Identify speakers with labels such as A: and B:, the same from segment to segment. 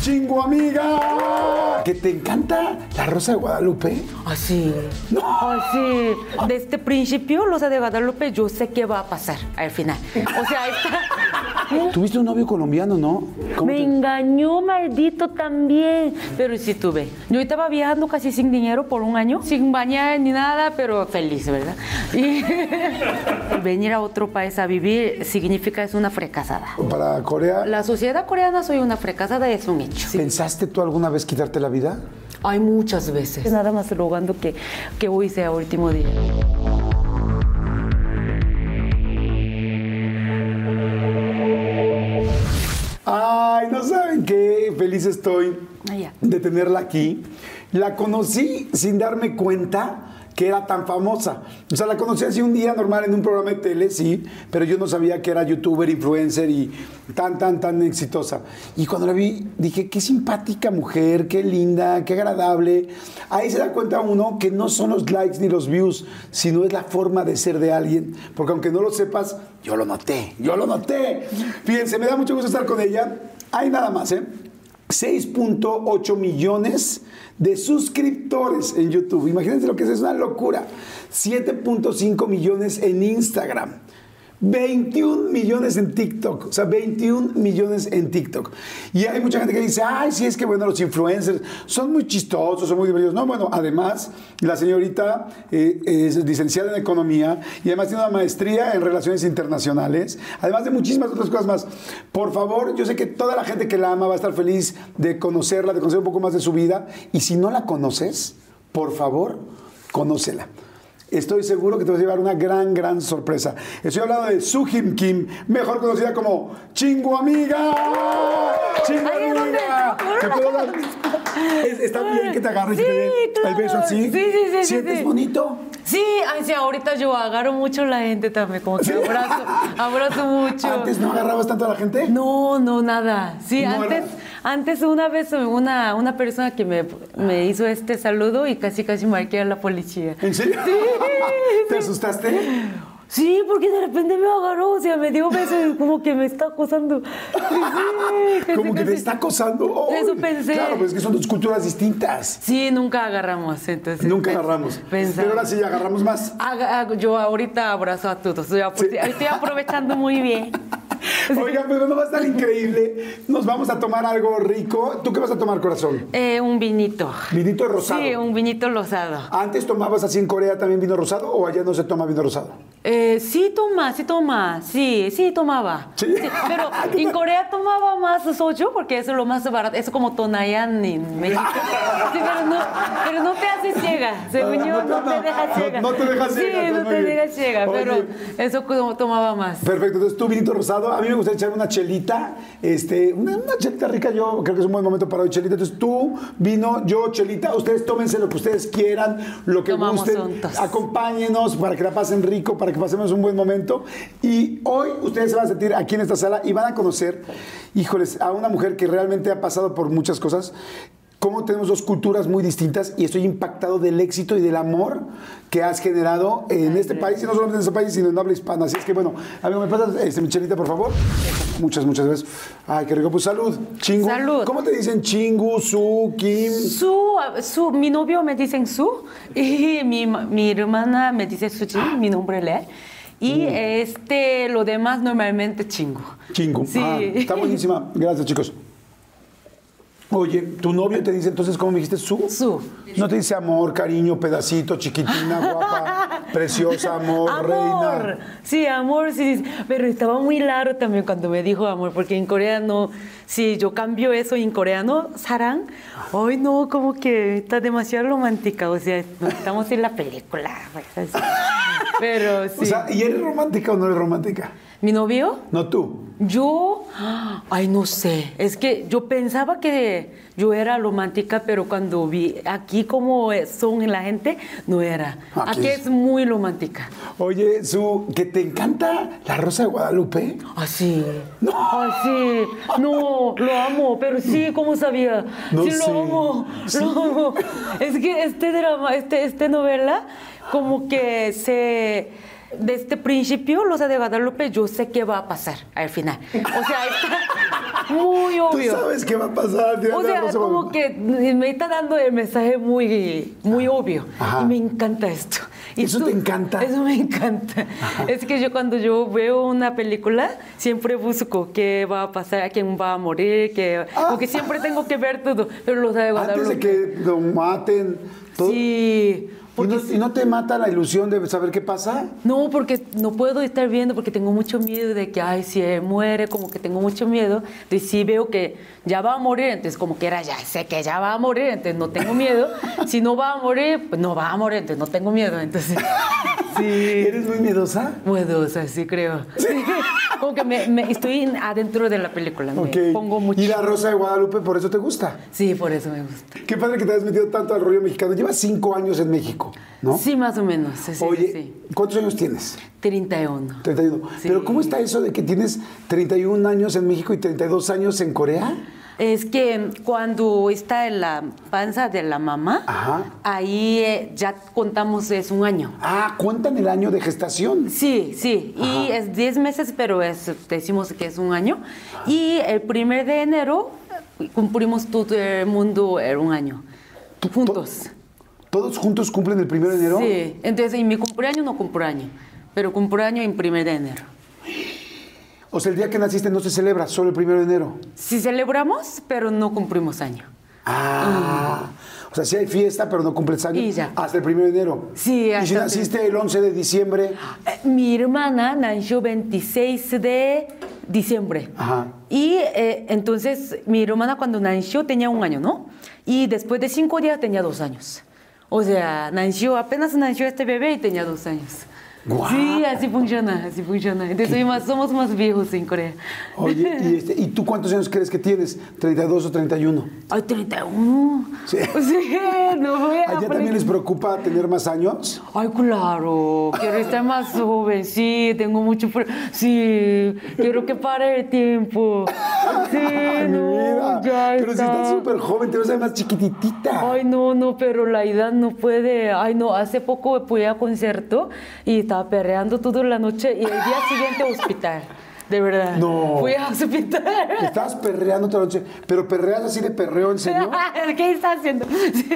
A: chingo amiga. Que te encanta la Rosa de Guadalupe.
B: Así.
A: No.
B: Así. Desde este principio, Rosa de Guadalupe, yo sé qué va a pasar al final. O sea, está.
A: Tuviste un novio colombiano, ¿no? ¿Cómo
B: Me
A: te-
B: engañó, maldito también. Pero sí tuve. Yo estaba viajando casi sin dinero por un año, sin bañar ni nada, pero feliz, ¿verdad? Y venir a otro país a vivir significa es una fracasada.
A: Para Corea.
B: La sociedad coreana soy una fracasada, es un hecho.
A: ¿Pensaste tú alguna vez quitarte la vida?
B: Hay muchas veces. Nada más rogando que, que hoy sea último día.
A: Ay, no saben qué feliz estoy
B: Ay, Ah, ya.
A: de tenerla aquí. La conocí sin darme cuenta que era tan famosa. O sea, la conocí así un día normal en un programa de tele, sí, pero yo no sabía que era youtuber, influencer y tan, tan, tan exitosa. Y cuando la vi, dije, qué simpática mujer, qué linda, qué agradable. Ahí se da cuenta uno que no son los likes ni los views, sino es la forma de ser de alguien, porque aunque no lo sepas, yo lo noté, yo lo noté. Fíjense, me da mucho gusto estar con ella. Hay nada más, ¿eh? 6.8 millones de suscriptores en YouTube. Imagínense lo que es, es una locura. 7.5 millones en Instagram. 21 millones en TikTok, o sea, 21 millones en TikTok. Y hay mucha gente que dice, ay, sí, es que bueno, los influencers son muy chistosos, son muy divertidos. No, bueno, además, la señorita eh, es licenciada en economía y además tiene una maestría en relaciones internacionales, además de muchísimas otras cosas más. Por favor, yo sé que toda la gente que la ama va a estar feliz de conocerla, de conocer un poco más de su vida. Y si no la conoces, por favor, conócela. Estoy seguro que te vas a llevar una gran, gran sorpresa. Estoy hablando de Sujim Kim, mejor conocida como Chingo Amiga. Chingo
B: Ahí es donde
A: Amiga.
B: seguro
A: ¿Te
B: la
A: puedo dar- Es- está bien que te agarres y
B: Sí,
A: te dé el
B: claro.
A: beso así.
B: Sí, sí, sí, sí,
A: ¿Sientes
B: sí.
A: bonito?
B: Sí, ay, sí, ahorita yo agarro mucho la gente también, como que abrazo, abrazo mucho.
A: ¿Antes no agarrabas tanto a la gente?
B: No, no, nada. Sí,
A: No,
B: antes,
A: ¿verdad?
B: antes una vez una, una persona que me, me hizo este saludo y casi casi marqué a la policía.
A: ¿En serio? ¿Te asustaste?
B: Sí, porque de repente me agarró, o sea, me dio beso y como que me está acosando. Sí, casi,
A: Como que te
B: casi.
A: está acosando. ¡Ay!
B: Eso pensé.
A: Claro, pues es que son dos culturas distintas.
B: Sí, nunca agarramos, entonces.
A: Nunca
B: pens-
A: agarramos.
B: pensaba.
A: Pero ahora sí agarramos más.
B: Haga- hago- yo ahorita abrazo a todos. Estoy, apro- estoy aprovechando muy bien.
A: Oigan, pero no va a estar increíble. Nos vamos a tomar algo rico. ¿Tú qué vas a tomar, corazón?
B: Eh, un vinito.
A: Vinito rosado.
B: Sí, un vinito rosado.
A: ¿Antes tomabas así en Corea también vino rosado o allá no se toma vino rosado?
B: Eh, sí, toma, sí, toma. Sí, sí, tomaba.
A: Sí.
B: pero en Corea tomaba más soju porque eso es lo más barato. Eso como Tonayan en México. Sí, pero no, pero no te hace ciega. Según yo,
A: Ah, No,
B: no,
A: no,
B: te
A: no,
B: deja ciega.
A: no te deja ciega,
B: Sí,
A: tú,
B: no
A: muy
B: te
A: bien.
B: deja ciega,
A: Oye.
B: pero eso como tomaba más.
A: Perfecto, entonces tú vinito rosado. A mí me gusta echarme una chelita, este, una, una chelita rica. Yo creo que es un buen momento para hoy, chelita. Entonces tú, vino, yo, chelita. Ustedes tómense lo que ustedes quieran, lo que
B: Tomamos
A: gusten.
B: juntos.
A: Acompáñenos para que la pasen rico, para que pasemos un buen momento. Y hoy ustedes se van a sentir aquí en esta sala y van a conocer, híjoles, a una mujer que realmente ha pasado por muchas cosas. Cómo tenemos dos culturas muy distintas y estoy impactado del éxito y del amor que has generado en este país y no solamente en este país, sino en habla hispana. Así es que, bueno, amigo, ¿me pasas este, Michelita, por favor? Muchas, muchas gracias. Ay, qué rico. Pues salud. Chingu.
B: Salud.
A: ¿Cómo te dicen? Chingu, su, kim.
B: Su, su, mi novio me dicen Su y mi, ma- mi hermana me dice Suchi, mi nombre le.
A: Mm.
B: Y este, lo demás normalmente chingo.
A: Chingo.
B: Sí.
A: Ah, está buenísima. Gracias, chicos. Oye, tu novio te dice entonces, ¿cómo me dijiste? Su.
B: Su.
A: No te dice amor, cariño, pedacito, chiquitina, guapa, preciosa, amor,
B: Amor.
A: reina.
B: Sí, amor, sí, sí. Pero estaba muy largo también cuando me dijo amor, porque en coreano, si yo cambio eso en coreano, sarang, hoy no, como que está demasiado romántica, o sea, no estamos en la película. pues, así. Pero sí.
A: O sea, ¿y eres romántica o no eres romántica?
B: ¿Mi novio?
A: No tú.
B: Yo, ay, no sé. Es que yo pensaba que yo era romántica, pero cuando vi aquí como son la gente, no era.
A: Aquí
B: Aquí
A: es-
B: es muy romántica.
A: Oye, Su, que te encanta la Rosa de Guadalupe.
B: Así. No. Así. ¡Ah, No, lo amo, pero sí, ¿cómo sabía?
A: No
B: sí,
A: sé.
B: lo amo. Lo amo. Es que este drama, este, este novela, como que se. este Desde principio, Rosa de Guadalupe, yo sé qué va a pasar al final. O sea, está. Muy obvio.
A: Tú sabes qué va a pasar. Diana,
B: O sea,
A: no se va a-
B: como que me está dando el mensaje muy, muy obvio.
A: Ajá.
B: Y me encanta esto. Y
A: ¿Eso te encanta?
B: Eso me encanta. Es que yo cuando yo veo una película, siempre busco qué va a pasar, quién va a morir, qué...
A: Ah.
B: porque siempre tengo que ver todo. Pero lo sabe
A: Antes de que lo maten. todo-
B: Sí.
A: ¿Y,
B: Porque
A: no, y no te mata la ilusión de saber qué pasa?
B: No, porque no puedo estar viendo porque tengo mucho miedo de que, ay, si él muere, como que tengo mucho miedo. De si veo que ya va a morir, entonces como que era, ya sé que ya va a morir, entonces no tengo miedo. Si no va a morir, pues no va a morir, entonces no tengo miedo. Entonces, sí.
A: ¿Eres muy miedosa?
B: Puedo, o sea, sí creo. Sí. Como que me, me- estoy adentro de la película, me
A: Ok.
B: pongo mucho.
A: ¿Y la Rosa de Guadalupe por eso te gusta?
B: Sí, por eso me gusta.
A: Qué padre que te hayas metido tanto al rollo mexicano. Llevas cinco años en México, ¿no?
B: Sí, más o menos. Sí, sí,
A: Oye,
B: sí.
A: ¿cuántos años tienes?
B: 31.
A: 31.
B: Sí.
A: Pero ¿cómo está eso de que tienes 31 años en México y 32 años en Corea?
B: Es que cuando está en la panza de la mamá,
A: Ajá.
B: ahí eh, ya contamos es un año.
A: Ah, cuentan el año de gestación.
B: Sí, sí, y es 10 meses, pero es, decimos que es un año. Y el primer de enero eh, cumplimos todo el mundo eh, un año, juntos.
A: ¿Todos juntos cumplen el primero de enero?
B: Sí, entonces en mi cumpleaños no cumpleaños, pero cumpleaños en primer de enero.
A: O sea, el día que naciste no se celebra, solo el primero de enero.
B: Sí celebramos, pero no cumplimos año.
A: Ah. O sea, sí hay fiesta, pero no cumples año
B: Mm. Y ya.
A: hasta el primero de enero.
B: Sí,
A: Y si
B: hasta-
A: naciste el 11 de diciembre,
B: Eh, Mi hermana nació 26 de diciembre.
A: Ajá.
B: Y eh, entonces mi hermana cuando nació tenía un año, ¿no? Y después de cinco días tenía dos años. O sea, nació, apenas nació este bebé y tenía dos años.
A: Guau.
B: Sí, así funciona, así funciona. Entonces soy más, somos más viejos en Corea.
A: oye, y, este, ¿y tú cuántos años crees que tienes? ¿32 o 31?
B: Ay, 31.
A: Sí.
B: Sí, no voy a...
A: ¿Allá también les preocupa tener más años?
B: Ay, claro, quiero estar más joven, sí, tengo mucho... pro- Sí, quiero que pare el tiempo. Sí,
A: Ay,
B: no,
A: mira,
B: ya
A: pero si
B: está.
A: estás súper joven, te ves además chiquititita.
B: Ay, no, no, pero la edad no puede. Ay, no, hace poco fui a concierto y estaba perreando toda la noche y el día siguiente hospital. De verdad.
A: No.
B: Fui a hospital.
A: Estabas perreando toda la noche, pero perreas así de perreo, ¿en serio?
B: ¿Qué está haciendo? Sí.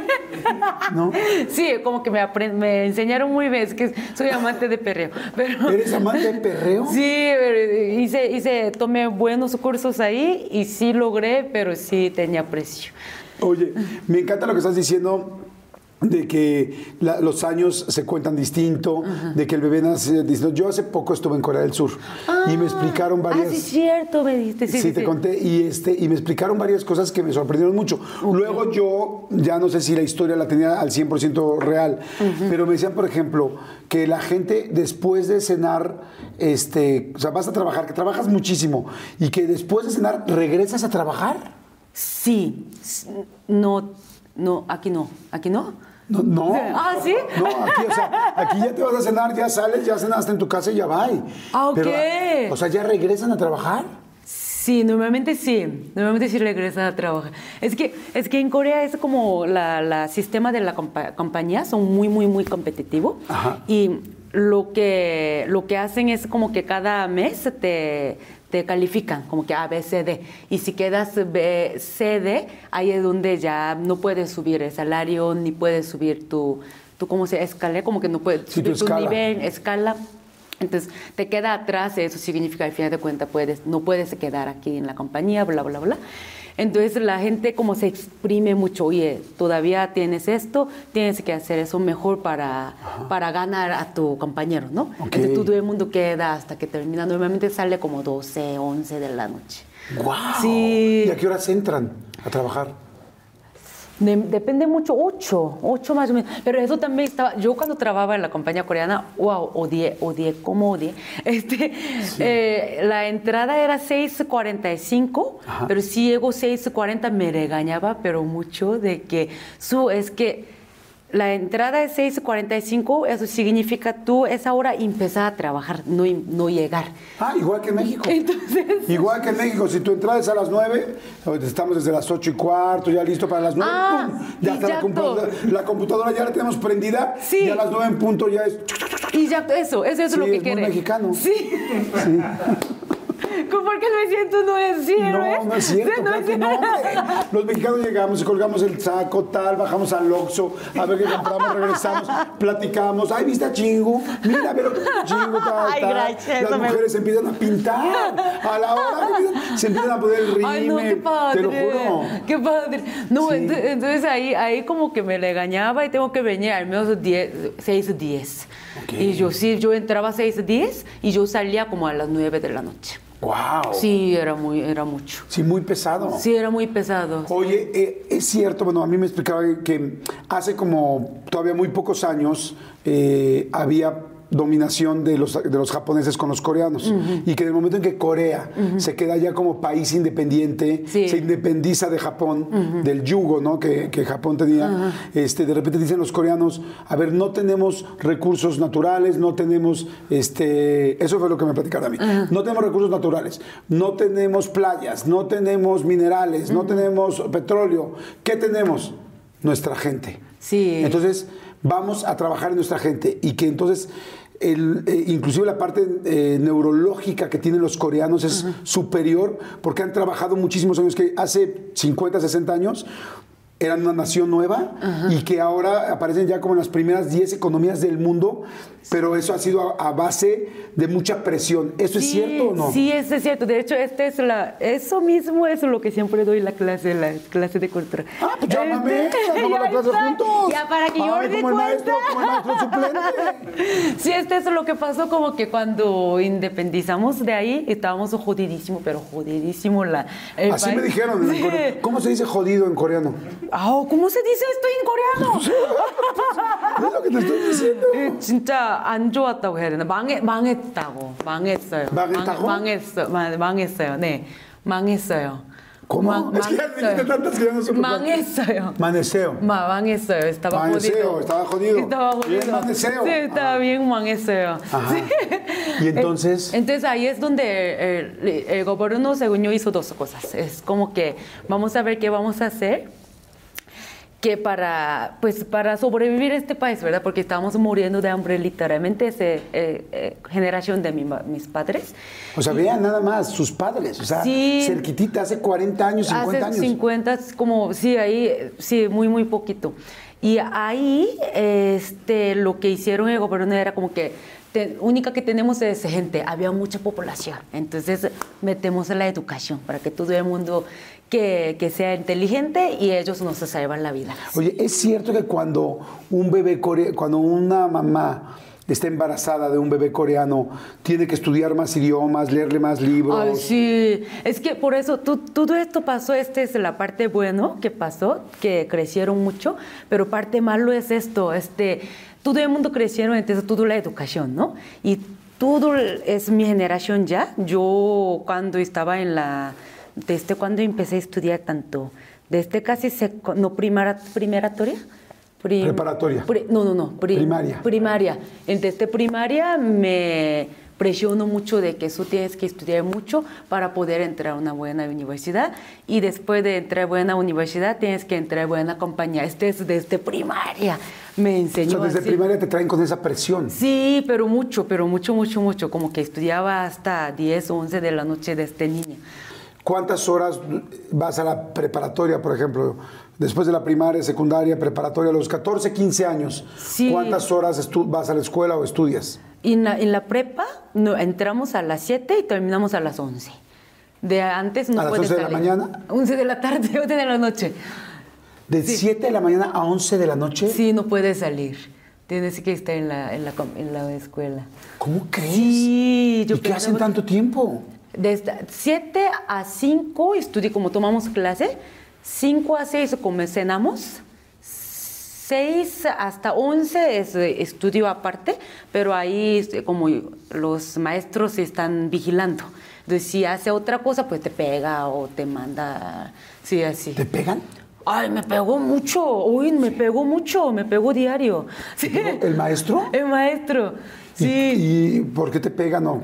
A: ¿No?
B: Sí, como que me, apren- me enseñaron muy bien, es que soy amante de perreo. Pero...
A: ¿Eres amante de perreo?
B: Sí, pero hice, hice, tomé buenos cursos ahí y sí logré, pero sí tenía precio.
A: Oye, me encanta lo que estás diciendo de que la- los años se cuentan distinto, de que el bebé nace distinto. Yo hace poco estuve en Corea del Sur y me explicaron varias...
B: Ah, sí, es cierto, me dijiste. Sí,
A: Sí,
B: sí,
A: te
B: sí.
A: conté y este y me explicaron varias cosas que me sorprendieron mucho. Luego yo ya no sé si la historia la tenía al 100% real, pero me decían, por ejemplo, que la gente después de cenar este, o sea, vas a trabajar, que trabajas muchísimo y que después de cenar regresas a trabajar.
B: Sí, s- no, no, aquí no, aquí no.
A: No, no.
B: Ah, ¿sí?
A: No, aquí, o sea, aquí ya te vas a cenar, ya sales, ya cenaste en tu casa y ya va.
B: Ah, ok.
A: Pero, o sea, ya regresan a trabajar.
B: Sí, normalmente sí, normalmente sí regresa a trabajar. Es que, es que en Corea es como la, la sistema de la compa- compañía son muy, muy, muy competitivos
A: Ajá.
B: y lo que, lo que hacen es como que cada mes te, te califican, como que A, B, C, D. Y si quedas B, C, D, ahí es donde ya no puedes subir el salario, ni puedes subir tu, tu ¿cómo se escalé? Como que no puedes
A: Sí, tu
B: subir tu
A: escala.
B: nivel en escala. Entonces, te queda atrás, eso significa al final de cuentas puedes, no puedes quedar aquí en la compañía, bla, bla, bla. Entonces, la gente como se exprime mucho, oye, todavía tienes esto, tienes que hacer eso mejor para, para ganar a tu compañero, ¿no?
A: Ok.
B: Entonces, todo el mundo queda hasta que termina. Normalmente sale como 12, 11 de la noche.
A: ¡Wow!
B: Sí.
A: ¿Y a qué horas entran a trabajar?
B: De- depende mucho, ocho, ocho más o menos. Pero eso también estaba, yo cuando trabajaba en la compañía coreana, wow, odié, odié, ¿cómo odié? Este, eh, la entrada era 6.45, pero si llego 6.40 me regañaba, pero mucho, de que su, es que la entrada es 6.45, eso significa tú esa hora empezar a trabajar, no, no llegar.
A: Ah, igual que en México.
B: Entonces...
A: Igual que en México, si tú entras a las 9, estamos desde las 8 y cuarto, ya listo para las 9.
B: Ah,
A: ¡pum! ya está la
B: exacto.
A: computadora, la computadora ya la tenemos prendida.
B: Sí.
A: Y a las 9 en punto ya es.
B: Y ya, eso, eso es
A: Sí,
B: lo que
A: es muy
B: quiere.
A: mexicano.
B: Sí. porque me siento no es cierto.
A: No, no es cierto, claro que no, hombre. Los mexicanos llegamos y colgamos el saco, tal, bajamos al Oxxo, a ver qué compramos, regresamos, platicamos. Ay, ¿viste a Chingu? Mira, ve lo que puso Chingu, tal,
B: Ay,
A: tal.
B: gracias, eso
A: Las
B: me-
A: mujeres empiezan a pintar. A la hora empiezan- se empiezan a poner el rime.
B: Ay, no, qué padre.
A: Te lo juro.
B: Qué padre. No,
A: Sí.
B: ento- entonces ahí, ahí como que me regañaba y tengo que venir al menos 10, 6, 10.
A: Ok.
B: Y yo sí, yo entraba a 6, 10 y yo salía como a las 9 de la noche.
A: Wow. Sí.
B: Sí, era, muy, era mucho.
A: muy pesado.
B: Sí, era muy pesado.
A: Oye, eh, es cierto, bueno, a mí me explicaba que hace como todavía muy pocos años eh, había dominación de los, de los japoneses con los coreanos y que en el momento en que Corea se queda ya como país independiente,
B: Sí.
A: se independiza de Japón, del yugo ¿no? que, que Japón tenía, este, de repente dicen los coreanos, a ver, no tenemos recursos naturales, no tenemos, este, eso fue lo que me platicaron a mí, no tenemos recursos naturales, no tenemos playas, no tenemos minerales, no tenemos petróleo, ¿qué tenemos? Nuestra gente.
B: Sí.
A: Entonces, vamos a trabajar en nuestra gente y que entonces, el, eh, inclusive la parte eh, neurológica que tienen los coreanos es superior porque han trabajado muchísimos años, que hace 50, 60 años eran una nación nueva y que ahora aparecen ya como en las primeras 10 economías del mundo, pero eso ha sido a, a base de mucha presión. ¿Eso es
B: Sí,
A: cierto o no?
B: Sí, eso es cierto. De hecho, este es la, eso mismo es lo que siempre doy la clase, la clase de cultura.
A: Ah, pues llámame,
B: Este,
A: vamos a la
B: ya
A: clase
B: está.
A: juntos.
B: Ya para que
A: Ay,
B: yo dé
A: como el maestro,
B: cuenta.
A: como el maestro suplente.
B: Sí, este es lo que pasó como que cuando independizamos de ahí estábamos jodidísimo, pero jodidísimo la. el
A: Así
B: país.
A: me dijeron. en
B: Sí.
A: coreano. ¿Cómo se dice jodido en coreano?
B: Ah, ¿cómo se dice esto en coreano?
A: ¿Ves lo que te estoy diciendo?
B: 예, 진짜 안 좋았다고 해야 되나? 망해, 망했다고. 망했어요.
A: 망했다고?
B: 망, 망했어, 망, 망했어요. 네. 망했어요.
A: ¿Cómo?
B: 망-
A: Es que ya dijiste tantas que ya no supe cuál.
B: 망했어요.
A: Maneceo.
B: Ma, mangeseo, estaba
A: Mangeseo,
B: jodido.
A: estaba jodido.
B: Estaba
A: Bien
B: jodido.
A: mangeseo.
B: Sí, estaba
A: Ajá.
B: bien mangeseo.
A: Ah. Ajá.
B: Sí.
A: ¿Y entonces?
B: Eh, Entonces ahí es donde eh, el, el- el gobierno, según yo, hizo dos cosas. Es como que vamos a ver qué vamos a hacer que para, pues, para sobrevivir a este país, ¿verdad? Porque estábamos muriendo de hambre literalmente, esa generación de mi ma- mis padres.
A: O sea, vean nada más, sus padres. O sea,
B: Sí.
A: cerquitita, hace 40 años, 50
B: hace
A: años.
B: 50, como, sí, ahí, eh, sí, muy, muy poquito. Y ahí, este, lo que hicieron el gobierno era como que, te- única que tenemos es gente, había mucha población. Entonces, metemos en la educación para que todo el mundo que, que sea inteligente y ellos nos salvan la vida.
A: Oye, ¿es cierto que cuando un bebé coreano, cuando una mamá está embarazada de un bebé coreano, tiene que estudiar más idiomas, leerle más libros?
B: Ay, sí. Es que por eso tu- todo esto pasó. Esta es la parte bueno que pasó, que crecieron mucho, pero parte malo es esto. Este, todo el mundo crecieron, entonces toda la educación, ¿no? Y todo el- es mi generación ya. Yo cuando estaba en la, desde cuando empecé a estudiar tanto, desde casi seco- no primera, primeratoria. prim-
A: Preparatoria.
B: pri- no, no, no. pri-
A: Primaria.
B: primaria. En desde primaria me presiono mucho de que tú tienes que estudiar mucho para poder entrar a una buena universidad y después de entrar a buena universidad tienes que entrar a buena compañía. Este es desde primaria. Me
A: o
B: enseñó
A: sea, desde
B: así.
A: primaria te traen con esa presión.
B: Sí, pero mucho, pero mucho, mucho, mucho. Como que estudiaba hasta 10 o 11 de este la noche desde niña.
A: ¿Cuántas horas vas a la preparatoria, por ejemplo? Después de la primaria, secundaria, preparatoria, a los 14, 15 años.
B: Sí.
A: ¿Cuántas horas estu- vas a la escuela o estudias?
B: Y en la, en la prepa no, entramos a las 7 y terminamos a las 11. De antes no
A: ¿A las
B: puede
A: 11 de la
B: salir.
A: mañana?
B: 11 de la tarde, 11 de la noche.
A: ¿De 7 de la mañana a 11 de la noche?
B: Sí, no puede salir. Tienes que estar en la, en la, com- en la escuela.
A: ¿Cómo crees?
B: Sí, yo
A: ¿Y qué hacen
B: pensaba-
A: tanto tiempo?
B: Desde 7 a 5 estudié como tomamos clase. 5 a 6 como cenamos. 6 hasta 11 es eh, estudio aparte, pero ahí este, como los maestros están vigilando. Entonces, si hace otra cosa, pues te pega o te manda. Sí, así.
A: ¿Te pegan?
B: Ay, me pegó mucho. Uy, me pegó mucho. Me pegó diario. Sí.
A: ¿El maestro?
B: El maestro. Eh, Sí.
A: ¿Y, y por qué te pegan? o-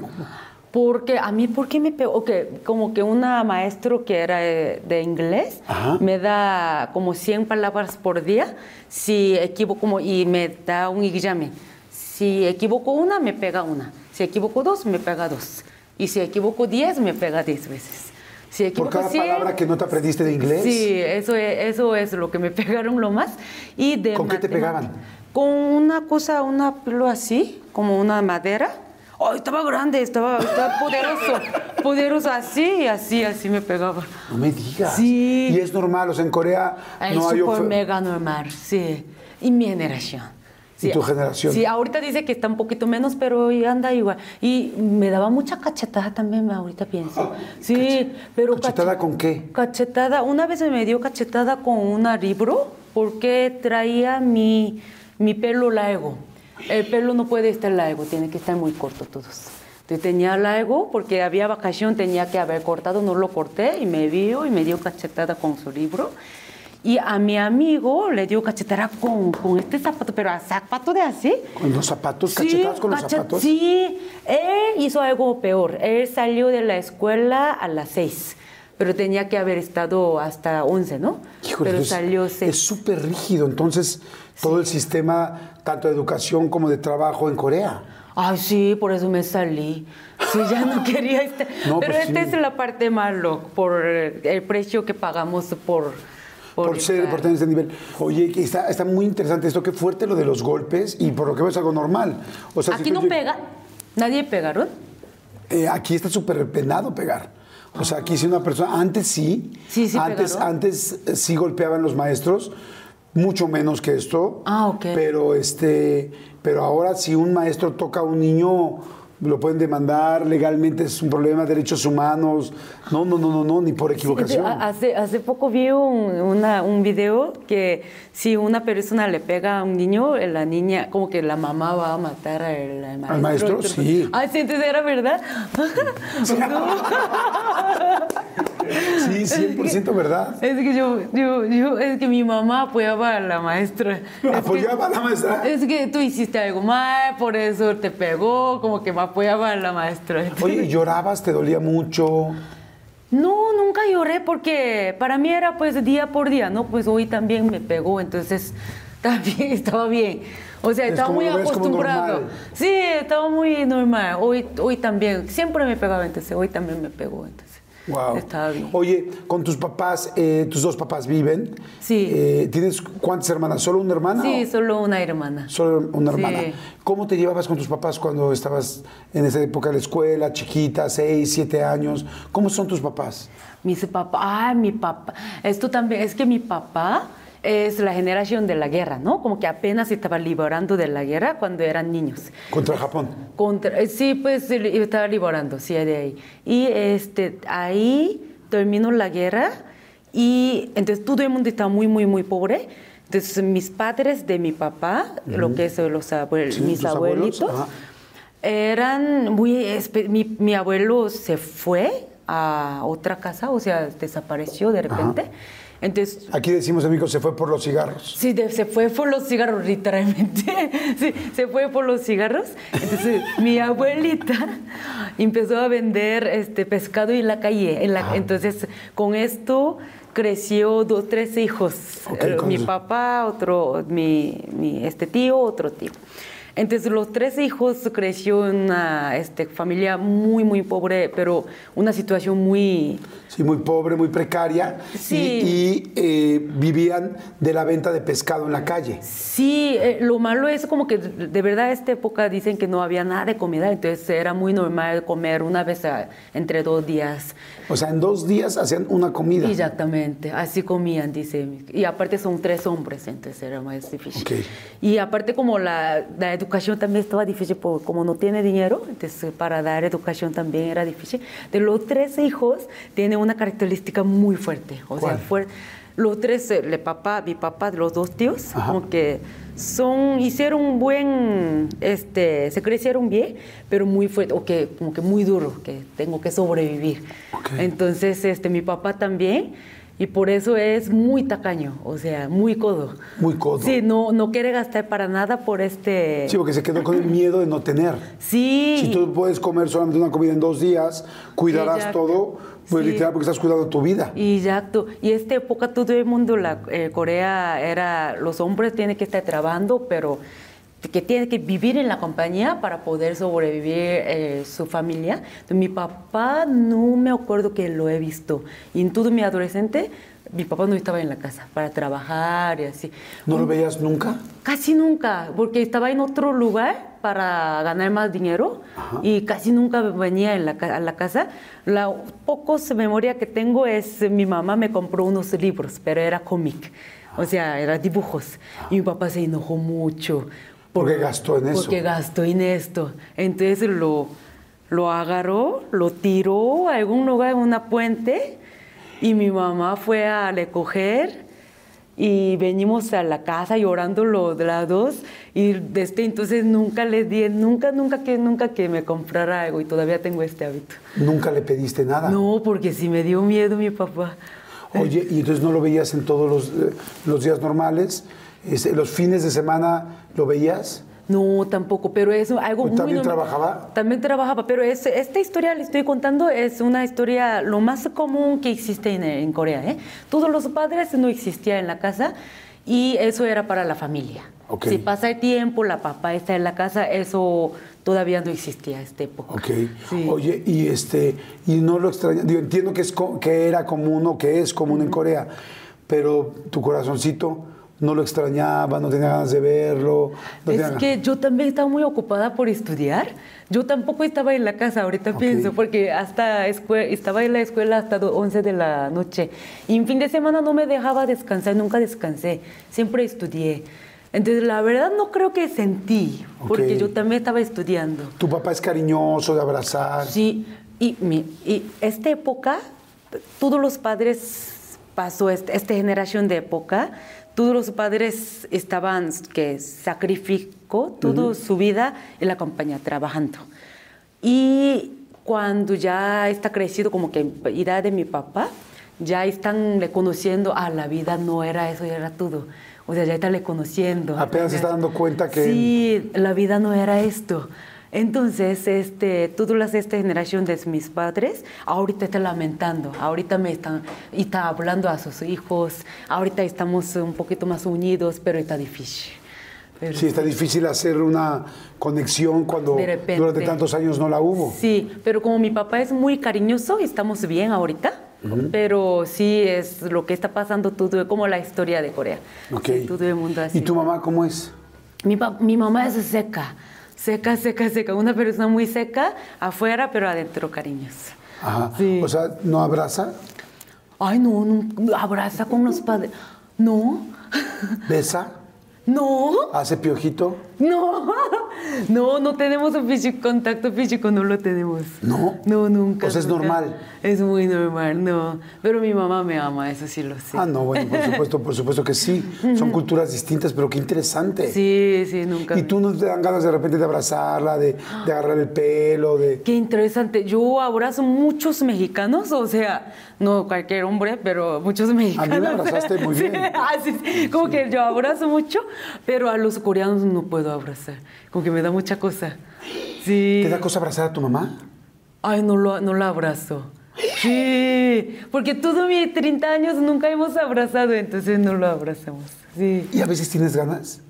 B: Porque a mí, ¿por qué me pegó? Ok, como que una maestro que era eh, de inglés
A: Ajá.
B: me da como 100 palabras por día si equivoco como- y me da un examen. Si equivoco una, me pega una. Si equivoco dos, me pega dos. Y si equivoco 10, me pega 10 veces. Si
A: Por
B: equivoco
A: cada
B: 100,
A: palabra que no te aprendiste de inglés.
B: pues, Sí, eso es, eso es lo que me pegaron lo más. Y de
A: ¿Con qué te
B: matemática-
A: pegaban?
B: Con una cosa, una pelo así, como una madera. Oh, estaba grande, estaba, estaba poderoso, poderoso así, así, así me pegaba.
A: No me digas.
B: Sí.
A: Y es normal, o sea, en Corea
B: Es
A: no hay
B: súper
A: ofe-
B: mega normal, sí. Y mi generación.
A: Y tu generación.
B: Sí, ahorita dice que está un poquito menos, pero anda igual. Y me daba mucha cachetada también, ahorita
A: Ah,
B: pienso. Sí, pero...
A: ¿Cachetada
B: cachet-
A: con qué?
B: Cachetada. Una vez me dio cachetada con un libro porque traía mi, mi pelo largo. El pelo no puede estar largo, tiene que estar muy corto todos. Entonces tenía largo porque había vacación, tenía que haber cortado, no lo corté y me vio y me dio cachetada con su libro. Y a mi amigo le dio cachetada con, con este zapato, pero a zapato de así.
A: ¿Con los zapatos? ¿Cachetadas con los
B: cachet-
A: zapatos?
B: Sí, él hizo algo peor. Él salió de la escuela a las 6, pero tenía que haber estado hasta 11, ¿no?
A: Híjole,
B: pero
A: entonces,
B: salió
A: es
B: 6.
A: súper rígido, entonces, todo el sistema, tanto de educación como de trabajo en Corea.
B: Ay, sí, por eso me salí. Sí, ya no quería estar.
A: No,
B: pero
A: pues
B: esta
A: sí.
B: es la parte malo, por el precio que pagamos por...
A: Por, ser,
B: estar-
A: por tener ese nivel. Oye, que está, está muy interesante esto, qué fuerte lo de los golpes y por lo que veo es algo normal. O sea, si
B: Aquí
A: tú
B: no
A: lleg-
B: pega. ¿Nadie pegaron?
A: Eh, aquí está súper penado pegar. O sea, aquí si una persona, antes sí,
B: Sí, sí
A: antes,
B: pegaron.
A: antes eh, sí golpeaban los maestros, mucho menos que esto.
B: Ah, ok.
A: Pero este, pero ahora si un maestro toca a un niño, lo pueden demandar legalmente, es un problema de derechos humanos. No, no, no, no, no, ni por equivocación.
B: A- Hace, hace poco vi un, una- un video que si una persona le pega a un niño, la niña, como que la mamá va a matar al, al maestro.
A: maestro?
B: Entonces-
A: Sí.
B: Ah, sí, entonces era verdad.
A: Sí, 100% verdad.
B: Es que yo, yo, yo, es que mi mamá apoyaba a la maestra. Es que-
A: Apoyaba a la maestra.
B: Es que tú hiciste algo mal, por eso te pegó, como que me apoyaba a la maestra.
A: Oye, llorabas, te dolía mucho.
B: No, nunca lloré porque para mí era pues día por día, ¿no? Pues hoy también me pegó, entonces también estaba bien. O sea,
A: Es
B: estaba
A: como
B: muy
A: lo ves, como
B: acostumbrado.
A: normal.
B: Sí, estaba muy normal. Hoy, hoy también, siempre me pegaba, entonces hoy también me pegó, entonces
A: Wow.
B: estaba bien.
A: Oye, con tus papás, eh, tus dos papás viven.
B: Sí.
A: Eh, ¿Tienes cuántas hermanas? ¿Solo una hermana?
B: Sí,
A: o-
B: solo una hermana.
A: Solo una
B: Sí.
A: hermana. ¿Cómo te llevabas con tus papás cuando estabas en esa época de la escuela, chiquita, seis, siete años? ¿Cómo son tus papás?
B: Mis papá, ah, mi papá. Esto también, es que mi papá es la generación de la guerra, ¿no? Como que apenas se estaba liberando de la guerra cuando eran niños.
A: Contra Japón.
B: Contra- eh, sí, pues sí, li- estaba liberando, sí, de ahí. Y este, ahí terminó la guerra y entonces todo el mundo estaba muy, muy, muy pobre. Entonces mis padres de mi papá, lo que es los abuel-
A: Sí,
B: mis
A: tus abuelos,
B: abuelitos,
A: ajá.
B: eran muy... espe- Mi, mi abuelo se fue a otra casa, o sea, desapareció de repente. Entonces
A: Aquí decimos en México, se fue por los cigarros.
B: Sí, de- se fue por los cigarros, literalmente. Sí, se fue por los cigarros. Entonces, mi abuelita empezó a vender este pescado en la calle. En
A: Ah.
B: la, entonces, con esto creció dos, tres hijos.
A: Ok,
B: Eh,
A: con
B: mi
A: eso.
B: papá, otro, mi, mi- este tío, otro tío. Entonces, los tres hijos creció en una este, familia muy, muy pobre, pero una situación muy...
A: Sí, muy pobre, muy precaria.
B: Sí.
A: Y, y, eh, vivían de la venta de pescado en la calle.
B: Sí, eh, lo malo es como que de de verdad esta época dicen que no había nada de comida, entonces era muy normal comer una vez a- entre dos días.
A: O sea, en dos días hacían una comida.
B: Exactamente, así comían, dice. Y aparte son tres hombres, entonces era más difícil.
A: Ok.
B: Y aparte como la, la educación también estaba difícil, porque como no tiene dinero, entonces para dar educación también era difícil. De los tres hijos tiene una característica muy fuerte, o sea,
A: ¿Cuál?
B: fuer- Los tres, el papá, mi papá, los dos tíos,
A: Ajá.
B: como que son, hicieron un buen, este, se crecieron bien, pero muy fuerte, o que como que muy duro, que tengo que sobrevivir.
A: Ok.
B: Entonces, este, mi papá también, y por eso es muy tacaño, o sea, muy codo.
A: Muy codo.
B: Sí, no, no quiere gastar para nada por este...
A: Sí, porque se quedó con el miedo de no tener.
B: Sí,
A: Si tú puedes comer solamente una comida en dos días, cuidarás
B: Exacto.
A: todo, pues
B: Sí.
A: literal, porque estás cuidando tu vida.
B: y exacto. Y esta época todo el mundo, la eh, Corea era, los hombres tienen que estar trabajando, pero que tiene que vivir en la compañía para poder sobrevivir eh, su familia. Entonces, mi papá no me acuerdo que lo he visto. Y en todo mi adolescente, mi papá no estaba en la casa para trabajar y así.
A: ¿No lo veías nunca?
B: Casi nunca, porque estaba en otro lugar para ganar más dinero y casi nunca venía en la ca- a la casa. La pocos memoria que tengo es eh, mi mamá me compró unos libros, pero era cómic, o sea, era dibujos. Y mi papá se enojó mucho.
A: ¿Por qué gastó en eso?
B: Porque gastó en esto. Entonces lo, lo agarró, lo tiró a algún lugar, en una puente, y mi mamá fue a recoger. Y venimos a la casa llorando los dos y desde entonces nunca les di, nunca, nunca que, nunca que me comprara algo y todavía tengo este hábito.
A: ¿Nunca le pediste nada?
B: No, porque si me dio miedo mi papá.
A: Oye, y entonces no lo veías en todos los, eh, los días normales, Este, los fines de semana lo veías.
B: No, tampoco, pero es algo
A: ¿Y
B: muy...
A: Pues también
B: normal.
A: trabajaba?
B: También trabajaba, pero es- esta historia le estoy contando es una historia lo más común que existe en, en Corea. ¿eh? Todos los padres no existían en la casa y eso era para la familia.
A: Ok.
B: Si pasa el tiempo, la papá está en la casa, eso todavía no existía este, a esta época.
A: Ok.
B: Sí.
A: Oye, y este, y no lo extrañas. Digo, entiendo que es co- que era común o que es común en Corea, pero tu corazoncito no lo extrañaba, no tenía ganas de verlo. no tenía
B: Es
A: ganas.
B: que yo también estaba muy ocupada por estudiar. Yo tampoco estaba en la casa, ahorita
A: Ok.
B: pienso, porque hasta escue- estaba en la escuela hasta do- 11 de la noche. Y en fin de semana no me dejaba descansar, nunca descansé, siempre estudié. Entonces, la verdad no creo que sentí, porque
A: Ok.
B: yo también estaba estudiando.
A: Tu papá es cariñoso de abrazar.
B: Sí, y, mi- y esta época, todos los padres pasó est- esta generación de época, todos los padres estaban que sacrificó toda su vida en la compañía trabajando. Y cuando ya está crecido, como que edad de mi papá, ya están reconociendo, ah, la vida no era eso, era todo. O sea, ya están reconociendo.
A: Apenas se está dando cuenta que-
B: Sí, y la vida no era esto. Entonces, este, todas las- esta generación de mis padres ahorita está lamentando, ahorita me están y está hablando a sus hijos, ahorita estamos un poquito más unidos, pero está difícil. Pero-
A: Sí, está difícil hacer una conexión cuando
B: De repente.
A: durante tantos años no la hubo.
B: Sí, pero como mi papá es muy cariñoso, estamos bien ahorita. Pero sí es lo que está pasando todo, como la historia de Corea.
A: Ok.
B: Sí, todo el mundo así.
A: ¿Y tu mamá cómo es?
B: Mi, pa- mi mamá es seca, seca, seca, seca. Una persona muy seca afuera, pero adentro cariñosa.
A: Ajá.
B: Sí.
A: O sea, ¿no abraza?
B: Ay, no, no, abraza con los padres. No,
A: ¿Besa?
B: no,
A: ¿Hace piojito?
B: no, no, no tenemos un físico, contacto físico, no lo tenemos.
A: ¿No?
B: No, nunca.
A: O sea, es
B: nunca.
A: normal.
B: Es muy normal, no. Pero mi mamá me ama, eso sí lo sé.
A: Ah, no, bueno, por supuesto, por supuesto que sí. Son culturas distintas, pero qué interesante.
B: Sí, sí, nunca.
A: Y
B: me-
A: tú no te dan ganas de repente de abrazarla, de, de agarrar el pelo, de...
B: Qué interesante. Yo abrazo muchos mexicanos, o sea, no cualquier hombre, pero muchos mexicanos.
A: abrazaste muy
B: Sí,
A: bien.
B: así es. como que yo abrazo mucho, pero a los coreanos no puedo abrazar. Como que me da mucha cosa. Sí.
A: ¿Te da cosa abrazar a tu mamá?
B: Ay, no, lo, no la abrazo. Sí, porque todos mis 30 años nunca hemos abrazado, entonces no lo abrazamos. Sí.
A: ¿Y a veces tienes ganas?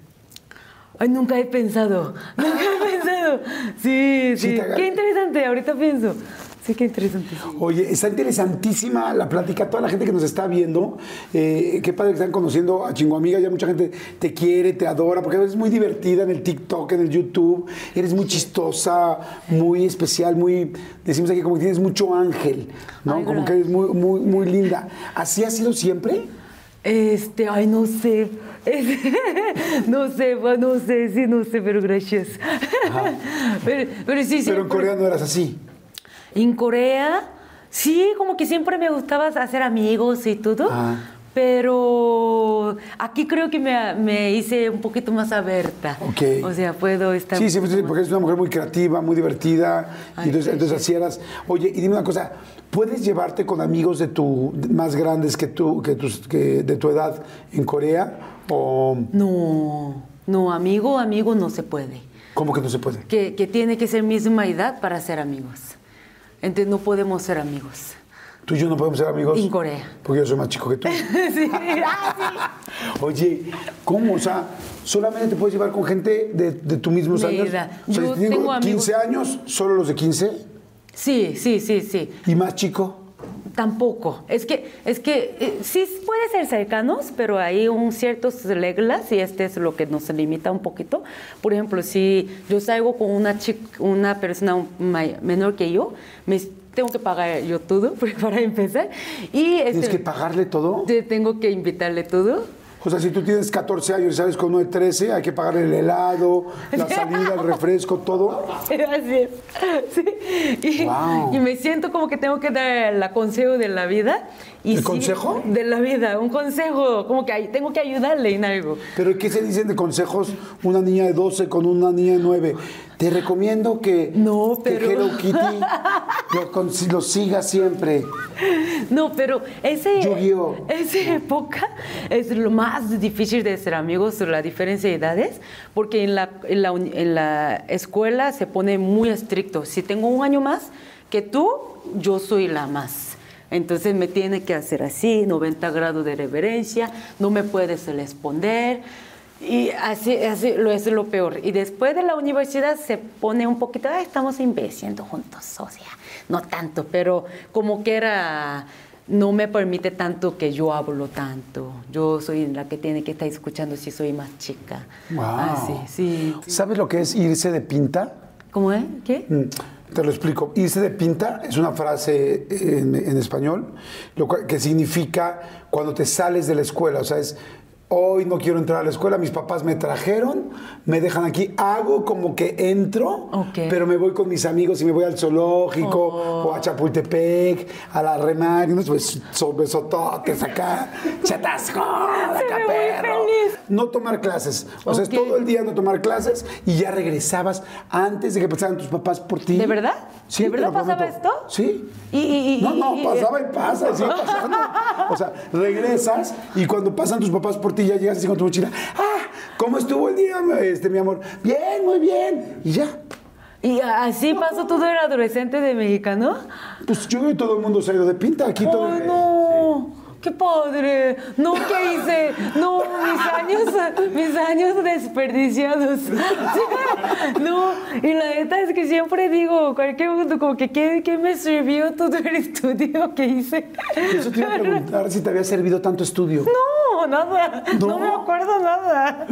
B: Ay, nunca he pensado. Nunca he pensado. Sí,
A: Sí,
B: sí.
A: te agarra.
B: Qué interesante, ahorita pienso. Sí, qué interesante. sí.
A: Oye, está interesantísima la plática. Toda la gente que nos está viendo, eh, qué padre que están conociendo a Chingo Amiga. Ya mucha gente te quiere, te adora, porque eres muy divertida en el TikTok, en el YouTube. Eres muy chistosa, muy especial, muy. Decimos aquí como que tienes mucho ángel, ¿no?
B: Ay,
A: como
B: gracias.
A: que eres muy, muy, muy linda. ¿Así ha sido siempre?
B: Este, ay, no sé. Es- no sé, va, no sé, sí, no sé, pero gracias. pero, pero sí, sí.
A: Pero en Corea no eras así.
B: En Corea, sí, como que siempre me gustaba hacer amigos y todo.
A: Ajá.
B: Pero aquí creo que me, me hice un poquito más abierta.
A: Ok.
B: O sea, puedo estar.
A: Sí, sí,
B: un
A: pues, sí,
B: poquito más-
A: porque eres una mujer muy creativa, muy divertida.
B: Ay,
A: y entonces,
B: gracias.
A: entonces así eras. Oye, y dime una cosa, ¿puedes llevarte con amigos de tu más grandes que tú, que tus, que de tu edad en Corea? ¿O
B: No, no, amigo, amigo no se puede.
A: cómo que no se puede?
B: que, que tiene que ser misma edad para ser amigos. Entonces no podemos ser amigos.
A: Tú y yo no podemos ser amigos.
B: En Corea.
A: Porque yo soy más chico que tú.
B: Sí. Ah,
A: Oye, ¿cómo? O sea, solamente te puedes llevar con gente de, de tu mismos años.
B: Mira,
A: O sea,
B: yo
A: si tengo
B: tengo
A: 15 años, solo los de 15
B: sí. Sí, sí, sí, sí.
A: y más chico.
B: Tampoco. Es que, es que eh, sí puede ser cercanos, pero hay un ciertas reglas y este es lo que nos limita un poquito. Por ejemplo, si yo salgo con una chica, una persona may- menor que yo, me tengo que pagar yo todo para empezar. Y
A: Tienes
B: este,
A: que pagarle todo.
B: te tengo que invitarle todo.
A: O sea, si tú tienes 14 años y sales con uno de 13, hay que pagarle el helado, la salida, el refresco, todo.
B: Sí, Así es. Sí. Y,
A: Wow.
B: y me siento como que tengo que dar el consejo de la vida. Y
A: ¿El
B: sí,
A: consejo?
B: De la vida, un consejo, como que ay- tengo que ayudarle en algo.
A: Pero ¿qué se dicen de consejos una niña de 12 con una niña de 9? Te recomiendo que,
B: No,
A: que
B: pero-
A: Hello Kitty lo, con- lo siga siempre.
B: No, pero ese,
A: Yu-Gi-Oh.
B: esa época es lo más difícil de ser amigos, la diferencia de edades, porque en la, en la uni- en la escuela se pone muy estricto. Si tengo un año más que tú, yo soy la más. Entonces me tiene que hacer así, 90 grados de reverencia, no me puedes responder. Y así, así lo es lo peor. Y después de la universidad se pone un poquito, "Ah, estamos invirtiendo juntos, o sea, no tanto, pero como que era no me permite tanto que yo hablo tanto. Yo soy la que tiene que estar escuchando si soy más chica.
A: Wow.
B: Así, sí.
A: ¿Sabes lo que es irse de pinta?
B: ¿Cómo es? ¿Qué?
A: Mm, Te lo explico. Irse de pinta es una frase en, en español lo cual- que significa cuando te sales de la escuela. O sea, es hoy no quiero entrar a la escuela, mis papás me trajeron, me dejan aquí, hago como que entro,
B: Ok. Oh.
A: pero me voy con mis amigos y me voy al zoológico o a Chapultepec, a la remar, y unos bes- so- besototes acá, chatasco, la
B: Se ve muy
A: caperro.
B: feliz.
A: No tomar clases. O sea, es
B: Ok.
A: todo el día no tomar clases y ya regresabas antes de que pasaran tus papás por ti.
B: ¿De verdad?
A: Sí,
B: ¿De
A: te lo
B: verdad pasaba
A: prometo.
B: esto?
A: Sí.
B: Y, y- y-
A: No,
B: y-
A: no, pues,
B: y-
A: pasaba y pasa, sigue pasando. O sea, regresas y cuando pasan tus papás por ti ya llegas así con tu mochila. ¡Ah! ¿Cómo estuvo el día, este, mi amor? Bien, muy bien. Y ya.
B: Y así pasó todo el adolescente de mexicano.
A: Pues yo creo que todo el mundo se ha ido de pinta aquí. todo
B: ¡Ay, Oh, no! ¡Qué padre! No, ¿qué hice? No, mis años, mis años desperdiciados. No, y la neta es que siempre digo, cualquier mundo, como que, ¿qué, qué me sirvió todo el estudio que hice?
A: Eso te iba a preguntar si te había servido tanto estudio.
B: No, nada. No,
A: ¿No?
B: me acuerdo nada.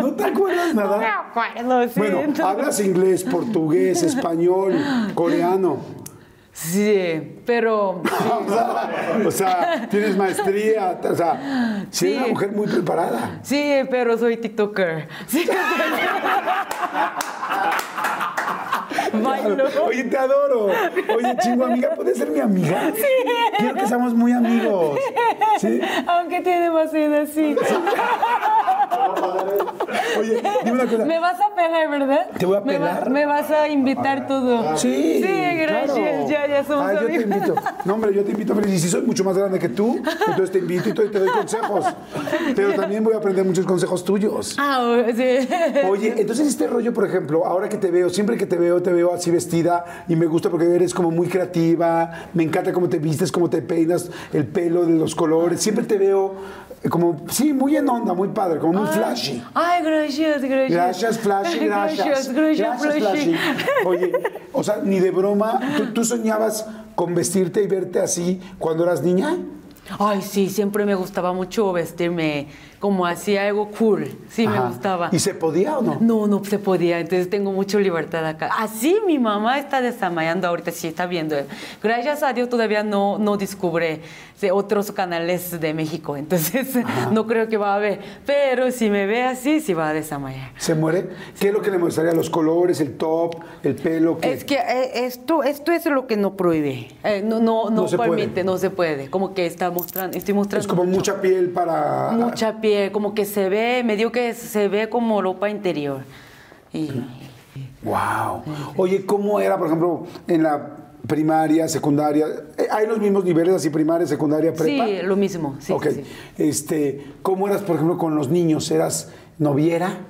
A: No, te acuerdas
B: No me
A: nada.
B: acuerdo, sí.
A: Bueno,
B: entonces-
A: hablas inglés, portugués, español, coreano.
B: Sí,
A: O
B: pero
A: sea, o sea, tienes maestría, o sea, sí, eres
B: Sí.
A: una mujer muy preparada.
B: Sí, pero soy TikToker. Sí. Bailo.
A: Oye, te adoro. Oye, chingo amiga, ¿puedes ser mi amiga? Sí. Quiero que seamos muy amigos. ¿Sí?
B: Aunque tiene más vida, sí.
A: Oye, dime una cosa.
B: Me vas a pegar, ¿verdad?
A: Te voy a
B: Me va-
A: pegar. Ah,
B: Me, vas a invitar todo.
A: Sí,
B: gracias.
A: claro.
B: Ya, ya somos
A: Ay, yo te
B: amigos.
A: invito. No, hombre, yo te invito, Feliz. Y si soy mucho más grande que tú, entonces te invito y te te doy consejos. Pero también voy a aprender muchos consejos tuyos.
B: Ah, o- sí.
A: Oye, entonces este rollo, por ejemplo, ahora que te veo, siempre que te veo, te veo así vestida y me gusta porque eres como muy creativa, me encanta cómo te vistes, cómo te peinas, el pelo, de los colores, siempre te veo eh, como, sí, muy en onda, muy padre, como muy flashy.
B: Ay, gracias, gracias.
A: Gracias, Flashy, gracias.
B: Gracias, gracias, Flashy.
A: Oye, o sea, ni de broma, ¿tú, tú soñabas con vestirte y verte así cuando eras niña?
B: Ay, sí, siempre me gustaba mucho vestirme como así, algo cool. Sí,
A: Ajá.
B: me gustaba.
A: ¿Y se podía o no?
B: No, no se podía, entonces tengo mucha libertad acá. Así mi mamá está desmayando ahorita, sí está viendo. Gracias a Dios todavía no, no descubre de otros canales de México, entonces no creo que va a ver. Pero si me ve así, sí va a desmayar.
A: ¿Se muere? ¿Qué es lo que le mostraría? ¿Los colores, el top, el pelo? ¿qué?
B: Es que eh, esto, esto es lo que no prohíbe, Eh, no, no, no,
A: No se puede.
B: permite, no se puede. Como que está mostrando, estoy mostrando.
A: Es como mucha piel para.
B: mucha piel, como que se ve, me dio que se ve como ropa interior. Y,
A: Wow. Oye, ¿cómo era, por ejemplo, en la primaria, secundaria? Eh, ¿Hay los mismos niveles así, primaria, secundaria, prepa?
B: Sí, lo mismo. sí, sí,
A: Ok.
B: sí.
A: Este, ¿Cómo eras, por ejemplo, con los niños? ¿Eras noviera?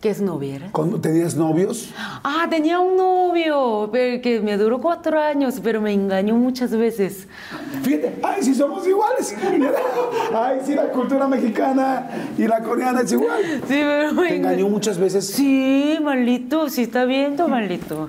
B: que es novia. ¿era?
A: ¿Cuándo tenías novios?
B: Ah, tenía un novio pero que me duró cuatro años, pero me engañó muchas veces.
A: Fíjate, ay, sí somos iguales. Ay, sí, la cultura mexicana y la coreana es igual.
B: Sí, pero me
A: Te engañó muchas veces.
B: Sí, malito, si está viendo, malito.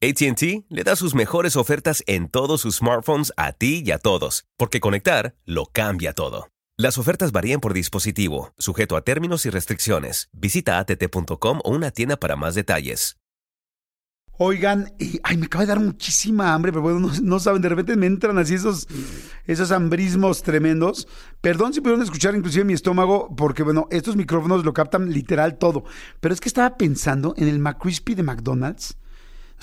C: ATT le da sus mejores ofertas en todos sus smartphones a ti y a todos, porque conectar lo cambia todo. Las ofertas varían por dispositivo, sujeto a términos y restricciones. Visita att.com o una tienda para más detalles.
A: Oigan, y- ay, me acaba de dar muchísima hambre, pero bueno, no, no saben, de repente me entran así esos, esos hambrismos tremendos. Perdón si pudieron escuchar inclusive mi estómago, porque bueno, estos micrófonos lo captan literal todo. Pero es que estaba pensando en el McCrispy de McDonald's. O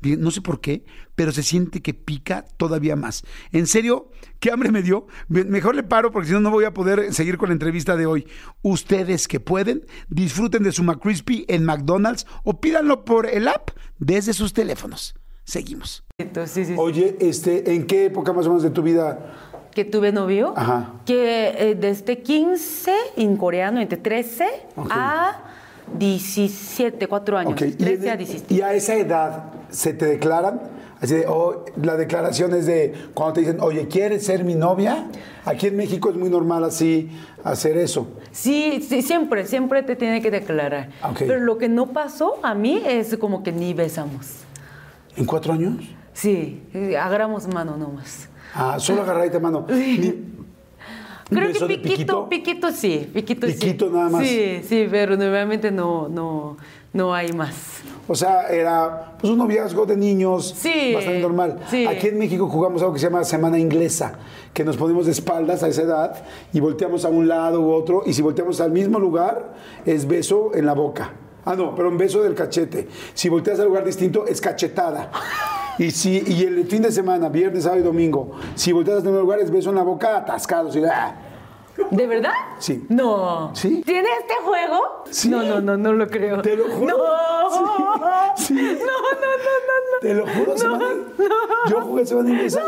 A: bien, no sé por qué, pero se siente que pica todavía más. En serio, qué hambre me dio. Me- Mejor le paro porque si no, no voy a poder seguir con la entrevista de hoy. Ustedes que pueden, disfruten de su McCrispy en McDonald's o pídanlo por el app desde sus teléfonos. Seguimos.
B: Entonces, sí, sí, sí.
A: Oye, este, ¿en qué época más o menos de tu vida?
B: que tuve novio,
A: Ajá.
B: que eh, desde 15 en coreano, entre 13 a 17, 4 años.
A: Ok, y-
B: 13 a 17.
A: Y a esa edad se te declaran, así de, oh, la declaración es de cuando te dicen, oye, ¿quieres ser mi novia? Aquí en México es muy normal así hacer eso.
B: Sí, sí, siempre, siempre te tiene que declarar.
A: Ok.
B: Pero lo que no pasó a mí es como que ni besamos.
A: ¿En cuatro años?
B: Sí, eh, agarramos mano nomás.
A: Ah, solo agarradita mano. Ni- ¿Un
B: Creo
A: beso
B: que
A: de piquito?
B: piquito, piquito sí, piquito,
A: Piquito
B: sí.
A: nada más.
B: Sí, sí, pero normalmente no, no, no hay más.
A: o sea, era pues un noviazgo de niños,
B: Sí,
A: bastante normal.
B: sí.
A: Aquí en México jugamos algo que se llama semana inglesa, que nos ponemos de espaldas a esa edad y volteamos a un lado u otro, y si volteamos al mismo lugar, es beso en la boca. Ah, no, pero un beso del cachete. Si volteas al lugar distinto, es cachetada. Y, si, y el fin de semana, viernes, sábado y domingo, si volteas al mismo lugar, es beso en la boca atascado. así, ah.
B: ¿De verdad?
A: Sí.
B: No.
A: Sí.
B: ¿Tiene este juego?
A: Sí.
B: No, no, no, no lo creo.
A: Te lo juro.
B: No.
A: Sí, sí.
B: No, no, no, no, no.
A: Te lo juro, semana Yo jugué semana inglesa.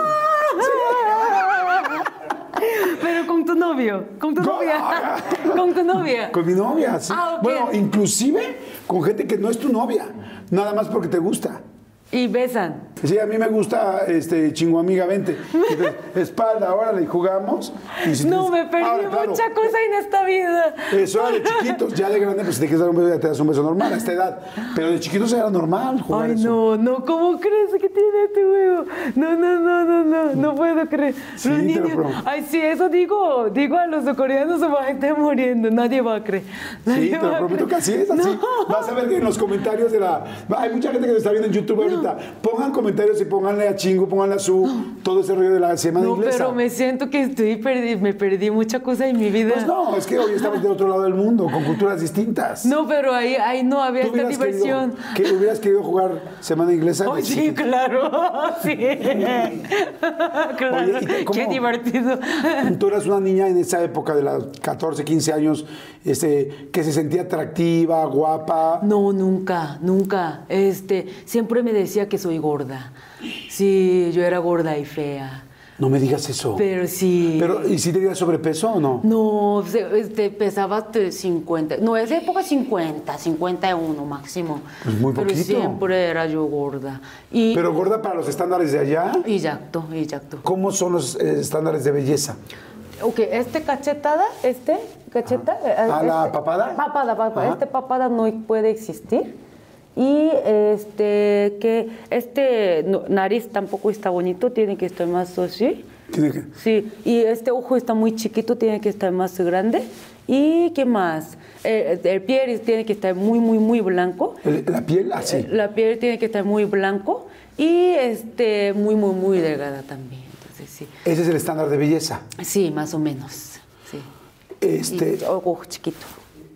B: Pero con tu novio, con tu
A: Con-
B: novia. Con tu novia.
A: Con mi novia, sí.
B: Ah, ok.
A: Bueno, inclusive con gente que no es tu novia, nada más porque te gusta.
B: Y besan.
A: Sí, a mí me gusta este chingo amiga, vente. Entonces, espalda, órale, jugamos. Y si
B: No,
A: tienes-
B: me perdí
A: Ahora, claro,
B: mucha cosa en esta vida.
A: Eso era de chiquitos, ya de grande, pues si te quieres dar un beso, ya te das un beso normal a esta edad. Pero de chiquitos era normal jugar
B: Ay,
A: eso.
B: no, no, ¿cómo crees que tiene este huevo? No, no, no, no, no, no puedo creer.
A: Mm. Sí,
B: los
A: te lo
B: niños,
A: juro.
B: ay, sí, eso digo, digo a los coreanos se van a estar muriendo, nadie va a creer.
A: Sí,
B: nadie
A: te
B: va
A: lo
B: a
A: prometo
B: creer.
A: que así es, así.
B: No.
A: Vas a ver que en los comentarios de la... Hay mucha gente que nos está viendo en YouTube ahorita. Pongan comentarios y pónganle a chingo, pónganle a su... Todo ese rollo de la semana
B: No,
A: inglesa.
B: pero me siento que estoy perdi- me perdí mucha cosa en mi vida.
A: Pues no, es que hoy estamos de otro lado del mundo, con culturas distintas.
B: No, pero ahí, ahí no había
A: ¿Tú
B: esta
A: hubieras querido-
B: diversión.
A: que hubieras querido jugar semana inglesa.
B: Oh, sí, claro, sí. claro,
A: Oye, ¿y te-
B: qué
A: cómo?
B: divertido.
A: Tú eras una niña en esa época de los 14, 15 años, este, que se sentía atractiva, guapa.
B: No, nunca, nunca. Este, siempre me decía que soy gorda. Sí, yo era gorda y fea.
A: No me digas eso.
B: Pero sí.
A: Pero, ¿y si tenías sobrepeso o no?
B: No, se- este, pesaba te- 50. No, es de época 50, 51 máximo.
A: Pues muy
B: Pero
A: poquito.
B: siempre era yo gorda. Y,
A: Pero gorda para los estándares de allá.
B: Exacto, exacto.
A: ¿Cómo son los eh, estándares de belleza?
B: Ok, este cachetada, este cacheta. eh,
A: Ah, la
B: este-
A: papada.
B: Papada, papada.
A: Ajá.
B: Este papada no puede existir. Y este, que este no- nariz tampoco está bonito, tiene que estar más así.
A: Tiene que-
B: Sí, y este ojo está muy chiquito, tiene que estar más grande. ¿Y qué más? El, el pie tiene que estar muy, muy, muy blanco. Eh,
A: El- La piel así.
B: La piel tiene que estar muy blanco y este, muy, muy, muy delgada también. Entonces, sí.
A: Ese es el estándar de belleza.
B: Sí, más o menos. Sí.
A: Este,
B: Y ojo chiquito.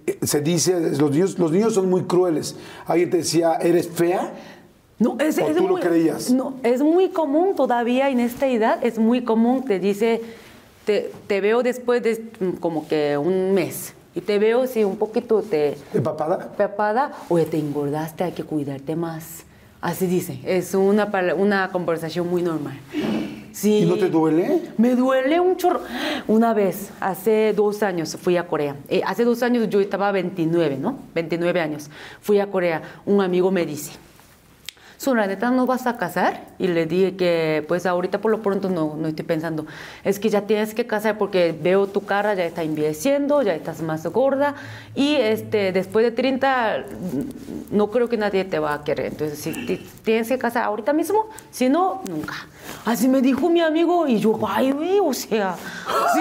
A: eh, se dice, los niños, los niños son muy crueles. Alguien te decía, ¿eres fea?
B: No, es,
A: ¿O
B: es
A: tú lo
B: muy,
A: creías?
B: No, es muy común todavía en esta edad, es muy común, te dice, te, te veo después de mm, como que un mes. Y te veo si un poquito te
A: ¿Empapada?
B: papada, oye, te engordaste, hay que cuidarte más. Así dicen, es una, pala- una conversación muy normal. Sí.
A: ¿Y no te duele?
B: Me duele un chorro. Una vez, hace dos años, fui a Corea. Eh, hace dos años yo estaba 29, ¿no? 29 años. Fui a Corea. Un amigo me dice, Su, la neta, ¿no vas a casar? Y le dije que, pues ahorita por lo pronto no, no estoy pensando. Es que ya tienes que casar porque veo tu cara, ya está envejeciendo, ya estás más gorda. Y este, después de 30, no creo que nadie te va a querer. Entonces, si ti- tienes que casar ahorita mismo, si no, nunca. Así me dijo mi amigo y yo, ay, güey, o sea, sí,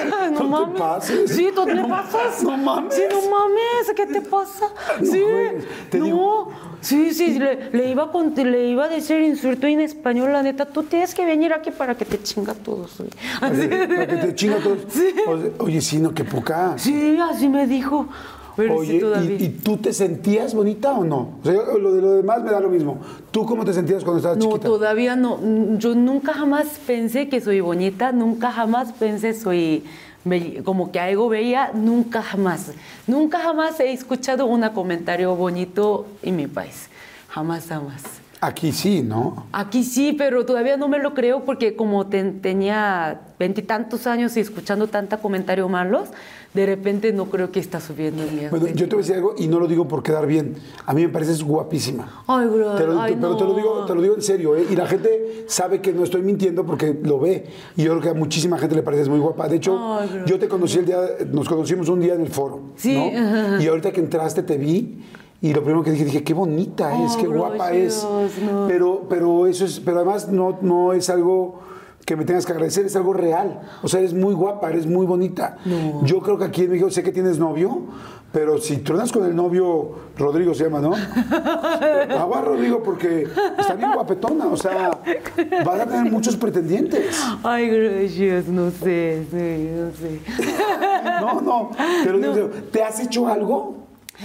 B: no,
A: te
B: mames.
A: pases.
B: Sí, ¿tú te pasas?
A: no mames.
B: Sí, no mames, ¿qué te pasa?
A: No
B: sí,
A: juegues, te
B: no.
A: digo.
B: Sí, sí, le, le iba a cont- le iba a decir insulto en español, la neta, tú tienes que venir aquí para que te chinga todo. güey. Así,
A: Eh, Para que te chinga todo.
B: Sí.
A: O- Oye, sí, no, qué poca.
B: sí, así me dijo. Pero sí,
A: Oye,
B: todavía.
A: ¿y, y tú te sentías bonita o no? O sea, yo- lo de lo demás me da lo mismo. ¿Tú cómo te sentías cuando estabas
B: no,
A: chiquita?
B: todavía no. Mm, Yo nunca jamás pensé que soy bonita, nunca jamás pensé soy bell- como que algo veía, nunca jamás. Nunca jamás he escuchado un comentario bonito en mi país. Jamás, jamás.
A: Aquí sí, ¿no?
B: Aquí sí, pero todavía no me lo creo porque como ten- tenía veintitantos años y escuchando tanta comentario malos, de repente no creo que está subiendo el miedo.
A: Bueno, yo te voy a decir algo y no lo digo por quedar bien. A mí me pareces guapísima.
B: Ay, bro,
A: Te lo-
B: ay,
A: te- pero te lo
B: no.
A: digo, te lo digo en serio, ¿eh? Y la gente sabe que no estoy mintiendo porque lo ve. Y yo creo que a muchísima gente le pareces muy guapa. De hecho,
B: Ay, bro.
A: yo te conocí el día, nos conocimos un día en el foro.
B: Sí,
A: ¿no?
B: ajá.
A: Y ahorita que entraste te vi. Y lo primero que dije, dije, qué bonita es,
B: Oh,
A: qué
B: bro,
A: guapa
B: Dios,
A: es.
B: no.
A: Pero, pero eso es, pero además no, no es algo que me tengas que agradecer, es algo real. O sea, eres muy guapa, eres muy bonita. Yo creo que aquí en México sé que tienes novio, pero si truenas con el novio, Rodrigo se llama, ¿no? Agua Rodrigo, porque está bien guapetona, o sea, vas a tener muchos pretendientes.
B: Ay, gracias, no sé, sí, no sé.
A: No, no, te lo digo, en serio. ¿te has hecho algo?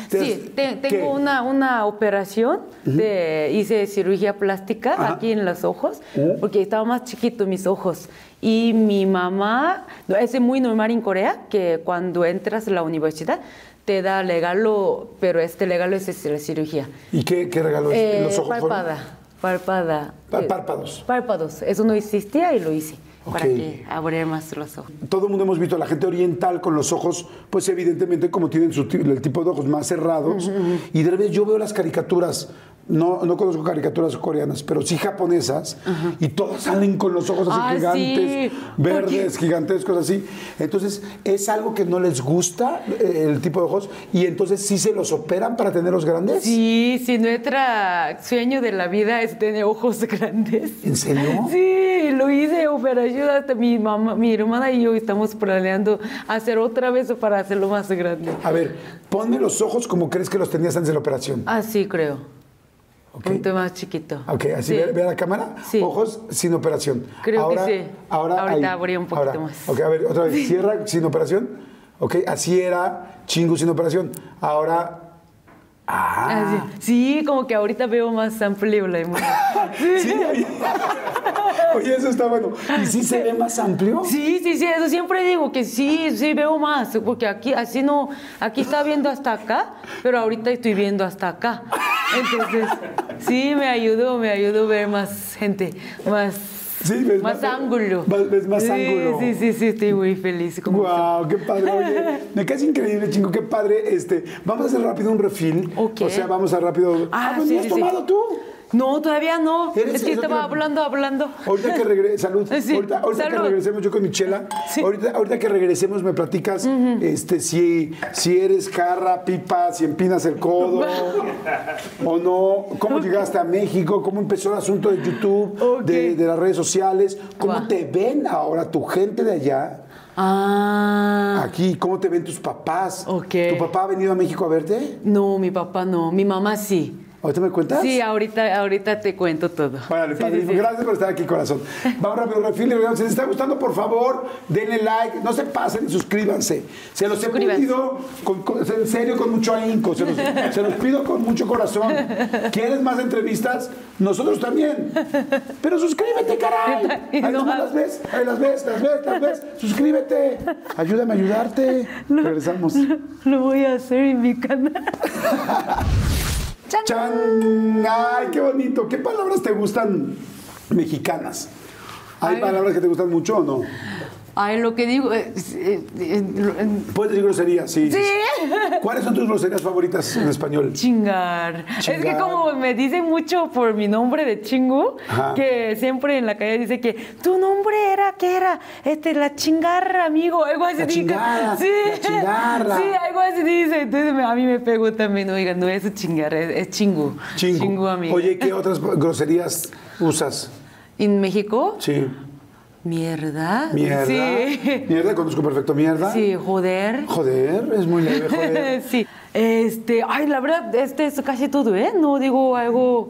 A: ¿Te
B: Sí,
A: has-
B: te-
A: ¿Qué?
B: tengo una, una operación, de, hice cirugía plástica
A: Ajá. Uh.
B: aquí en los ojos,
A: Ujú.
B: porque estaba más chiquito mis ojos. Y mi mamá, no, es muy normal en Corea que cuando entras a la universidad te da regalo, pero este regalo es este, la cirugía.
A: ¿Y qué, qué regalo es?
B: Eh,
A: ¿Los ojos fueron?
B: párpada, párpada.
A: Pa-
B: eh,
A: párpados.
B: Párpados, eso no existía y lo hice. Para
A: Ok.
B: que abrir más los ojos.
A: Todo el mundo hemos visto a la gente oriental con los ojos, pues evidentemente como tienen su ti- el tipo de ojos más cerrados. Y de repente yo veo las caricaturas, no, no conozco caricaturas coreanas, pero sí japonesas, y todas salen con los ojos así
B: Ah,
A: gigantes,
B: sí.
A: verdes, gigantescos así. Entonces es algo que no les gusta eh, el tipo de ojos, y entonces sí se los operan para tenerlos grandes.
B: Sí, sí, nuestro sueño de la vida es tener ojos grandes.
A: ¿En serio?
B: Sí, lo hice, operación hasta mi mamá, mi hermana y yo estamos planeando hacer otra vez para hacerlo más grande.
A: A ver, ponme los ojos como crees que los tenías antes de la operación.
B: Así creo.
A: ¿ok?
B: Un poquito más chiquito.
A: Ok, así
B: Sí.
A: ve, ve a la cámara.
B: Sí.
A: Ojos sin operación.
B: Creo
A: ahora,
B: que sí.
A: Ahora
B: Ahorita
A: ahí.
B: abrí un poquito
A: Ahora.
B: más.
A: Ok, a ver, otra vez. Cierra sin operación. Ok, así era chingo sin operación. Ahora. Ah.
B: Así. Sí, como que ahorita veo más amplio la imagen.
A: Sí, oye. Oye, eso está bueno. ¿Y sí se ve más amplio?
B: Sí, sí, sí, eso siempre digo que sí, sí veo más, porque aquí así no, aquí está viendo hasta acá, pero ahorita estoy viendo hasta acá. Entonces, sí, me ayudó, me ayudó a ver más gente, más,
A: Sí, ves
B: más,
A: más-
B: ángulo.
A: vas- ves más
B: Sí,
A: ángulo.
B: Sí, sí, sí, estoy muy feliz. como
A: Guau, qué padre, oye, me quedas increíble, chingo, qué padre. Este, vamos a hacer rápido un refill.
B: Ok.
A: O sea, vamos a rápido.
B: Ah,
A: pues,
B: sí,
A: ¿no has
B: sí, sí.
A: tomado tú?
B: siempre. No, todavía no.
A: ¿Eres
B: Es que
A: esa
B: estaba
A: tía?
B: hablando, hablando.
A: Ahorita que regresemos, salud.
B: Sí,
A: ahorita ahorita que
B: salud.
A: regresemos yo con Michela.
B: Sí.
A: Ahorita, ahorita que regresemos me platicas este, si, si eres jarra, pipa, si empinas el codo o no. ¿Cómo llegaste a México? ¿Cómo empezó el asunto de YouTube,
B: Ok.
A: de, de las redes sociales? ¿Cómo
B: Va.
A: te ven ahora tu gente de allá?
B: Ah.
A: Aquí, ¿cómo te ven tus papás?
B: Ok.
A: ¿Tu papá ha venido a México a verte?
B: No, mi papá no. Mi mamá sí.
A: ¿Ahorita me cuentas?
B: Sí, ahorita, ahorita te cuento todo.
A: Órale,
B: Sí,
A: padrísimo.
B: sí, sí.
A: Gracias por estar aquí, corazón. Vamos rápido, refil y regresamos. Si les está gustando, por favor, denle like. No se pasen y suscríbanse. Se los he
B: Suscríbanse.
A: pedido con- con- en serio con mucho ahínco. Se los, se los pido con mucho corazón. ¿Quieres más entrevistas? Nosotros también. Pero suscríbete, caray. Ahí
B: No.
A: nomás las ves, ahí las ves, las ves, las ves. Suscríbete. Ayúdame a ayudarte. Regresamos.
B: Lo voy a hacer en mi canal.
A: ¡Chan! ¡Ay, qué bonito! ¿Qué palabras te gustan mexicanas? ¿Hay
B: Ay.
A: palabras que te gustan mucho o no?
B: Ay, lo que digo. eh, eh, eh, lo- eh,
A: Puedes decir groserías, sí.
B: Sí.
A: ¿Cuáles son tus groserías favoritas en español?
B: Chingar. Es que
A: Chingar.
B: como me dicen mucho por mi nombre de chingo,
A: Ajá.
B: que siempre en la calle dice que tu nombre era, ¿qué era? Este, la chingarra, amigo. Algo así
A: La
B: dice.
A: chingada,
B: Sí.
A: la chingarra.
B: Sí, algo así dice. Entonces me- a mí me pegó también, oiga, no es chingarra, es, es chingo.
A: Chingo.
B: amigo.
A: Oye, ¿qué otras groserías usas?
B: ¿En México?
A: Sí.
B: Mierda.
A: Mierda.
B: Sí.
A: Mierda, conozco perfecto. Mierda.
B: Sí, joder.
A: Joder, es muy leve, joder.
B: sí. Este, ay, la verdad, este es casi todo, ¿eh? No digo algo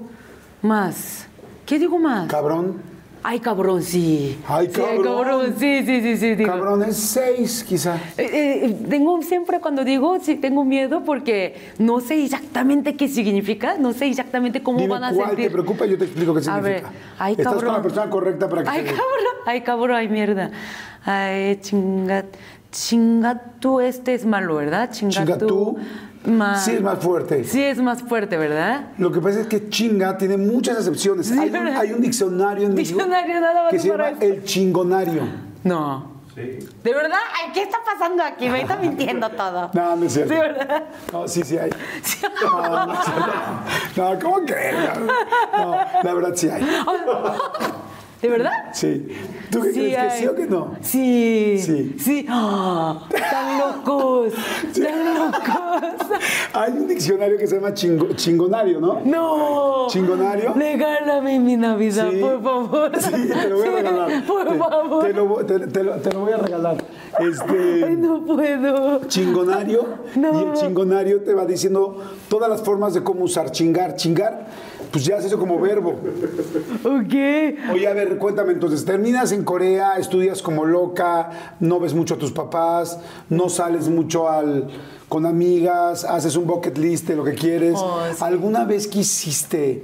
B: más. ¿Qué digo más?
A: Cabrón.
B: ay, cabrón, sí.
A: Ay,
B: Sí, ay,
A: cabrón.
B: cabrón, sí, sí, sí, sí. digo.
A: Cabrón es seis, quizá.
B: Eh, eh, tengo siempre cuando digo, sí, tengo miedo porque no sé exactamente qué significa, no sé exactamente cómo
A: Dime
B: van a
A: cuál
B: sentir.
A: te preocupa y yo te explico qué
B: A
A: significa.
B: ver, ay,
A: Estás
B: cabrón.
A: con la persona correcta para que
B: Ay,
A: te diga.
B: cabrón, ay, cabrón, ay, mierda. Ay, chingat, chingat tú, este es malo, ¿verdad? Chingat
A: Chinga tú.
B: ma-
A: Sí, es más fuerte.
B: Sí es más fuerte, ¿verdad?
A: Lo que pasa es que chinga tiene muchas acepciones.
B: Sí,
A: hay, un,
B: ¿verdad?
A: hay un diccionario en México
B: Diccionario, nada más
A: que se llama
B: para eso.
A: el chingonario.
B: No. Sí. ¿De verdad? Ay, ¿qué está pasando aquí? Me está mintiendo todo.
A: No, no es cierto.
B: ¿De verdad?
A: No, sí, sí hay.
B: Sí.
A: No, no, es cierto. no ¿cómo crees? No, la verdad sí hay.
B: ¿De verdad?
A: Sí. ¿Tú qué crees que
B: hay.
A: sí o que no?
B: Sí.
A: Sí.
B: Sí. Ah, tan locos. Tan locos.
A: Hay un diccionario que se llama chingo- chingonario, ¿no?
B: No.
A: ¿Chingonario?
B: Regálame mi Navidad,
A: Sí.
B: por favor.
A: Sí, te lo voy a
B: Sí,
A: regalar.
B: Por
A: Te-
B: favor.
A: Te lo, vo- te- te lo- te lo voy a regalar.
B: Ay,
A: Este.
B: no puedo.
A: Chingonario.
B: No.
A: Y el chingonario te va diciendo todas las formas de cómo usar chingar. Chingar, pues ya es eso como verbo.
B: Ok.
A: Oye, a ver, cuéntame entonces, terminas en Corea, estudias como loca, no ves mucho a tus papás, no sales mucho al con amigas, haces un bucket list de lo que quieres.
B: Oh, sí.
A: ¿Alguna vez quisiste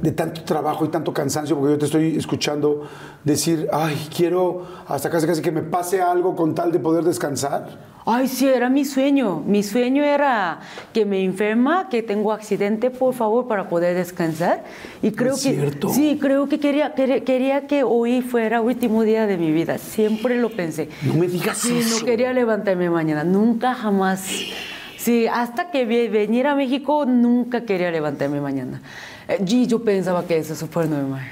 A: de tanto trabajo y tanto cansancio, porque yo te estoy escuchando decir, ay, quiero hasta casi casi que me pase algo con tal de poder descansar?
B: Ay, sí, era mi sueño. Mi sueño era que me enferma, que tengo accidente, por favor, para poder descansar. Y creo
A: es
B: que
A: cierto.
B: sí, creo que quería, quería quería que hoy fuera último día de mi vida. Siempre lo pensé.
A: No me digas
B: Sí,
A: eso.
B: no quería levantarme mañana, nunca jamás. Sí, hasta que vi- venir a México nunca quería levantarme mañana. Eh, Y yo pensaba que eso es súper normal.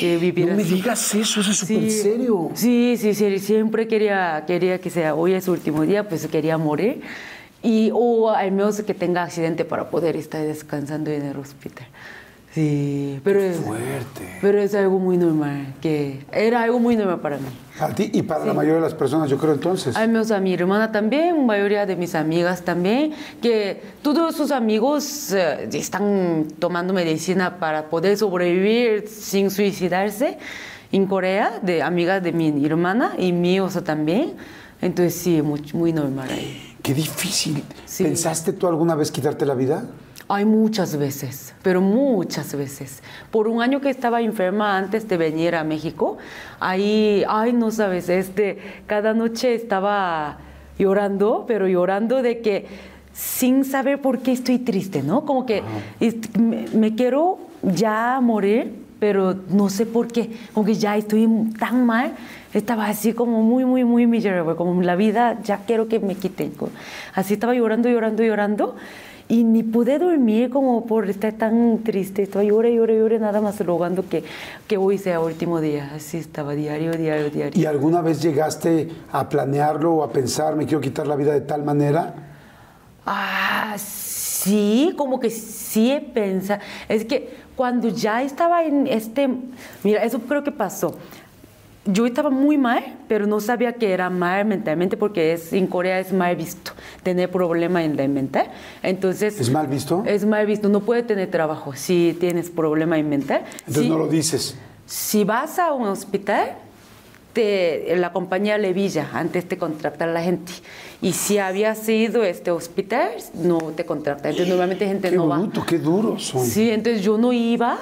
B: Que vivir
A: No me
B: así.
A: digas eso, eso es súper serio.
B: Sí, sí, sí, siempre quería, quería que sea hoy es su último día, pues quería morir. Y, o al menos que tenga accidente para poder estar descansando en el hospital. Sí, pero es,
A: Fuerte.
B: pero es algo muy normal, que era algo muy normal para mí.
A: Para ti y para la mayoría de las personas, yo creo entonces.
B: Al menos a mi hermana también, mayoría de mis amigas también, que todos sus amigos eh, están tomando medicina para poder sobrevivir sin suicidarse en Corea, de amigas de mi hermana y míos también. Entonces sí, muy, muy normal ahí.
A: Qué difícil.
B: Sí.
A: ¿Pensaste tú alguna vez quitarte la vida?
B: Hay muchas veces, pero muchas veces. Por un año que estaba enferma antes de venir a México, ahí, ay, no sabes, este, cada noche estaba llorando, pero llorando de que sin saber por qué estoy triste, ¿no? Como que est- me, me quiero ya morir, pero no sé por qué, como que ya estoy tan mal, estaba así como muy, muy, muy miserable, como la vida ya quiero que me quiten. co- Así estaba llorando, llorando, llorando. y ni pude dormir como por estar tan triste. Estaba llora, llora, llora, nada más rogando que, que hoy sea último día. Así estaba, diario, diario, diario.
A: ¿Y alguna vez llegaste a planearlo o a pensar, me quiero quitar la vida de tal manera?
B: Ah, sí, como que sí he pensado. Es que cuando ya estaba en este, mira, eso creo que pasó. Yo estaba muy mal, pero no sabía que era mal mentalmente porque es, en Corea es mal visto tener problema en la mente. Entonces,
A: ¿Es mal visto?
B: es mal visto, no puede tener trabajo si tienes problema en mente.
A: Entonces
B: Si-
A: no lo dices.
B: si vas a un hospital, te, la compañía le villa antes de contratar a la gente. Y si habías ido a este hospital, no te contratan. Entonces, normalmente gente
A: Qué
B: no va.
A: bruto, qué duros son.
B: Sí, entonces yo no iba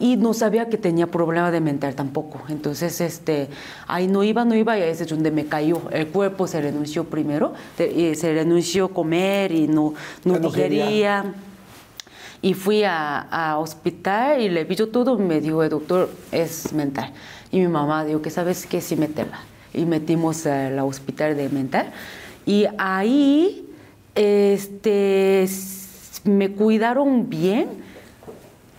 B: y no sabía que tenía problema de mental tampoco. Entonces, este, ahí no iba, no iba y ahí es donde me cayó. El cuerpo se renunció primero, te- y se renunció comer y no, no,
A: Ya no quería.
B: digería. Y fui a, a hospital y le vi yo todo y me dijo, el doctor, es mental. Y mi mamá dijo, que sabes que sí, métela. Y metimos al hospital de mental. Y ahí este, s- me cuidaron bien.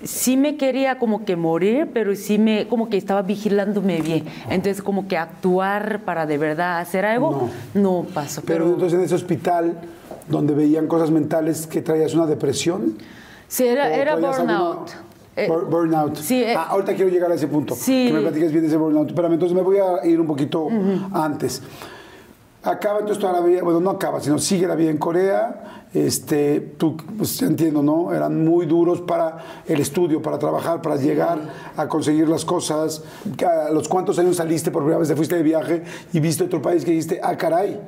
B: Sí me quería como que morir, pero sí me como que estaba vigilándome bien.
A: Ah.
B: Entonces como que actuar para de verdad hacer algo no, pasó.
A: Pero entonces en ese hospital donde veían cosas mentales que traías una depresión.
B: sí,
A: ¿O
B: era, era
A: traías alguna-
B: burnout. Eh,
A: Bur- burnout.
B: sí, eh.
A: Ah, ahorita quiero llegar a ese punto.
B: Sí.
A: Que me platiques bien de ese burnout. Espérame, entonces me voy a ir un poquito antes. Acaba entonces toda la vida, bueno, no acaba, sino sigue la vida en Corea. Este, tú, pues entiendo, ¿no? Eran muy duros para el estudio, para trabajar, para llegar a conseguir las cosas. ¿A los cuántos años saliste por primera vez? ¿Te fuiste de viaje y viste otro país que dijiste, ah, caray?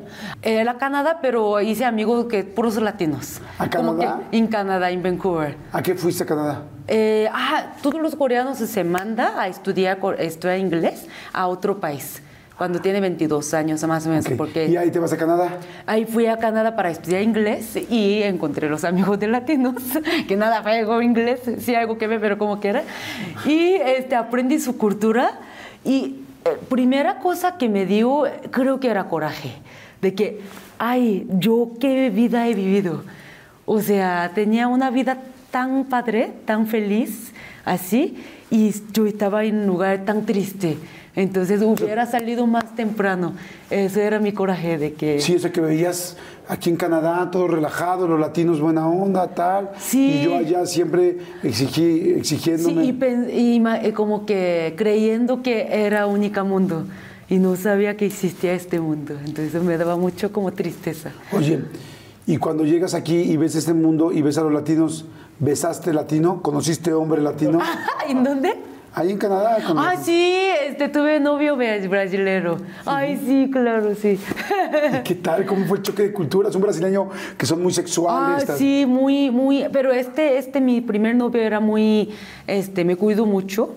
B: Era Canadá, pero hice amigos que puros latinos.
A: ¿A
B: Como que
A: Canadá?
B: en Canadá, en Vancouver.
A: ¿A qué fuiste a Canadá?
B: Eh, ah, todos los coreanos se manda a estudiar, cor- estudiar inglés a otro país cuando tiene 22 años más o menos,
A: Ok.
B: porque
A: ¿Y ahí te vas a Canadá?
B: Ahí fui a Canadá para estudiar inglés y encontré los amigos de latinos, que nada fue algo inglés, sí algo que ver, pero como que era. Y este, aprendí su cultura y eh, primera cosa que me dio, eh, creo que era coraje, de que, ay, yo qué vida he vivido. O sea, tenía una vida tan padre, tan feliz, así, y yo estaba en un lugar tan triste. Entonces hubiera salido más temprano. Eso era mi coraje de que...
A: Sí, eso que veías aquí en Canadá, todo relajado, los latinos buena onda, tal.
B: Sí.
A: Y yo allá siempre exigí,
B: Sí,
A: exigiéndome.
B: y, pen- y ma- eh, como que creyendo que era única mundo y no sabía que existía este mundo. Entonces me daba mucho como tristeza.
A: Oye, y cuando llegas aquí y ves este mundo y ves a los latinos, ¿besaste latino? ¿Conociste hombre latino?
B: Ah. ¿En dónde?
A: Ahí en Canadá. con
B: Ah,
A: los-
B: sí, este, tuve novio bra- brasilero. Ay, sí, claro, sí.
A: ¿Y ¿Qué tal? ¿Cómo fue el choque de culturas? Un brasileño que son muy
B: Ah,
A: sexuales. tal.
B: sí, muy, muy. Pero este, este, mi primer novio era muy, este, me cuido mucho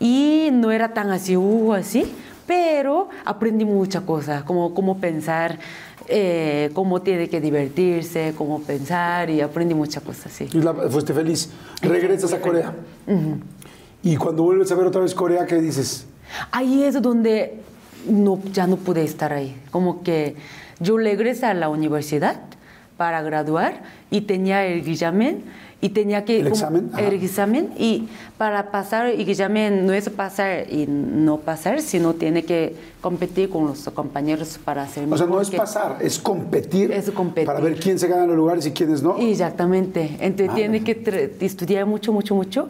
B: y no era tan así, uh, así. Pero aprendí muchas cosas, como cómo pensar, eh, cómo tiene que divertirse, cómo pensar y aprendí muchas cosas, sí.
A: Y la- fuiste feliz. Regresas a Corea. Y cuando vuelves a ver otra vez Corea, ¿qué dices?
B: Ahí es donde no, ya no pude estar ahí. Como que yo regresé a la universidad para graduar y tenía el examen y tenía que...
A: ¿El
B: como-
A: examen? Ajá.
B: El examen y para pasar el examen no es pasar y no pasar, sino tiene que competir con los compañeros para hacer
A: O sea,
B: mejor
A: no es
B: que-
A: pasar, es competir.
B: Es competir.
A: Para ver quién se gana los lugares y quiénes no.
B: Exactamente. Entonces tiene que tra- estudiar mucho, mucho, mucho.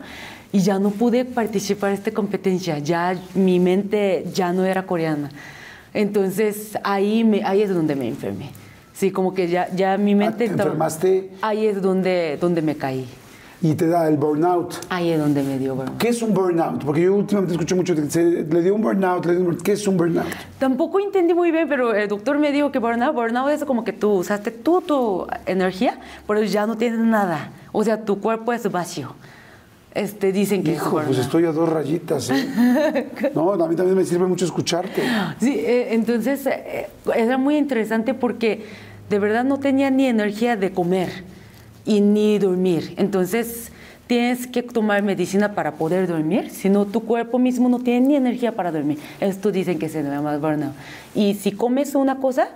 B: Y ya no pude participar en esta competencia. Ya mi mente ya no era coreana. Entonces ahí, me, ahí es donde me enfermé. Sí, como que ya, ya mi mente...
A: Ah, ¿te
B: estaba-
A: enfermaste?
B: Ahí es donde, donde me caí.
A: y te da el burnout.
B: Ahí es donde me dio burnout.
A: ¿Qué es un burnout? Porque yo últimamente escucho mucho que se- le dio un burnout, le dio un burnout. ¿Qué es un burnout?
B: Tampoco entendí muy bien, pero el doctor me dijo que burnout, burnout es como que tú usaste toda tu energía, pero ya no tienes nada. O sea, tu cuerpo es vacío. Este, dicen que
A: Hijo,
B: es
A: pues
B: burnout.
A: estoy a dos rayitas. ¿eh? No, a mí también me sirve mucho escucharte.
B: Sí, eh, entonces eh, era muy interesante porque de verdad no tenía ni energía de comer y ni dormir. Entonces tienes que tomar medicina para poder dormir, si no tu cuerpo mismo no tiene ni energía para dormir. Esto dicen que se llama burnout. Y si comes una cosa,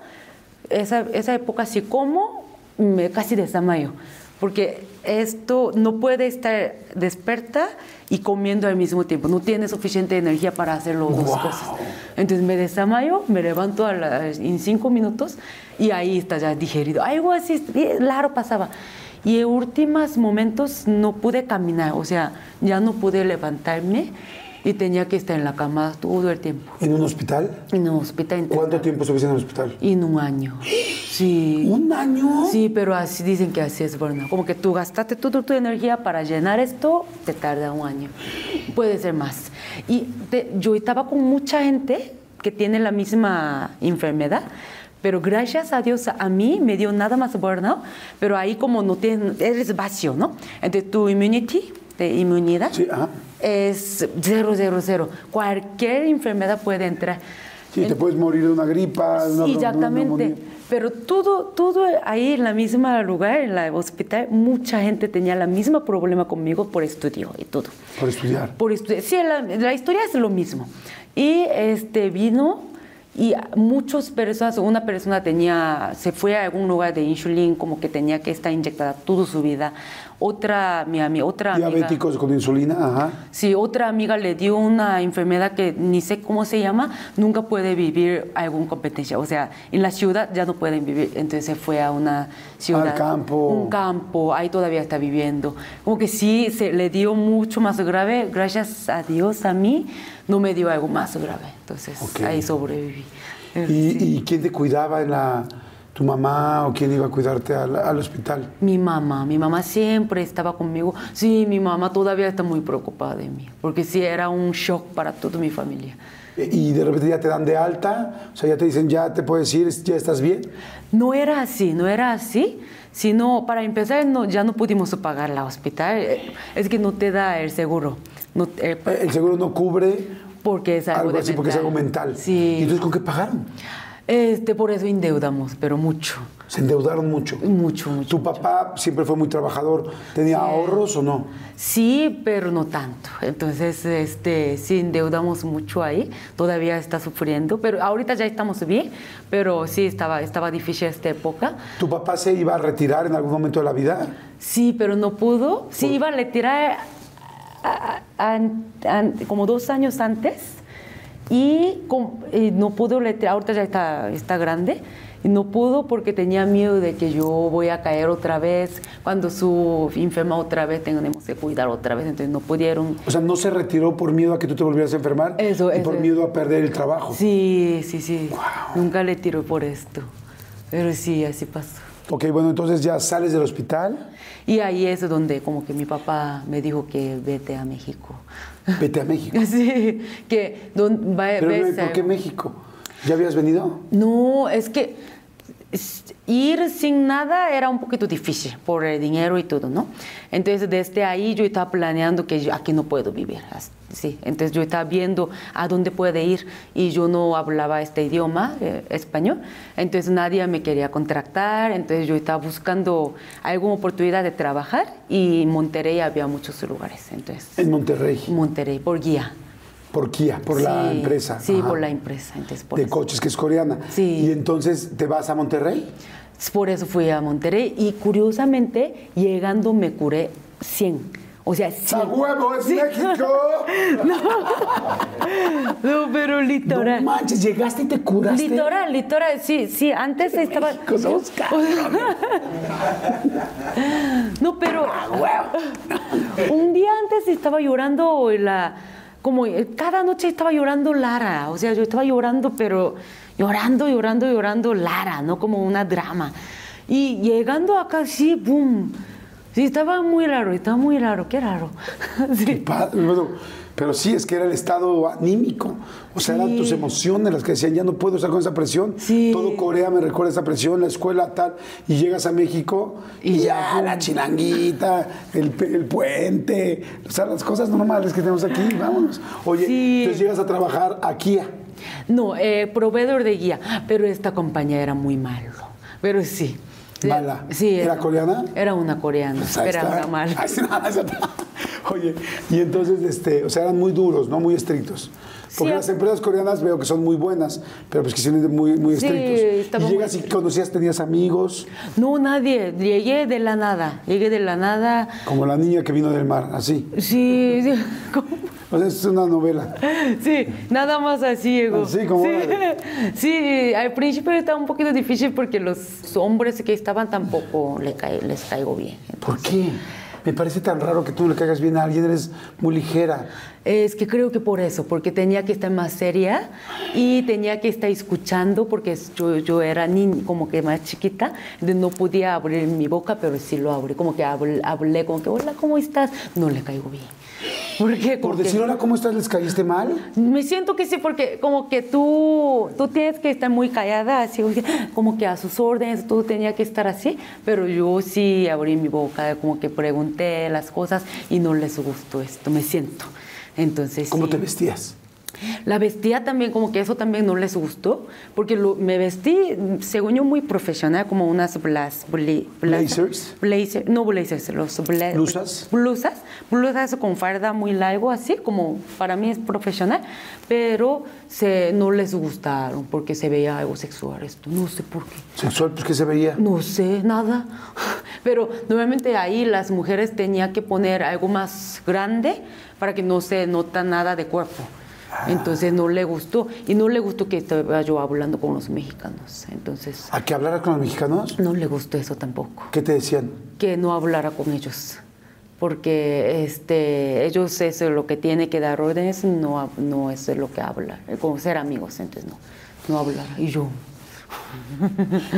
B: esa, esa época si como, me casi desamayo. porque esto no puede estar desperta y comiendo al mismo tiempo. No tiene suficiente energía para hacer las dos
A: Wow.
B: cosas. Entonces me desamayo, me levanto a las- en cinco minutos y ahí está ya digerido. Algo así, eh, claro, pasaba. Y en últimos momentos no pude caminar, o sea, ya no pude levantarme y tenía que estar en la cama todo el tiempo.
A: ¿En un hospital?
B: En el hospital. internado.
A: ¿Cuánto tiempo estuviste en el hospital?
B: En un año. Sí.
A: ¿Un año?
B: Sí, pero así dicen que así es bueno. Como que tú gastaste toda tu energía para llenar esto, te tarda un año. Puede ser más. Y te- yo estaba con mucha gente que tiene la misma enfermedad, pero gracias a Dios a mí me dio nada más burnout, pero ahí como no tienes, eres vacío, ¿no? Entonces tu immunity, de inmunidad,
A: Sí, ajá.
B: es cero, cero, cero. Cualquier enfermedad puede entrar.
A: Sí, te puedes morir de una gripa, de una
B: Sí,
A: bron- de una
B: exactamente.
A: neumonía.
B: Pero todo, todo ahí en la misma lugar, en el hospital, mucha gente tenía la misma problema conmigo por estudio y todo.
A: Por estudiar.
B: Por estu- sí, la, la historia es lo mismo. Y este vino y muchas personas, una persona tenía, se fue a algún lugar de insulina, como que tenía que estar inyectada toda su vida. Otra, mi ami- otra amiga-
A: Diabéticos con insulina, ajá.
B: si otra amiga le dio una enfermedad que ni sé cómo se llama, nunca puede vivir alguna competencia. O sea, en la ciudad ya no pueden vivir. Entonces se fue a una ciudad.
A: Al campo.
B: Un campo, ahí todavía está viviendo. Como que sí, se le dio mucho más grave. Gracias a Dios, a mí, no me dio algo más grave. Entonces
A: Ok.
B: ahí sobreviví. Eh,
A: ¿Y, y quién te cuidaba en la... tu mamá o quién iba a cuidarte al, al hospital?
B: Mi mamá, mi mamá siempre estaba conmigo. Sí, mi mamá todavía está muy preocupada de mí, porque sí era un shock para toda mi familia.
A: E- Y de repente ya te dan de alta, o sea, ya te dicen, ya te puedes ir, ya estás bien.
B: No era así, no era así, sino para empezar no, ya no pudimos pagar la hospital, eh, es que no te da el seguro, no, te- eh,
A: Eh, El seguro no cubre
B: porque es algo,
A: algo
B: de
A: así porque es algo mental.
B: Sí,
A: ¿Y entonces con qué pagaron?
B: este, por eso endeudamos, pero mucho,
A: Se endeudaron mucho.
B: mucho, mucho.
A: ¿Tu papá siempre fue muy trabajador? ¿Tenía ahorros o no?
B: Sí, pero no tanto. Entonces, este, sí endeudamos mucho ahí. Todavía está sufriendo, pero ahorita ya estamos bien. Pero sí estaba, estaba difícil esta época.
A: ¿Tu papá se iba a retirar en algún momento de la vida?
B: Sí, pero no pudo. Sí, iba a retirar a- a- an- an- como dos años antes y, com- y no pudo retirar. Ahorita ya está, está grande. Y no pudo porque tenía miedo de que yo voy a caer otra vez. Cuando su enferma otra vez, tenemos que cuidar otra vez. Entonces no pudieron.
A: O sea, ¿no se retiró por miedo a que tú te volvieras a enfermar?
B: Eso,
A: y
B: eso
A: por
B: es.
A: miedo a perder el trabajo.
B: Sí, sí, sí. Nunca le tiró por esto. Pero sí, así pasó.
A: Ok, bueno, entonces ya sales del hospital,
B: Y ahí es donde como que mi papá me dijo que vete a México.
A: vete a México.
B: Sí, que don, va,
A: Pero no, ¿por
B: ves
A: qué
B: algo.
A: México? ¿Ya habías venido?
B: No, es que es- ir sin nada era un poquito difícil por el dinero y todo, ¿no? Entonces desde ahí yo estaba planeando que yo aquí no puedo vivir. as- Sí, entonces yo estaba viendo a dónde puede ir y yo no hablaba este idioma, eh, español, entonces nadie me quería contratar, entonces yo estaba buscando alguna oportunidad de trabajar y en Monterrey había muchos lugares, entonces
A: En Monterrey,
B: Monterrey por guía.
A: por Kia, por la
B: Sí,
A: empresa.
B: Sí,
A: Ajá.
B: por la empresa. Entonces, por,
A: De
B: eso.
A: coches, que es coreana.
B: Sí.
A: Y entonces te vas a Monterrey.
B: por eso fui a Monterrey y curiosamente, llegando me curé 100. O sea, 100.
A: ¡A huevo, es México!
B: No, pero
A: No
B: literal.
A: manches, llegaste y te curaste.
B: litoral, litoral, sí, sí, antes estaba...
A: México, somos
B: No, pero... Un día antes estaba llorando la... Como eh, cada noche estaba llorando Lara, o sea, yo estaba llorando, pero llorando, llorando, llorando Lara, ¿no? Como una drama. Y llegando acá, sí, boom. Sí, estaba muy raro, estaba muy raro, qué raro.
A: Qué
B: Sí.
A: padre, bueno, pero sí, es que era el estado anímico. O sea, eran
B: Sí.
A: tus emociones las que decían, ya no puedo estar con esa presión.
B: Sí.
A: Todo Corea me recuerda esa presión, la escuela tal. Y llegas a México y,
B: Y
A: ya,
B: ya.
A: la chilanguita, el, pe- el puente. O sea, las cosas normales que tenemos aquí, vámonos. Oye,
B: Sí.
A: entonces llegas a trabajar aquí.
B: No, eh, proveedor de guía, pero esta compañía era muy malo. Pero sí.
A: Mala. ¿Era coreana?
B: Era una coreana,
A: Pues ahí
B: era
A: está.
B: una mala.
A: Ahí está, ahí está. Oye, y entonces, este, o sea, eran muy duros, ¿no? Muy estrictos. Porque
B: Sí,
A: las empresas coreanas veo que son muy buenas, pero pues que son muy, muy
B: Sí,
A: estrictos.
B: estaba
A: Y
B: muy
A: llegas y
B: estricto.
A: conocías, tenías amigos,
B: No, nadie. Llegué de la nada. Llegué de la nada.
A: como la niña que vino del mar, así.
B: Sí, sí, ¿cómo?
A: O sea, es una novela.
B: Sí, nada más así llegó.
A: Así como
B: sí.
A: órale.
B: Sí, al principio estaba un poquito difícil porque los hombres que estaban tampoco le cae- les caigo bien.
A: ¿Por qué? Me parece tan raro que tú le caigas bien a alguien, eres muy ligera.
B: Es que creo que por eso, porque tenía que estar más seria y tenía que estar escuchando porque es- yo, yo era ni, como que más chiquita, entonces no podía abrir mi boca, pero sí lo abrí, como que habl- hablé, como que, hola, ¿cómo estás? No le caigo bien. Porque
A: Por
B: como que-
A: decir, hola, ¿cómo estás? ¿Les caíste mal?
B: Me siento que sí, porque como que tú, tú tienes que estar muy callada, así oye, como que a sus órdenes, tú tenías que estar así, pero yo sí abrí mi boca, como que pregunté las cosas y no les gustó esto, me siento. Entonces,
A: ¿Cómo
B: sí.
A: te vestías?
B: La vestía también, como que eso también no les gustó, porque lo- me vestí, según yo, muy profesional, como unas blas, bli- blas-
A: ¿Blazers?
B: blazer- no blazers, los bla-
A: ¿Blusas?
B: Blusas, blusas con farda muy largo, así como para mí es profesional, pero se, no les gustaron porque se veía algo sexual esto, no sé por qué.
A: Sexual, pues, ¿qué se veía?
B: No sé, nada. Pero normalmente ahí las mujeres tenían que poner algo más grande para que no se nota nada de cuerpo. Entonces no le gustó. Y no le gustó que estaba yo hablando con los mexicanos. Entonces
A: ¿A que hablaras con los mexicanos?
B: no le gustó eso tampoco
A: ¿Qué te decían?
B: que no hablara con ellos, porque este, ellos eso es lo que tiene que dar órdenes, no, hab- no es lo que habla, como ser amigos, entonces no, no hablar. Y yo,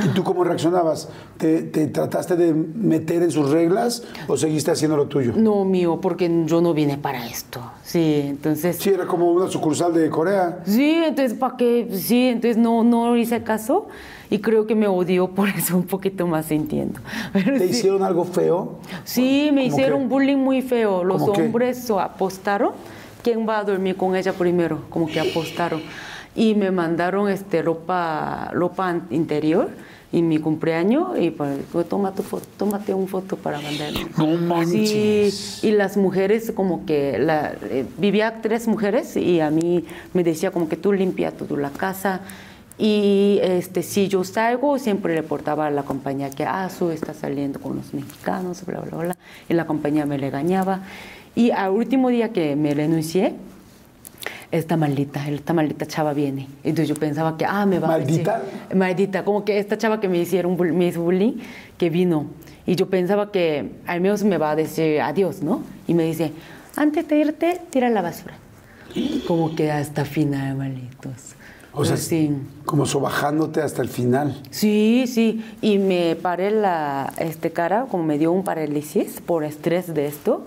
A: ¿Y tú cómo reaccionabas? ¿Te, te trataste de meter en sus reglas o seguiste haciendo lo tuyo?
B: no mío, porque yo no vine para esto. Sí, entonces...
A: Sí, era como una sucursal de Corea.
B: Sí, entonces, ¿para qué? Sí, entonces no, no hice caso y creo que me odió por eso un poquito más entiendo. Pero
A: ¿Te
B: sí,
A: hicieron algo feo?
B: sí, me
A: ¿Cómo
B: hicieron
A: qué?
B: bullying muy feo. Los
A: ¿Cómo qué?
B: hombres so- apostaron quién va a dormir con ella primero, como que apostaron. Y me mandaron este, ropa, ropa an- interior y mi cumpleaños y pues, toma tu foto, tómate un foto para mandarme.
A: No manches.
B: Sí, y las mujeres como que la, eh, vivía tres mujeres y a mí me decía como que tú limpia toda la casa y este si yo salgo siempre le portaba a la compañía que ah su está saliendo con los mexicanos bla bla bla y la compañía me regañaba y al último día que me renuncié esta maldita, esta maldita chava viene. Entonces yo pensaba que, ah, me va a
A: ¿Maldita?
B: decir- Maldita, como que esta chava que me hicieron bull- me hizo bullying, que vino. Y yo pensaba que al menos me va a decir adiós, ¿no? Y me dice, antes de irte, tira la basura. Como que hasta final, malditos.
A: O sea,
B: Pero sí.
A: como sobajándote hasta el final.
B: Sí, sí, y me paré la este, cara, como me dio un parálisis por estrés de esto,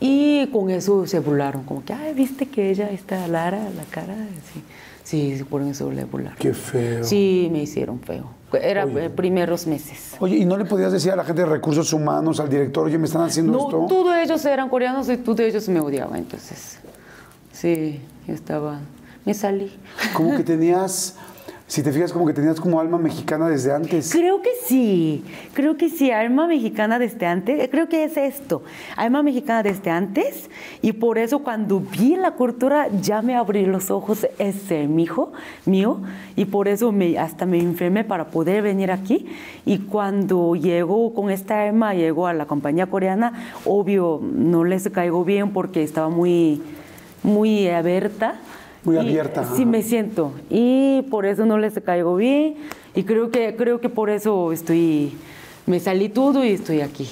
B: y con eso se burlaron, como que, ay, viste que ella está Lara, la cara, sí, sí, sí, por eso le burlaron.
A: Qué feo.
B: Sí, me hicieron feo. Era
A: Oye.
B: eh, primeros meses.
A: Oye, ¿y no le podías decir a la gente de recursos humanos, al director, oye, me están haciendo
B: No,
A: esto?
B: todos ellos eran coreanos y todos ellos me odiaban, entonces, sí, yo estaba, me salí.
A: Como que tenías, si te fijas, como que tenías como alma mexicana desde antes.
B: Creo que sí, creo que sí, alma mexicana desde antes, eh, creo que es esto, alma mexicana desde antes, y por eso cuando vi la cultura ya me abrí los ojos, ese mi hijo mío, y por eso me, hasta me enfermé para poder venir aquí, y cuando llego con esta alma, llego a la compañía coreana, obvio, no les caigo bien porque estaba muy, muy abierta.
A: Muy
B: Y
A: abierta,
B: Sí,
A: ajá.
B: me siento y por eso no les caigo bien y creo que creo que por eso estoy me salí todo y estoy aquí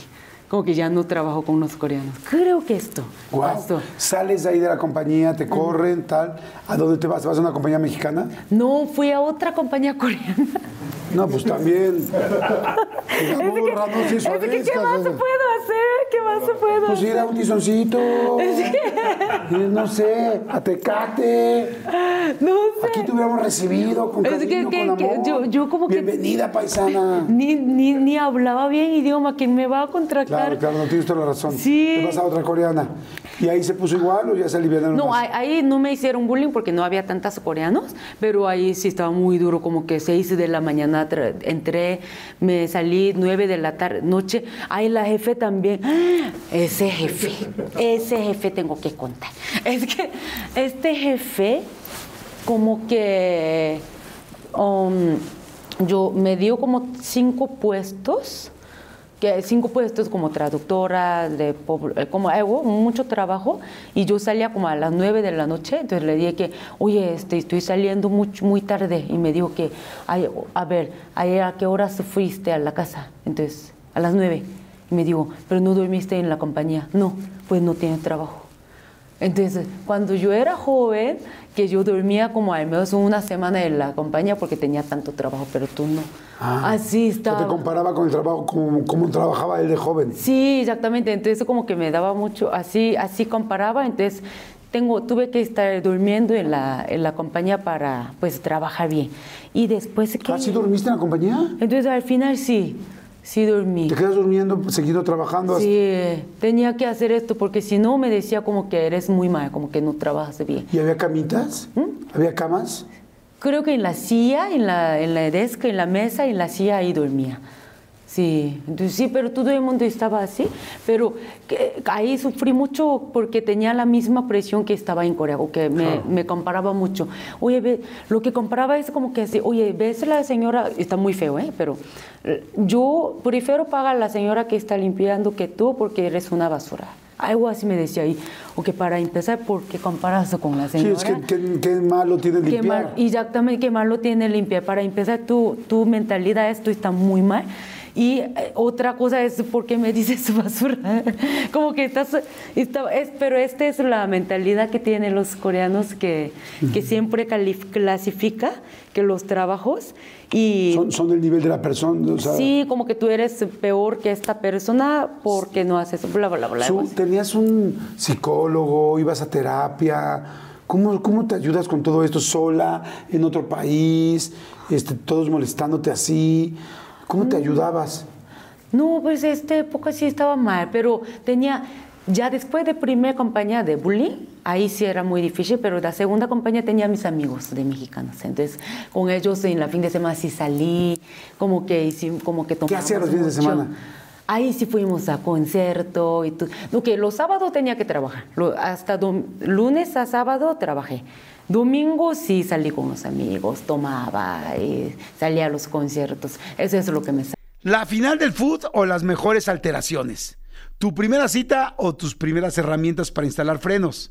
B: como que ya no trabajo con los coreanos creo que esto
A: Guau.
B: pasó.
A: Sales de ahí de la compañía, te corren, tal. ¿A dónde te vas? ¿Te vas a una compañía mexicana?
B: no fui a otra compañía coreana
A: No, pues también.
B: Es que-
A: Ramos y
B: es que, qué más se puedo hacer qué más se puedo
A: Pues ir a un tizoncito. ir, No sé, a Tecate.
B: hacer? no sé
A: Aquí te hubiéramos recibido con
B: Es que-
A: cariño,
B: que-
A: con
B: que
A: amor.
B: yo- yo como que-
A: Bienvenida, paisana.
B: ni, ni, ni hablaba bien idioma quién me va a
A: Claro,
B: contratar
A: claro, no tienes toda la razón.
B: Sí.
A: Te vas a otra coreana. ¿Y ahí se puso igual o ya se aliviaron
B: No,
A: más?
B: ahí, ahí no me hicieron bullying porque no había tantos coreanos, pero ahí sí estaba muy duro, como que 6 de la mañana tra- entré, me salí 9 de la tarde, noche. Ahí la jefe también. ¡Ah! Ese jefe, ese jefe tengo que contar. Es que este jefe como que um, yo me dio como cinco puestos, que cinco puestos como traductora, de, pub- como hago mucho trabajo, y yo salía como a las nueve de la noche, entonces le dije que, oye, este, estoy saliendo muy, muy tarde, y me dijo que, "Ay, a ver, ayer a qué horas fuiste a la casa, entonces, a las nueve, y me dijo, pero no dormiste en la compañía, no, pues no tienes trabajo. Entonces, cuando yo era joven, que yo dormía como al menos una semana en la compañía porque tenía tanto trabajo, pero tú no.
A: Ah,
B: Así
A: O sea,
B: estaba.
A: te comparaba con el trabajo, como, como trabajaba él de joven.
B: Sí, exactamente. Entonces eso como que me daba mucho, así, así comparaba. Entonces tengo, tuve que estar durmiendo en la, en la compañía para pues trabajar bien. Y después que.
A: ¿Ah, sí dormiste en la compañía?
B: Entonces al final sí, sí dormí.
A: ¿Te quedas durmiendo, seguido trabajando? hasta-
B: Sí, tenía que hacer esto porque si no me decía como que eres muy mal, como que no trabajas bien.
A: ¿Y había camitas?
B: ¿Mm?
A: ¿Había camas?
B: Creo que en la silla, en la, en la desca, en la mesa, en la silla ahí dormía. Sí, entonces, sí, pero todo el mundo estaba así, pero que- ahí sufrí mucho porque tenía la misma presión que estaba en Corea, o que me,
A: Ah.
B: me comparaba mucho. Oye, ve- lo que comparaba es como que así, oye, ves la señora, está muy feo, ¿eh? pero eh, yo prefiero pagar a la señora que está limpiando que tú porque eres una basura. Algo así me decía ahí, o que para empezar, porque comparas con la
A: Sí,
B: señora?
A: es que qué, qué malo tiene
B: Qué mal,
A: limpiar.
B: y ya también qué mal lo tiene limpiar. Para empezar, tu, tu mentalidad, esto está muy mal. Y eh, otra cosa es por qué me dices basura. Como que estás... está- es, pero esta es la mentalidad que tienen los coreanos que, que siempre calif- clasifica que los trabajos y...
A: Son, son del nivel de la persona. o sea,
B: Sí, como que tú eres peor que esta persona porque no haces bla, bla, bla.
A: su-
B: algo así.
A: ¿Tenías un psicólogo? ¿Ibas a terapia? ¿Cómo, ¿Cómo te ayudas con todo esto sola, en otro país, este, todos molestándote así? ¿Cómo
B: Mm.
A: te ayudabas?
B: No, pues esta época sí estaba mal, pero tenía, ya después de primera compañía de bullying, ahí sí era muy difícil, pero la segunda compañía tenía mis amigos de mexicanos, entonces con ellos en la fin de semana sí salí, como que, hici- como que
A: ¿Qué hacían los
B: tomábamos
A: fines de
B: mucho.
A: semana?
B: Ahí sí fuimos a concierto y todo. No, que los sábados tenía que trabajar. Lo- hasta dom- lunes a sábado trabajé. Domingo sí salí con los amigos, tomaba y salía a los conciertos. Eso es lo que me sa-
A: ¿La final del food o las mejores alteraciones? ¿Tu primera cita o tus primeras herramientas para instalar frenos?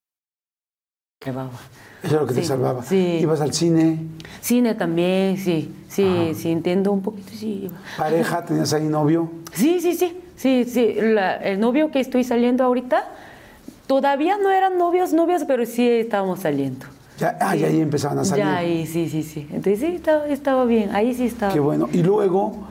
B: llevaba.
A: Eso es lo que te
B: Sí,
A: salvaba.
B: sí.
A: Ibas al cine,
B: Cine también, sí, sí, sí, entiendo un poquito, sí.
A: pareja, tenías ahí novio.
B: Sí, sí, sí, sí, sí. la- el novio que estoy saliendo ahorita, todavía no eran novios, novios, pero sí estábamos saliendo.
A: Ya, ah, y ahí empezaban a salir.
B: Ya ahí, sí, sí, sí. Entonces sí, estaba, estaba bien, ahí sí estaba.
A: Qué bueno. Y luego,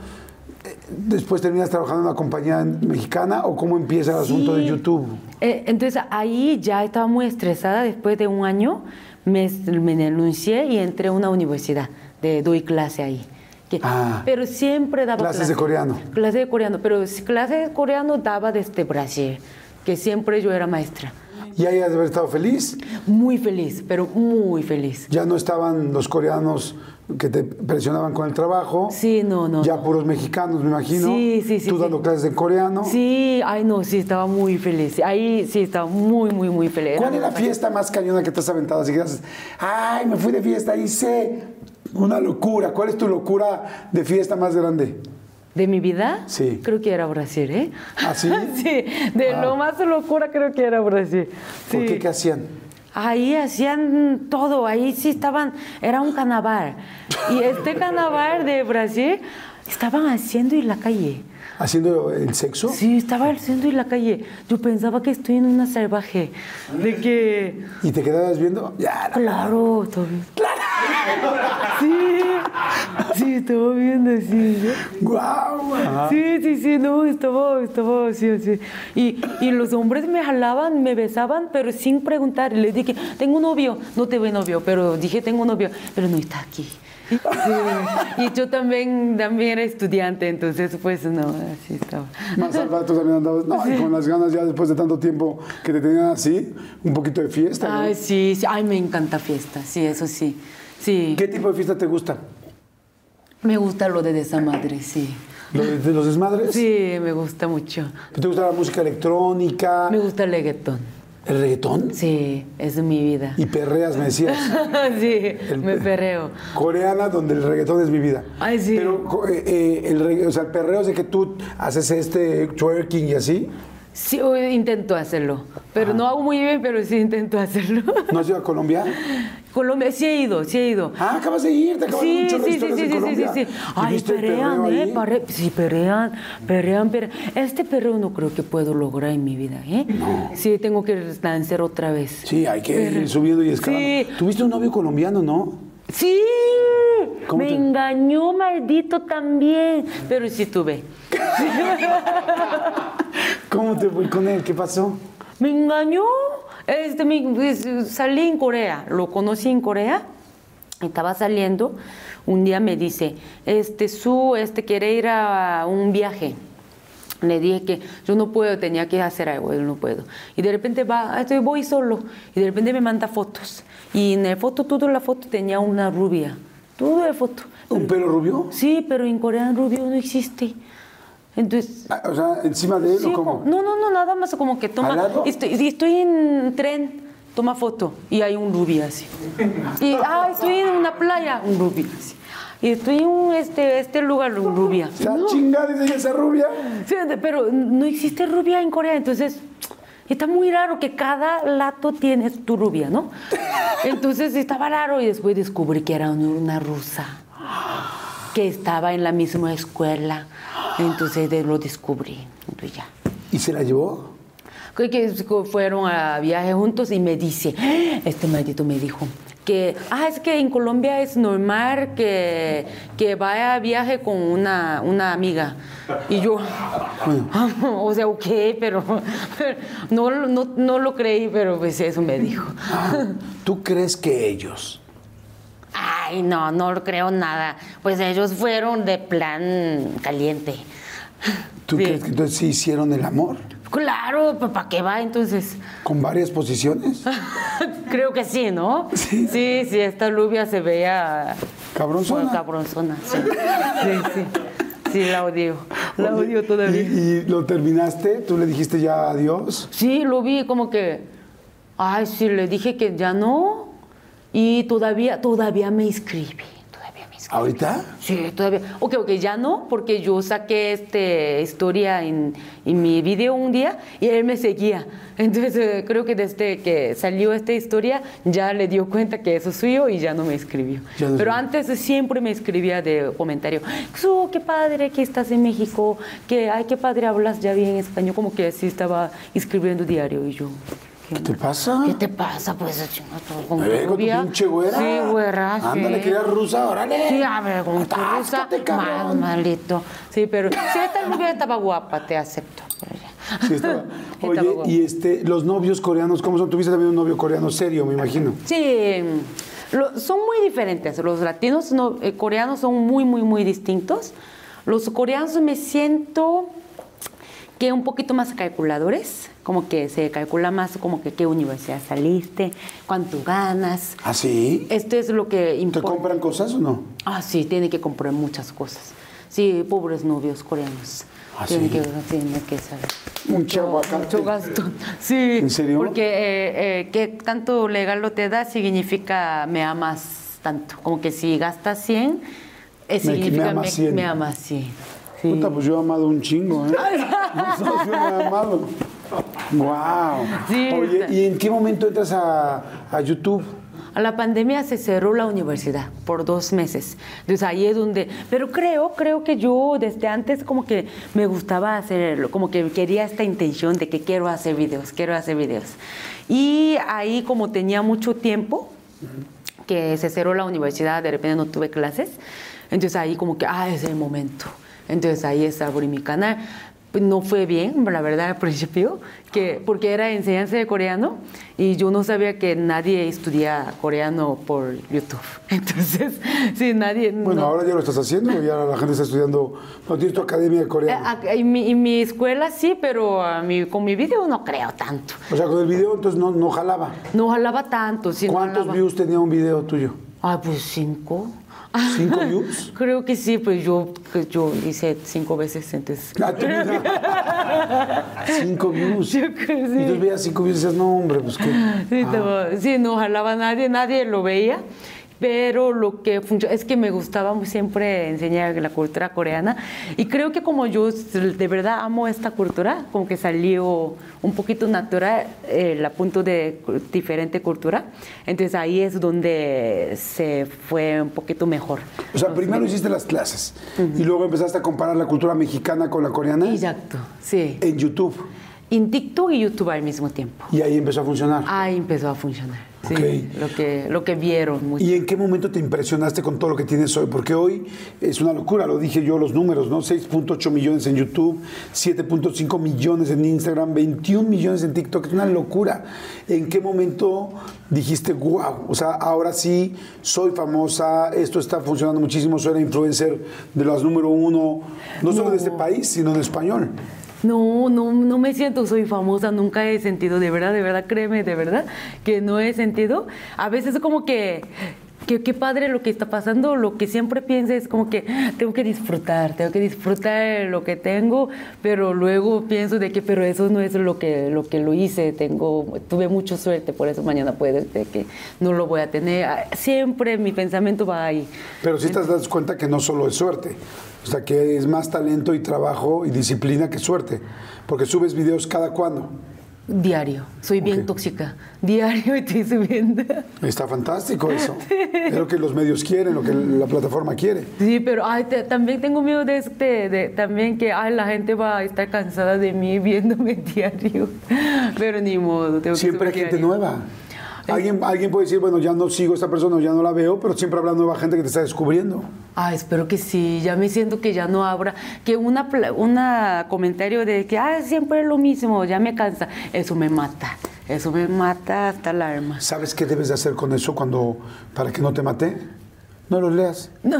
A: eh, después terminas trabajando en una compañía mexicana o cómo empieza el asunto de
B: Sí.
A: YouTube.
B: Eh, entonces ahí ya estaba muy estresada. Después de un año me, me denuncié y entré a una universidad. De, doy clase ahí. Que-
A: Ah.
B: pero siempre daba
A: Clases de
B: clase.
A: coreano.
B: Clase de coreano, pero si- clase de coreano daba desde Brasil, que siempre yo era maestra.
A: Y ahí has de haber estado feliz.
B: Muy feliz, pero muy feliz.
A: Ya no estaban los coreanos que te presionaban con el trabajo.
B: Sí, no, no.
A: Ya
B: no.
A: puros mexicanos, me imagino.
B: Sí, sí, sí,
A: Tú
B: sí.
A: dando clases de coreano.
B: Sí, ay no, sí, estaba muy feliz. Ahí sí, estaba muy, muy, muy feliz.
A: ¿Cuál es
B: Era-
A: la fiesta más cañona que te has aventado? Así que dices, ay, me fui de fiesta, hice una locura. ¿Cuál es tu locura de fiesta más grande?
B: ¿De mi vida?
A: Sí.
B: Creo que era Brasil, ¿eh?
A: ¿Ah, sí? Ah.
B: sí, de lo más locura creo que era Brasil. Sí.
A: ¿Por qué? ¿Qué hacían?
B: Ahí hacían todo, ahí sí estaban, era un carnaval. Y este carnaval de Brasil estaban haciendo en la calle.
A: ¿Haciendo el sexo?
B: Sí, estaba haciendo en la calle. Yo pensaba que estoy en una salvaje, de que,
A: ¿Y te quedabas viendo? Ya, la-
B: claro, todo bien. Sí, sí, estaba viendo, sí. yo-
A: ¡Guau!
B: Sí, sí, sí, no, estaba, estaba así, así. Y, y los hombres me jalaban, me besaban, pero sin preguntar. Les dije, tengo un novio, no te ve novio, pero dije, tengo un novio, pero no está aquí. Sí. Y yo también, también era estudiante, entonces pues no, así estaba.
A: Más al rato también andabas. No, y con las ganas ya después de tanto tiempo que te tenían así, un poquito de fiesta. ¿no?
B: Ay, sí, sí, ay, me encanta fiesta, sí, eso sí. Sí,
A: ¿Qué tipo de fiesta te gusta?
B: me gusta lo de desamadre, sí.
A: ¿Lo de, de los desmadres?
B: Sí, me gusta mucho.
A: ¿Te gusta la música electrónica?
B: Me gusta el reggaetón,
A: ¿El reggaetón?
B: sí, es mi vida.
A: Y perreas, me decías.
B: sí,
A: El-
B: me perreo.
A: Coreana, donde el reggaetón es mi vida.
B: Ay, sí.
A: Pero co- eh, eh, el, regga- o sea, el perreo es de que tú haces este twerking y así.
B: Sí, o- intento hacerlo. Pero no hago muy bien, pero sí intento hacerlo.
A: ¿No has ido a Colombia?
B: Colombia, sí he ido, sí he ido.
A: Ah, acabas de ir, te acabas de
B: Sí,
A: mucho
B: sí, sí, sí,
A: historias
B: sí,
A: en
B: sí, sí,
A: Colombia.
B: sí.
A: ¿Y
B: Ay,
A: viste el perreo
B: perrean, ¿eh?
A: ahí?
B: Parre- Sí, perrean, perrean, perrean. Este perreo no creo que puedo lograr en mi vida, ¿eh? Sí, tengo que danzar otra vez.
A: Sí, hay que ir subiendo y escalando.
B: Sí.
A: Tuviste un novio colombiano, ¿no?
B: ¡Sí!
A: ¿Cómo
B: Me
A: te-
B: engañó, maldito, también. Pero sí tuve.
A: ¿Cómo te fue con él? ¿Qué pasó?
B: Me engañó. Este, me- pues, salí en Corea, lo conocí en Corea. Estaba saliendo. Un día me dice, este, su, este, quiere ir a un viaje. Le dije que yo no puedo, tenía que hacer algo, yo no puedo. Y de repente va, "Ah, estoy, voy solo. Y de repente me manda fotos. Y en la foto, toda la foto tenía una rubia. Toda la foto.
A: ¿Un pelo rubio?
B: Sí, pero en Corea rubio no existe. Entonces,
A: Ah, O sea, encima de él
B: Sí,
A: o cómo?
B: No, no, no, nada más como que
A: ¿Al
B: toma.
A: lado?
B: Estoy, y estoy en tren, toma foto y hay un rubí así. Y ah, estoy en una playa, un rubí así. Y estoy en un, este, este lugar, un rubí así.
A: Está chingada, dice esa rubia.
B: Sí, de- pero no existe rubia en Corea, entonces está muy raro que cada lato tienes tu rubia, ¿no? Entonces estaba raro y después descubrí que era una rusa que estaba en la misma escuela. Entonces de- lo descubrí. Entonces ya.
A: ¿Y se la llevó?
B: Creo que se fueron a viaje juntos y me dice, ¡Ah! este maldito me dijo, que, ah, es que en Colombia es normal que, que vaya a viaje con una, una amiga. Y yo, o sea, ok, pero, pero no, lo- no, no lo creí, pero pues eso me dijo.
A: ¿Tú crees que ellos?
B: Ay, no, no lo creo nada. Pues ellos fueron de plan caliente.
A: ¿Tú
B: Sí.
A: crees que entonces sí hicieron el amor?
B: Claro, ¿para qué va entonces?
A: ¿Con varias posiciones?
B: Creo que sí, ¿no?
A: Sí.
B: Sí, sí, esta rubia se veía
A: Cabronzona.
B: muy cabronzona. Sí, sí, sí. Sí, la odio. La
A: Oye,
B: odio todavía.
A: ¿Y, y lo terminaste? ¿Tú le dijiste ya adiós?
B: Sí, lo vi como que, ay, sí, le dije que ya no. Y todavía, todavía me inscribí. Todavía me inscribí.
A: ¿Ahorita?
B: Sí, todavía. Ok, ok, ya no, porque yo saqué este historia en, en mi video un día y él me seguía. Entonces eh, creo que desde que salió esta historia ya le dio cuenta que eso es suyo y ya no me escribió.
A: Ya no
B: Pero
A: sé.
B: antes siempre me escribía de comentario, "Su, qué padre que estás en México, que ay, qué padre hablas ya bien español, como que así estaba escribiendo diario y yo. ¿qué
A: ¿Qué te
B: onda?
A: pasa?
B: ¿Qué te pasa? Pues chingas, tú con
A: Me
B: tu
A: ve con tu
B: rubia.
A: pinche güera.
B: Sí, güera. sí.
A: Ándale, que eres rusa, órale.
B: Sí, a ver, con tu rusa,
A: Atáscate,
B: mal,
A: cabrón.
B: malito. Sí, pero si esta rubia estaba guapa, te acepto. pero ya.
A: Sí, estaba.
B: Sí,
A: Oye,
B: estaba guapa.
A: y este, los novios coreanos, ¿cómo son? Tuviste también un novio coreano serio, me imagino.
B: Sí, lo- son muy diferentes. Los latinos no- eh, coreanos son muy, muy, muy distintos. Los coreanos me siento que un poquito más calculadores, como que se calcula más como que qué universidad saliste, cuánto ganas.
A: ¿Ah, sí?
B: Esto es lo
A: ¿Te
B: que importa.
A: compran cosas o no?
B: Ah, sí, tiene que comprar muchas cosas. Sí, pobres novios coreanos.
A: Ah,
B: tiene,
A: sí.
B: que, tiene que saber.
A: Mucho
B: Mucho-
A: aguacate.
B: mucho gasto. Sí.
A: ¿En serio?
B: Porque eh, eh, que tanto regalo te da significa me amas tanto. Como que si gastas 100, eh, significa
A: amas 100.
B: me amas 100. Sí.
A: Puta, pues yo he amado un chingo, ¿eh? No sabes, yo me he amado. Wow.
B: Sí,
A: Oye,
B: está-
A: ¿y en qué momento entras a, a YouTube?
B: A la pandemia se cerró la universidad por dos meses. Entonces ahí es donde... Pero creo, creo que yo desde antes como que me gustaba hacerlo, como que quería esta intención de que quiero hacer videos, quiero hacer videos. Y ahí como tenía mucho tiempo, que se cerró la universidad, de repente no tuve clases. Entonces ahí como que, ah, es el momento. Entonces ahí es, abrí mi canal. Pues No fue bien, la verdad, al principio, que, porque era enseñanza de coreano y yo no sabía que nadie estudia coreano por YouTube. Entonces, sí, nadie...
A: Bueno,
B: no-
A: ahora ya lo estás haciendo, ya la gente está estudiando. No tienes tu academia de coreano.
B: Eh, ac- En mi, en mi escuela sí, pero a mí- con mi video no creo tanto.
A: O sea, con el video entonces no, no jalaba.
B: No jalaba tanto. ah. Sí, no
A: ¿Cuántos
B: jalaba.
A: views tenía un video tuyo?
B: Ah, pues cinco.
A: ¿Cinco views?
B: Creo que sí, pues yo, que yo hice cinco veces antes.
A: Ah, tú mira. cinco views.
B: Yo creo que sí.
A: Y tú veías cinco views y decías, no, hombre, pues qué.
B: Sí, no, sí, no jalaba a nadie, nadie lo veía. Pero lo que funcionó es que me gustaba muy siempre enseñar la cultura coreana. Y creo que como yo s- de verdad amo esta cultura, como que salió un poquito natural eh, el apunto de cu- diferente cultura. Entonces ahí es donde se fue un poquito mejor.
A: O sea, primero hiciste las clases y luego empezaste a comparar la cultura mexicana con la coreana
B: Exacto, sí.
A: en YouTube.
B: En TikTok y YouTube al mismo tiempo.
A: Y ahí empezó a funcionar.
B: Ahí empezó a funcionar. Sí,
A: Ok.
B: lo, que, lo que vieron. Muy
A: ¿Y en qué momento te impresionaste con todo lo que tienes hoy? Porque hoy es una locura, lo dije yo los números, ¿no? 6.8 millones en YouTube, 7.5 millones en Instagram, 21 millones en TikTok, es una locura. ¿En qué momento dijiste, wow, o sea, ahora sí soy famosa, esto está funcionando muchísimo, soy la influencer de las número uno, no solo de este país, sino de español?
B: No, no, no me siento, soy famosa, nunca he sentido, de verdad, de verdad, créeme, de verdad, que no he sentido. A veces como que, que qué padre lo que está pasando, lo que siempre pienso es como que "Ah, tengo que disfrutar, tengo que disfrutar lo que tengo, pero luego pienso de que, pero eso no es lo que lo, que lo hice, tengo, tuve mucha suerte, por eso mañana puede ser que no lo voy a tener. Ah, Siempre mi pensamiento va ahí.
A: Pero sí te das cuenta que no solo es suerte, o sea, que es más talento y trabajo y disciplina que suerte, porque subes videos cada cuándo.
B: Diario, soy bien
A: Ok.
B: tóxica, diario estoy subiendo.
A: Está fantástico eso. Es lo que los medios quieren, lo que la plataforma quiere.
B: Sí, pero ay, te- también tengo miedo de este, de, también que ay, la gente va a estar cansada de mí viéndome diario. Pero ni modo, tengo que
A: Siempre hay
B: subir
A: gente
B: diario.
A: nueva. Alguien, alguien puede decir, bueno, ya no sigo a esta persona, o ya no la veo, pero siempre habrá nueva gente que te está descubriendo.
B: Ay, espero que sí, ya me siento que ya no habrá, que una, pla- una comentario de que ay, siempre es lo mismo, ya me cansa, eso me mata, eso me mata hasta el alma.
A: ¿Sabes qué debes de hacer con eso cuando para que no te mate? No los leas.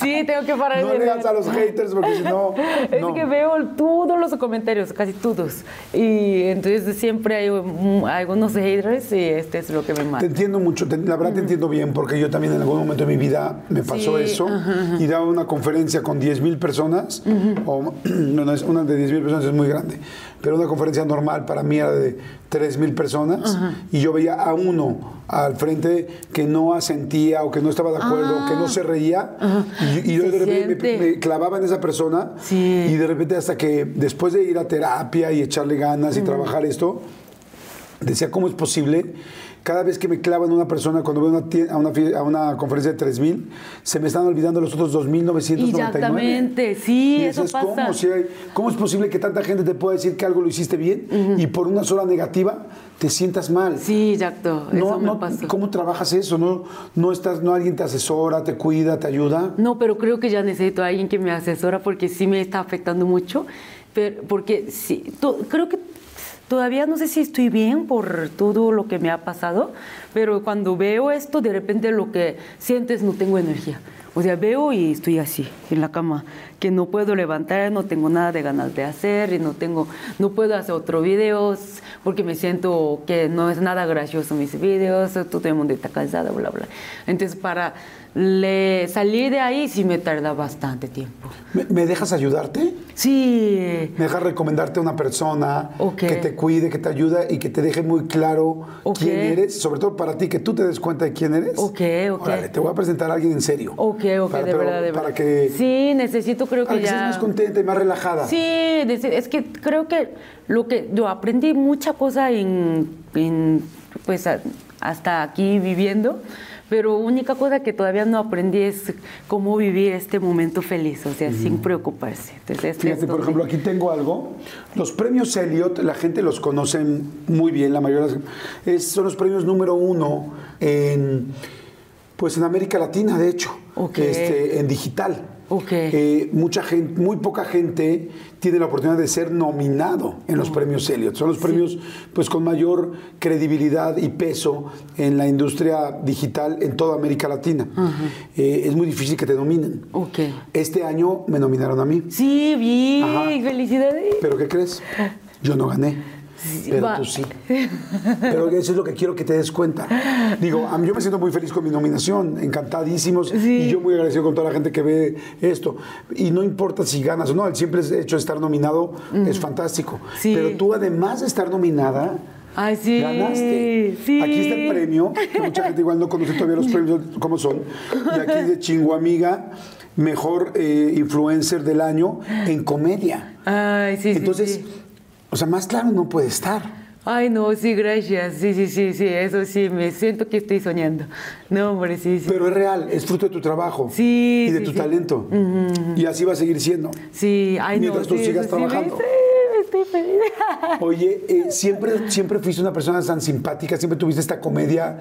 B: Sí, tengo que parar
A: No
B: de
A: leas
B: ver.
A: a los haters porque si no,
B: Es
A: no.
B: que veo todos los comentarios, casi todos. Y entonces siempre hay un- algunos haters y este es lo que me
A: Te
B: mata.
A: entiendo mucho, te- la verdad te entiendo bien, porque yo también en algún momento de mi vida me pasó
B: Sí,
A: eso y daba una conferencia con 10 mil personas, o, no, no, es- una de 10 mil personas es muy grande, pero una conferencia normal para mí era de 3 mil personas y yo veía a uno al frente que no asentía o que no estaba de acuerdo, que no se reía y, y yo
B: Ah. Se
A: de repente
B: siente.
A: me- me, clavaba en esa persona
B: Sí.
A: y de repente hasta que después de ir a terapia y echarle ganas y trabajar esto, Decía, ¿cómo es posible? Cada vez que me clavan una persona, cuando voy a una, tie- a una, fie- a una conferencia de 3.000, se me están olvidando los otros 2.999.
B: Exactamente, sí,
A: Y
B: eso
A: dices,
B: pasa.
A: ¿cómo, Si hay- ¿Cómo es posible que tanta gente te pueda decir que algo lo hiciste bien y por una sola negativa te sientas mal?
B: Sí, exacto, eso
A: No,
B: me
A: no,
B: pasó.
A: ¿Cómo trabajas eso? ¿No, no, estás, ¿No alguien te asesora, te cuida, te ayuda?
B: No, pero creo que ya necesito a alguien que me asesora porque sí me está afectando mucho. Pero porque sí, to- creo que Todavía no sé si estoy bien por todo lo que me ha pasado, pero cuando veo esto, de repente lo que sientes no tengo energía. O sea, veo y estoy así, en la cama, que no puedo levantar, no tengo nada de ganas de hacer y no tengo, no puedo hacer otros videos porque me siento que no es nada gracioso mis videos, todo el mundo está cansado, bla, bla. Entonces, para le, salir de ahí sí me tarda bastante tiempo.
A: ¿Me, me dejas ayudarte?
B: Sí. eh,
A: ¿Me dejas recomendarte a una persona
B: Ok.
A: que te cuide, que te ayude y que te deje muy claro
B: Ok.
A: quién eres? Sobre todo para ti, que tú te des cuenta de quién eres.
B: Ok, ok.
A: Órale, te voy a presentar a alguien en serio.
B: Ok, ok,
A: Para-
B: de
A: pero
B: verdad, de
A: Para
B: verdad.
A: que,
B: Sí, necesito, creo
A: para
B: que
A: que estés
B: ya...
A: más contenta y más relajada.
B: Sí, deci- es que creo que lo que yo aprendí mucha cosa en, en, pues a- hasta aquí viviendo, pero única cosa que todavía no aprendí es cómo vivir este momento feliz, o sea, sin preocuparse. Entonces, este es
A: Fíjate, por
B: donde-
A: ejemplo, aquí tengo algo. Los premios Elliot, la gente los conoce muy bien, la mayoría de las- es- son los premios número uno en, pues en América Latina, de hecho,
B: Ok.
A: este, en digital.
B: Ok.
A: Eh, mucha gente, muy poca gente tiene la oportunidad de ser nominado en
B: Mm.
A: los premios Elliot. Son los premios pues con mayor credibilidad y peso en la industria digital en toda América Latina. Eh, es muy difícil que te nominen.
B: Ok.
A: Este año me nominaron a mí.
B: Sí, vi,
A: Ajá.
B: felicidades.
A: ¿Pero qué crees? Yo no gané.
B: Sí,
A: Pero
B: va.
A: tú sí. Pero eso es lo que quiero que te des cuenta. Digo, a mí- yo me siento muy feliz con mi nominación, encantadísimos. Y yo muy agradecido con toda la gente que ve esto. Y no importa si ganas o no, el simple hecho de estar nominado es fantástico.
B: Sí.
A: Pero tú, además de estar nominada,
B: Ay, sí.
A: Ganaste.
B: Sí.
A: Aquí está el premio, que mucha gente igual no conoce todavía los premios como son. Y aquí de Chinguamiga, mejor eh, influencer del año en comedia.
B: Ay, sí, sí,
A: Entonces,
B: sí.
A: o sea, más claro no puede estar.
B: Ay, no, sí, gracias. Sí, sí, sí, sí, eso sí, me siento que estoy soñando. No, hombre, sí, sí.
A: Pero es real, es fruto de tu trabajo
B: Sí,
A: y de
B: sí,
A: tu
B: sí.
A: talento. Y así va a seguir siendo.
B: Sí, ay,
A: Mientras
B: no,
A: tú
B: sí,
A: sigas
B: eso sí me-
A: trabajando.
B: Sí, me estoy feliz.
A: Oye, eh, siempre, siempre fuiste una persona tan simpática, siempre tuviste esta comedia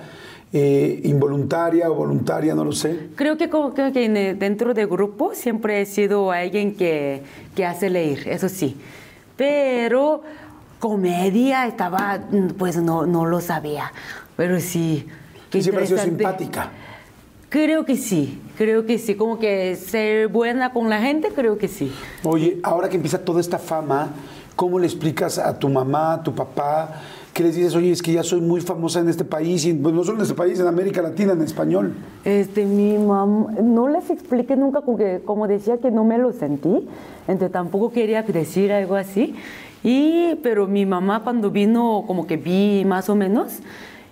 A: eh, involuntaria o voluntaria, no lo sé.
B: Creo que, como, creo que en el- dentro del grupo siempre he sido alguien que, que hace leer, eso sí. Pero comedia estaba, mm, pues no, no lo sabía. Pero sí. qué
A: Y siempre has sido
B: interesante.
A: simpática.
B: Creo que sí, creo que sí. Como que ser buena con la gente, creo que sí.
A: Oye, ahora que empieza toda esta fama, ¿cómo le explicas a tu mamá, a tu papá? que les dices? Oye, es que ya soy muy famosa en este país, y pues, no solo en este país, en América Latina, en español.
B: Este, mi mamá, no les expliqué nunca, como, que- como decía que no me lo sentí, entonces tampoco quería decir algo así. Y, pero mi mamá cuando vino, como que vi más o menos,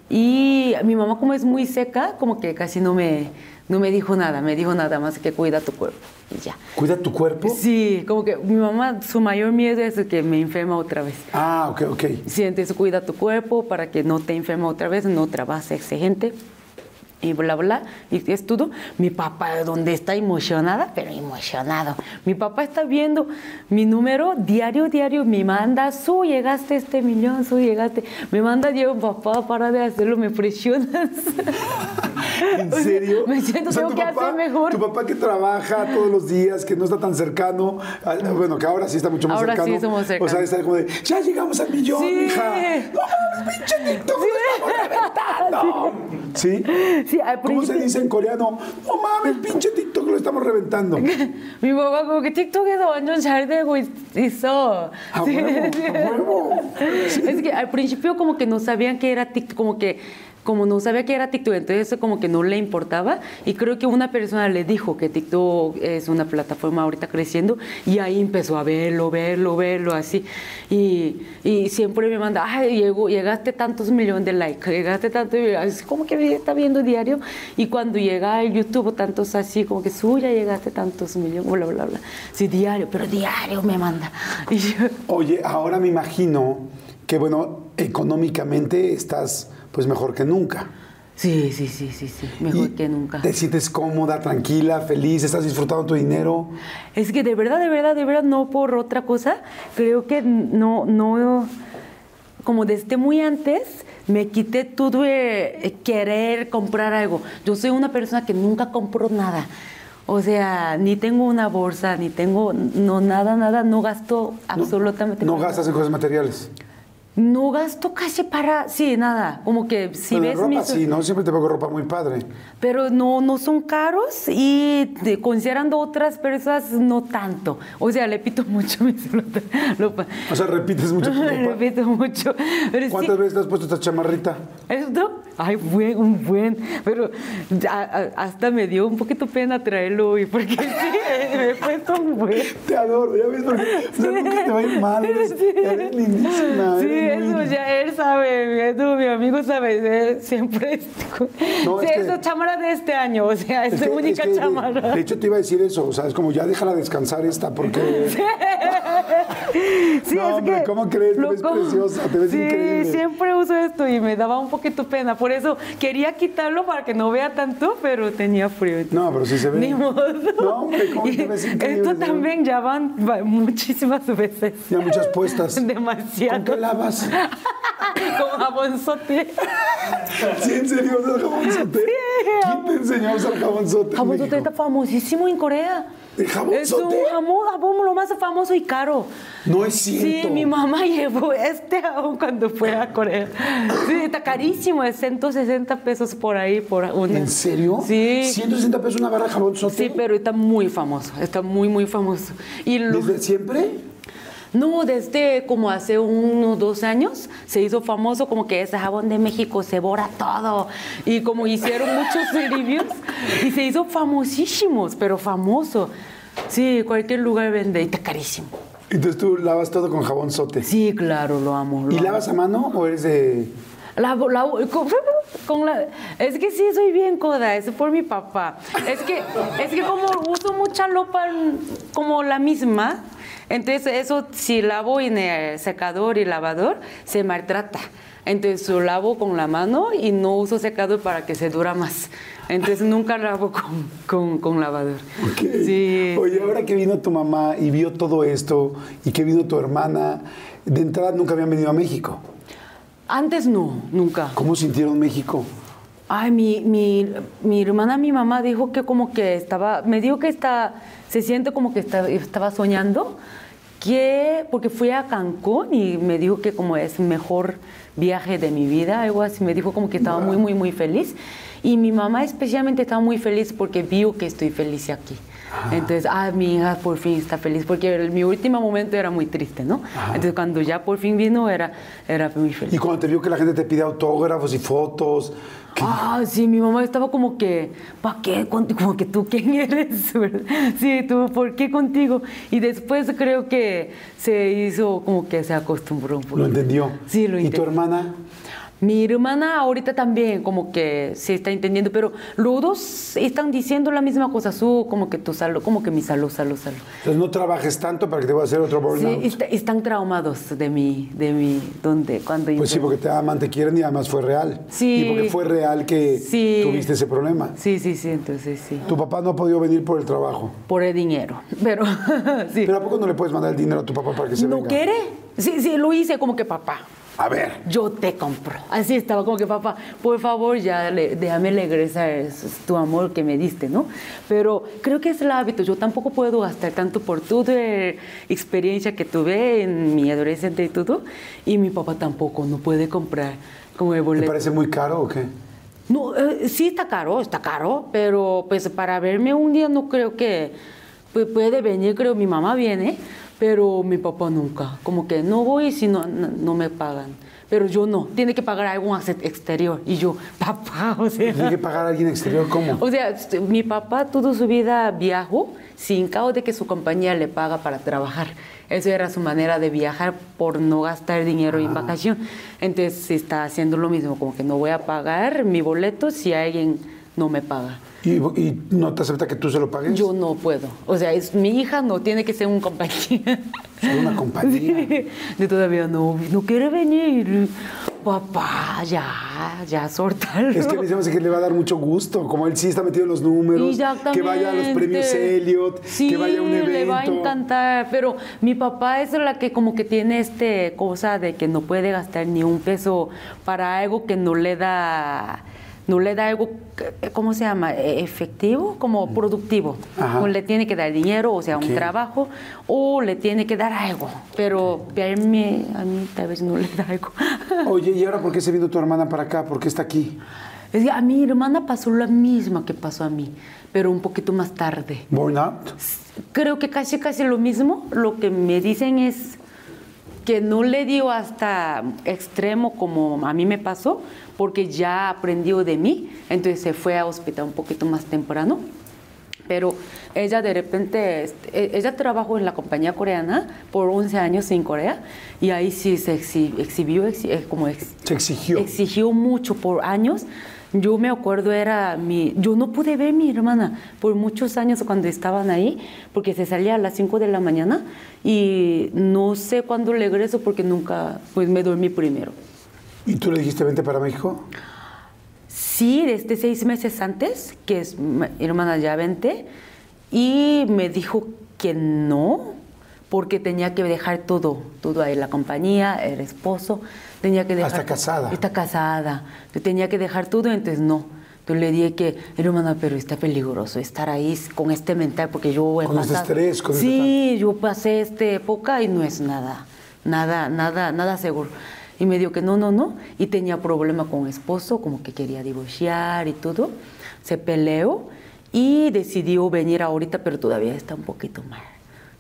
B: y mi mamá como es muy seca, como que casi no me, no me dijo nada, me dijo nada más que cuida tu cuerpo y ya.
A: ¿Cuida tu cuerpo?
B: Sí, como que mi mamá, su mayor miedo es que me enferma otra vez.
A: Ah, ok, ok.
B: Sientes, cuida tu cuerpo para que no te enferme otra vez, no trabajes exigente y bla, bla. Y es todo. Mi papá, donde está emocionada, pero emocionado. Mi papá está viendo mi número diario, diario. Me manda, su, llegaste a este millón, su, llegaste. Me manda, Diego, papá, para de hacerlo, me presionas.
A: ¿En serio?
B: me siento,
A: O sea,
B: tengo
A: tu
B: que
A: papá-
B: hacer mejor.
A: Tu papá que trabaja todos los días, que no está tan cercano, ah, bueno, que ahora sí está mucho más
B: Ahora sí
A: cercano.
B: somos
A: O sea,
B: cercanos.
A: está como de, ya llegamos al millón,
B: Sí.
A: hija. No mames, pinche TikTok, lo estamos reventando. ¿Sí?
B: Sí, al
A: ¿Cómo se
B: principio-
A: dice en coreano? No mames, pinche TikTok, lo estamos reventando.
B: 미 뭐가 그렇게 틱톡에서 완전 잘 되고 있, 있어.
A: 아, 뭐라고? 아, 뭐라고?
B: Es que al principio como que no sabían que era TikTok, como que como no sabía que era TikTok, entonces eso como que no le importaba y creo que una persona le dijo que TikTok es una plataforma ahorita creciendo y ahí empezó a verlo, verlo, verlo así y, y siempre me manda, ay, llegó, llegaste tantos millones de likes, llegaste tantos millones, así como que me está viendo diario y cuando llega el YouTube tantos así, como que suya llegaste tantos millones, bla, bla, bla, sí, diario, pero diario me manda. Y yo,
A: Oye, ahora me imagino que, bueno, económicamente estás pues mejor que nunca.
B: Sí, sí, sí, sí, sí. Mejor
A: Y
B: que nunca.
A: Te sientes cómoda, tranquila, feliz, estás disfrutando tu dinero.
B: Es que de verdad, de verdad, de verdad, no por otra cosa. Creo que no, no, como desde muy antes, me quité todo eh, querer comprar algo. Yo soy una persona que nunca compro nada. O sea, ni tengo una bolsa, ni tengo, no, nada, nada, no gasto absolutamente
A: No
B: nada.
A: gastas en cosas materiales.
B: No gasto casi para, sí, nada, como que si
A: Pero la
B: ves
A: ropa
B: mis...
A: sí, ¿no? Siempre te pongo ropa muy padre.
B: Pero no, no son caros y de- considerando otras personas, no tanto. O sea, le pito mucho mis ropa- ropa.
A: O sea, repites mucho tu
B: Le
A: ropa.
B: pito mucho. Pero sí,
A: ¿Cuántas veces te has puesto esta chamarrita?
B: ¿Esto? Ay, buen, un buen. Pero ya, a- hasta me dio un poquito pena traerlo hoy, porque sí, me he puesto un buen.
A: Te adoro, ya ves, porque o sea, nunca te va a ir mal. Eres,
B: Sí.
A: eres lindísima.
B: Sí,
A: eres muy
B: eso
A: linda.
B: ya él sabe, eso mi amigo sabe, él siempre.
A: No,
B: sí,
A: es que-
B: eso chamarra de este año, o sea, es,
A: Es
B: la
A: que- es
B: única
A: que de-
B: chamarra.
A: De hecho, te iba a decir eso. O sea, es como ya déjala descansar esta, porque.
B: Sí,
A: No,
B: es
A: hombre,
B: que
A: ¿cómo crees? Te
B: lo
A: ves
B: com-
A: preciosa, te ves
B: sí,
A: increíble.
B: siempre uso esto y me daba un poquito pena. Por eso quería quitarlo para que no vea tanto, pero tenía frío.
A: No, pero sí se ve.
B: Ni modo.
A: No, hombre, ¿cómo te ves increíble?
B: Esto también ya van va- muchísimas veces.
A: Ya muchas puestas. ¿Con qué
B: Demasiado.
A: lavas?
B: Con jabonzote.
A: Sí, en serio, usas jabonzote. ¿Quién te enseñó a usar jabonzote? en
B: Jabonzote
A: México?
B: está famosísimo en Corea.
A: ¿El jabonzote?
B: Es un jamón, jabón lo más famoso y caro.
A: No es
B: Sí,
A: cierto.
B: mi mamá llevó este jabón cuando fue a Corea. Sí, está carísimo, es 160 pesos por ahí por una.
A: ¿En serio?
B: Sí.
A: 160 pesos una barra de jabonzote.
B: Sí, pero está muy famoso, está muy, muy famoso. Y lo-
A: ¿Desde siempre?
B: no, desde como hace unos dos años se hizo famoso como que ese jabón de México se bora todo. Y como hicieron muchos reviews y se hizo famosísimos, pero famoso. Sí, cualquier lugar vende y está carísimo.
A: Entonces tú lavas todo con jabonzote.
B: Sí, claro, lo amo. lo
A: ¿Y
B: amo.
A: lavas a mano o eres de.?
B: La, la- con, con la- es que sí, soy bien coda, es por mi papá. Es que, es que como uso mucha ropa como la misma, entonces eso si lavo en el secador y lavador, se maltrata. Entonces lo lavo con la mano y no uso secador para que se dura más. Entonces nunca lavo con, con, con lavador. Sí.
A: Oye, ahora que vino tu mamá y vio todo esto y que vino tu hermana, de entrada nunca habían venido a México.
B: Antes no, nunca.
A: ¿Cómo sintieron México?
B: Ay, mi, mi, mi hermana, mi mamá dijo que como que estaba, me dijo que está, se siente como que está- estaba soñando, que, porque fui a Cancún y me dijo que como es mejor viaje de mi vida, algo así, me dijo como que estaba muy, muy, muy feliz. Y mi mamá especialmente estaba muy feliz porque vio que estoy feliz aquí. Entonces, ah, mi hija por fin está feliz, porque el- mi último momento era muy triste, ¿no? Entonces, cuando ya por fin vino, era, era muy feliz.
A: Y cuando te vio que la gente te pide autógrafos y fotos, que-
B: Ah, sí, mi mamá estaba como que, ¿para qué? conti- Como que tú, ¿quién eres? sí, tú, ¿por qué contigo? Y después creo que se hizo como que se acostumbró un poco.
A: lo entendió.
B: Sí, lo
A: ¿Y tu
B: entendió.
A: hermana?
B: Mi hermana ahorita también como que se está entendiendo, pero los dos están diciendo la misma cosa, su, como que tú salo, como que mi salud, salud, salud.
A: Entonces no trabajes tanto para que te voy a hacer otro
B: Sí,
A: burnout.
B: est- están traumados de mí, de mí, donde, cuando
A: Pues sí,
B: hice-
A: porque te aman, te quieren y además fue real.
B: Sí.
A: Y porque fue real que
B: Sí.
A: tuviste ese problema.
B: Sí, sí, sí, entonces sí.
A: Tu papá no ha podido venir por el trabajo.
B: Por el dinero, pero sí.
A: ¿Pero a poco no le puedes mandar el dinero a tu papá para que se
B: ¿No
A: venga?
B: quiere? Sí, sí, lo hice como que papá.
A: A ver.
B: Yo te compro. Así estaba, como que papá, por favor, ya le- déjame regresar es- es tu amor que me diste, ¿no? Pero creo que es el hábito. Yo tampoco puedo gastar tanto por toda la experiencia que tuve en mi adolescente y todo. Y mi papá tampoco, no puede comprar como
A: ¿Te
B: el boleto.
A: parece muy caro o qué?
B: No, eh, sí está caro, está caro, pero pues para verme un día no creo que pues, puede venir, creo mi mamá viene, pero mi papá nunca, como que no voy si no, no, no me pagan, pero yo no, tiene que pagar algún asset exterior y yo, papá, o
A: Tiene que
B: sea,
A: pagar a alguien exterior, ¿cómo?
B: o sea, este, mi papá toda su vida viajó sin cabo de que su compañía le paga para trabajar. Eso era su manera de viajar por no gastar dinero
A: Ah.
B: en vacación. Entonces se está haciendo lo mismo, como que no voy a pagar mi boleto si alguien no me paga.
A: ¿Y, y no te acepta que tú se lo pagues?
B: Yo no puedo. O sea, es, mi hija no tiene que ser un compañía.
A: Soy una compañía.
B: Yo todavía no, no quiere venir. Papá, ya, ya, soltalo.
A: Es que a mí se me hace que le va a dar mucho gusto. Como él sí está metido en los números, que vaya a los premios
B: Exactamente.
A: Elliot,
B: Sí,
A: que vaya a un evento.
B: le va a encantar. Pero mi papá es la que como que tiene este cosa de que no puede gastar ni un peso para algo que no le da no le da algo, eh, ¿cómo se llama? E- Efectivo, como productivo.
A: Mm. Ajá.
B: O le tiene que dar dinero, o sea, un
A: Ok.
B: trabajo, o le tiene que dar algo. Pero a mí, a mí tal vez no le da algo.
A: Oye, ¿y ahora por qué se vino tu hermana para acá? ¿Por qué está aquí?
B: Es que a mi hermana pasó la misma que pasó a mí, pero un poquito más tarde.
A: ¿Born out?
B: Creo que casi casi lo mismo. Lo que me dicen es que no le dio hasta extremo como a mí me pasó, porque ya aprendió de mí, entonces se fue a hospital un poquito más temprano. Pero ella de repente, este, e- ella trabajó en la compañía coreana por 11 años en Corea y ahí sí se exhi- exhibió, exhi- eh, como ex-
A: Se exigió.
B: exigió mucho por años. Yo me acuerdo, era mi. Yo no pude ver a mi hermana por muchos años cuando estaban ahí, porque se salía a las 5 de la mañana y no sé cuándo regreso porque nunca. Pues me dormí primero.
A: ¿Y tú le dijiste vente para México?
B: Sí, desde seis meses antes, que es mi hermana ya 20, y me dijo que no, porque tenía que dejar todo, todo ahí, la compañía, el esposo, tenía que dejar...
A: Hasta Ah, casada.
B: Está casada, yo tenía que dejar todo, entonces no. Yo le dije que, hermana, pero está peligroso estar ahí con este mental, porque yo he
A: Con este
B: pasado-
A: estrés, con este
B: Sí, Sí, yo pasé esta época y no es nada, nada, nada, nada seguro. Y me dijo que no, no, no. Y tenía problema con esposo, como que quería divorciar y todo. Se peleó y decidió venir ahorita, pero todavía está un poquito mal.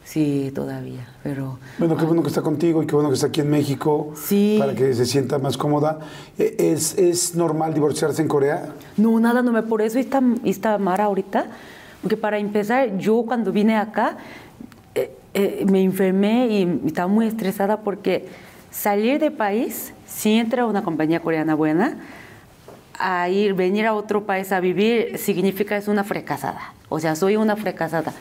B: Sí, todavía, pero...
A: Bueno, qué bueno que está contigo y qué bueno que está aquí en México
B: Sí.
A: para que se sienta más cómoda. Eh, ¿Es, es normal divorciarse en Corea?
B: No, nada, no me. Por eso está, está mal ahorita. Porque para empezar, yo cuando vine acá eh, eh, me enfermé y estaba muy estresada porque salir de país, si entra una compañía coreana buena, a ir, venir a otro país a vivir significa es una fracasada. O sea, soy una fracasada.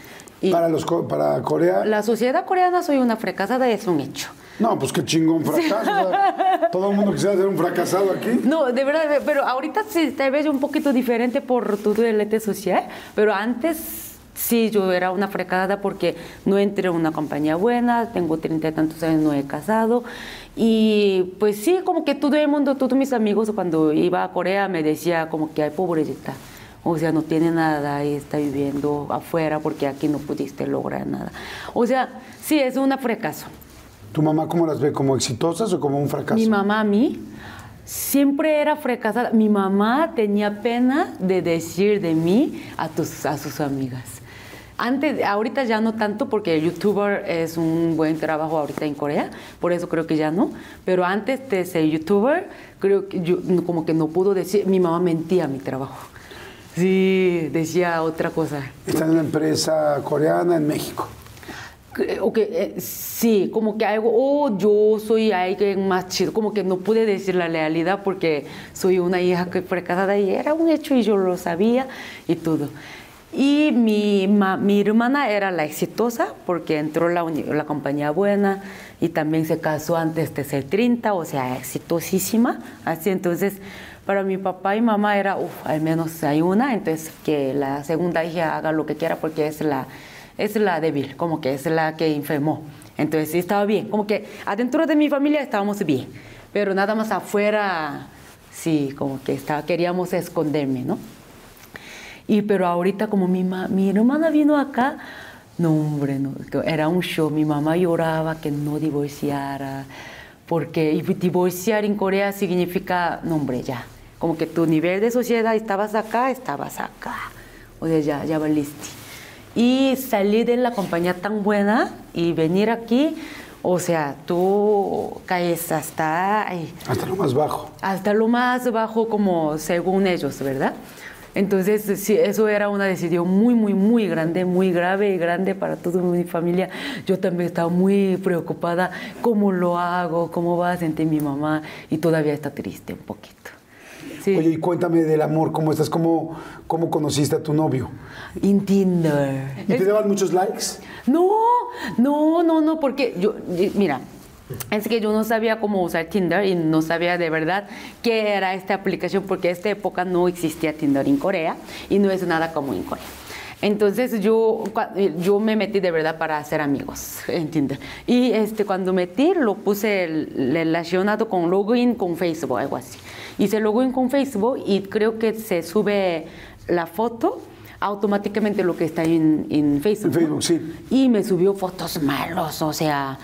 B: Y
A: Para, los, co- para Corea.
B: la sociedad coreana soy una fracasada, es un hecho.
A: No, pues qué chingón fracaso. o sea, todo el mundo quisiera ser un fracasado aquí.
B: No, de verdad, pero ahorita sí, tal vez un poquito diferente por todo el ente social, pero antes sí, yo era una frecada porque no entré a una compañía buena, tengo treinta y tantos años, no he casado, y pues sí, como que todo el mundo, todos mis amigos cuando iba a Corea me decía como que hay pobrecita. O sea, no tiene nada y está viviendo afuera porque aquí no pudiste lograr nada. O sea, sí, es un fracaso.
A: ¿Tu mamá cómo las ve? ¿Como exitosas o como un fracaso?
B: Mi mamá a mí siempre era fracasada. Mi mamá tenía pena de decir de mí a, tus, a sus amigas. Antes, ahorita ya no tanto porque el youtuber es un buen trabajo ahorita en Corea, por eso creo que ya no. Pero antes de ser youtuber, creo que yo como que no pudo decir, mi mamá mentía a mi trabajo. Sí, decía otra cosa.
A: Está en una empresa coreana en México.
B: Cre- o que, eh, sí, como que algo, oh, yo soy alguien más chido, como que no pude decir la lealidad porque soy una hija que fracasada y era un hecho y yo lo sabía y todo. Y mi, ma- mi hermana era la exitosa porque entró la, uni- la compañía buena y también se casó antes de ser 30, o sea, exitosísima. Así entonces, para mi papá y mamá era, uff, al menos hay una, entonces que la segunda hija haga lo que quiera porque es la es la débil, como que es la que enfermó. Entonces sí estaba bien, como que adentro de mi familia estábamos bien, pero nada más afuera, sí, como que estaba, queríamos esconderme, ¿no? Y pero ahorita como mi, ma- mi hermana vino acá, no hombre, no, que era un show, mi mamá lloraba que no divorciara, porque y divorciar en Corea significa, no hombre, ya, como que tu nivel de sociedad, estabas acá, estabas acá, o sea, ya, ya valiste. Y salir de la compañía tan buena y venir aquí, o sea, tú caes hasta... ay,
A: Hasta lo más bajo.
B: hasta lo más bajo como según ellos, ¿verdad? Entonces, sí, eso era una decisión muy, muy, muy grande, muy grave y grande para toda mi familia. Yo también estaba muy preocupada, ¿cómo lo hago? ¿Cómo va a sentir mi mamá? Y todavía está triste un poquito. Sí.
A: Oye, y cuéntame del amor, ¿cómo estás? ¿Cómo, cómo conociste a tu novio?
B: en Tinder.
A: ¿Y te daban muchos likes?
B: No, no, no, no, porque yo, y- mira, es que yo no sabía cómo usar Tinder y no sabía de verdad qué era esta aplicación, porque en esta época no existía Tinder en Corea y no es nada común en Corea. Entonces yo, cua- eh, yo me metí de verdad para hacer amigos en Tinder. Y este, cuando metí lo puse el- relacionado con login con Facebook, algo así. Y se logueó con Facebook y creo que se sube la foto automáticamente lo que está en, en
A: En
B: Facebook.
A: Facebook,
B: ¿no?
A: sí.
B: Y me subió fotos malos, o sea,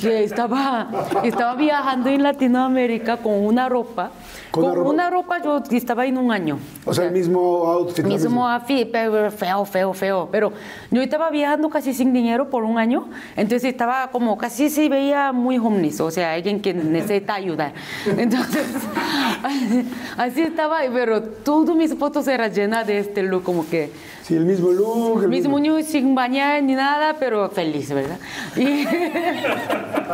B: que estaba, estaba viajando en Latinoamérica con una ropa.
A: ¿Con
B: Con,
A: una ropa?
B: una ropa yo estaba en un año.
A: O sea, el mismo outfit. la
B: Mismo
A: misma-
B: outfit, pero feo, feo, feo. Pero yo estaba viajando casi sin dinero por un año, entonces estaba como casi se veía muy homeless, o sea, alguien que necesita ayuda. Entonces, así, así estaba, pero todas mis fotos eran llenas de este look, como que
A: Sí, el mismo look. el
B: mis muñecos sin bañar ni nada, pero feliz, ¿verdad? Y-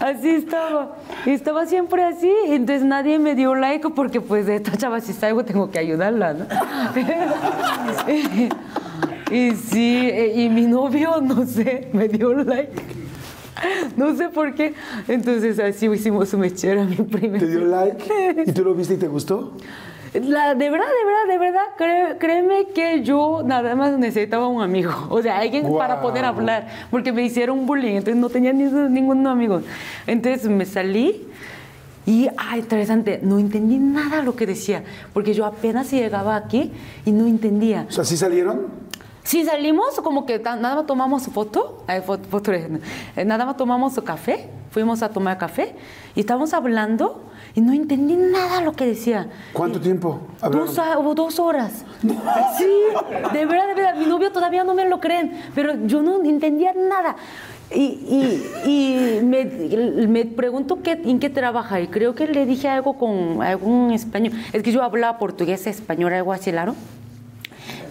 B: así estaba. Estaba siempre así, entonces nadie me dio like porque pues de esta chava si salgo tengo que ayudarla, ¿no? y, sí, eh, y mi novio, no sé, me dio like. No sé por qué. Entonces así hicimos su mechera mi primer
A: Te dio like y tú lo viste y te gustó.
B: la, de verdad, de verdad, de verdad, cré- créeme que yo nada más necesitaba un amigo, o sea, alguien
A: Guau.
B: para poder hablar, porque me hicieron bullying, entonces no tenía ni- ningún amigo. Entonces me salí y, ah, interesante, no entendí nada lo que decía, porque yo apenas llegaba aquí y no entendía.
A: O sea, ¿sí salieron?
B: Si salimos, como que tan- nada más tomamos foto, eh, fo- foto, eh, nada más tomamos café, fuimos a tomar café y estábamos hablando y no entendí nada lo que decía.
A: ¿Cuánto
B: Y-
A: tiempo hablaron?
B: Dos, a- o dos horas. Sí, de verdad, de verdad. Mi novio todavía no me lo creen, pero yo no entendía nada. Y, y- y me, me pregunto qué, en qué trabaja y creo que le dije algo con algún español. Es que yo hablaba portugués, español, algo así, claro.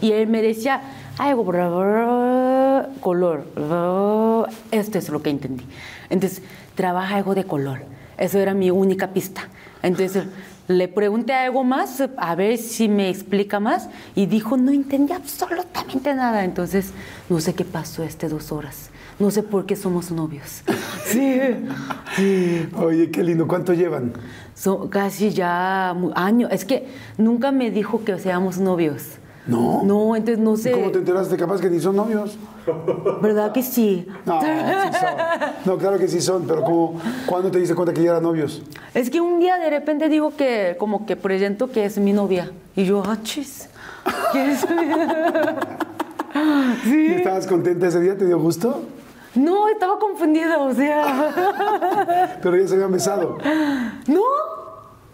B: Y él me decía algo, bla, bla, bla, color. bla, esto es lo que entendí. Entonces, trabaja algo de color. Eso era mi única pista. Entonces, le pregunté algo más, a ver si me explica más. Y dijo, no entendí absolutamente nada. Entonces, no sé qué pasó este dos horas. No sé por qué somos novios. Sí.
A: Oye, qué lindo. ¿Cuánto llevan?
B: So- casi ya mu- años. Es que nunca me dijo que seamos novios.
A: No.
B: No, entonces no sé.
A: ¿Y ¿Cómo te enteraste? Capaz que ni son novios.
B: ¿Verdad que sí?
A: No, sí son. No, claro que sí son, pero ¿cómo, ¿cuándo te diste cuenta que ya eran novios?
B: Es que un día de repente digo que como que presento que es mi novia. Y yo, ah, chis. ¿Qué es?
A: ¿Y ¿Estabas contenta ese día? ¿Te dio gusto?
B: No, estaba confundida, o sea.
A: Pero ya se habían besado.
B: No,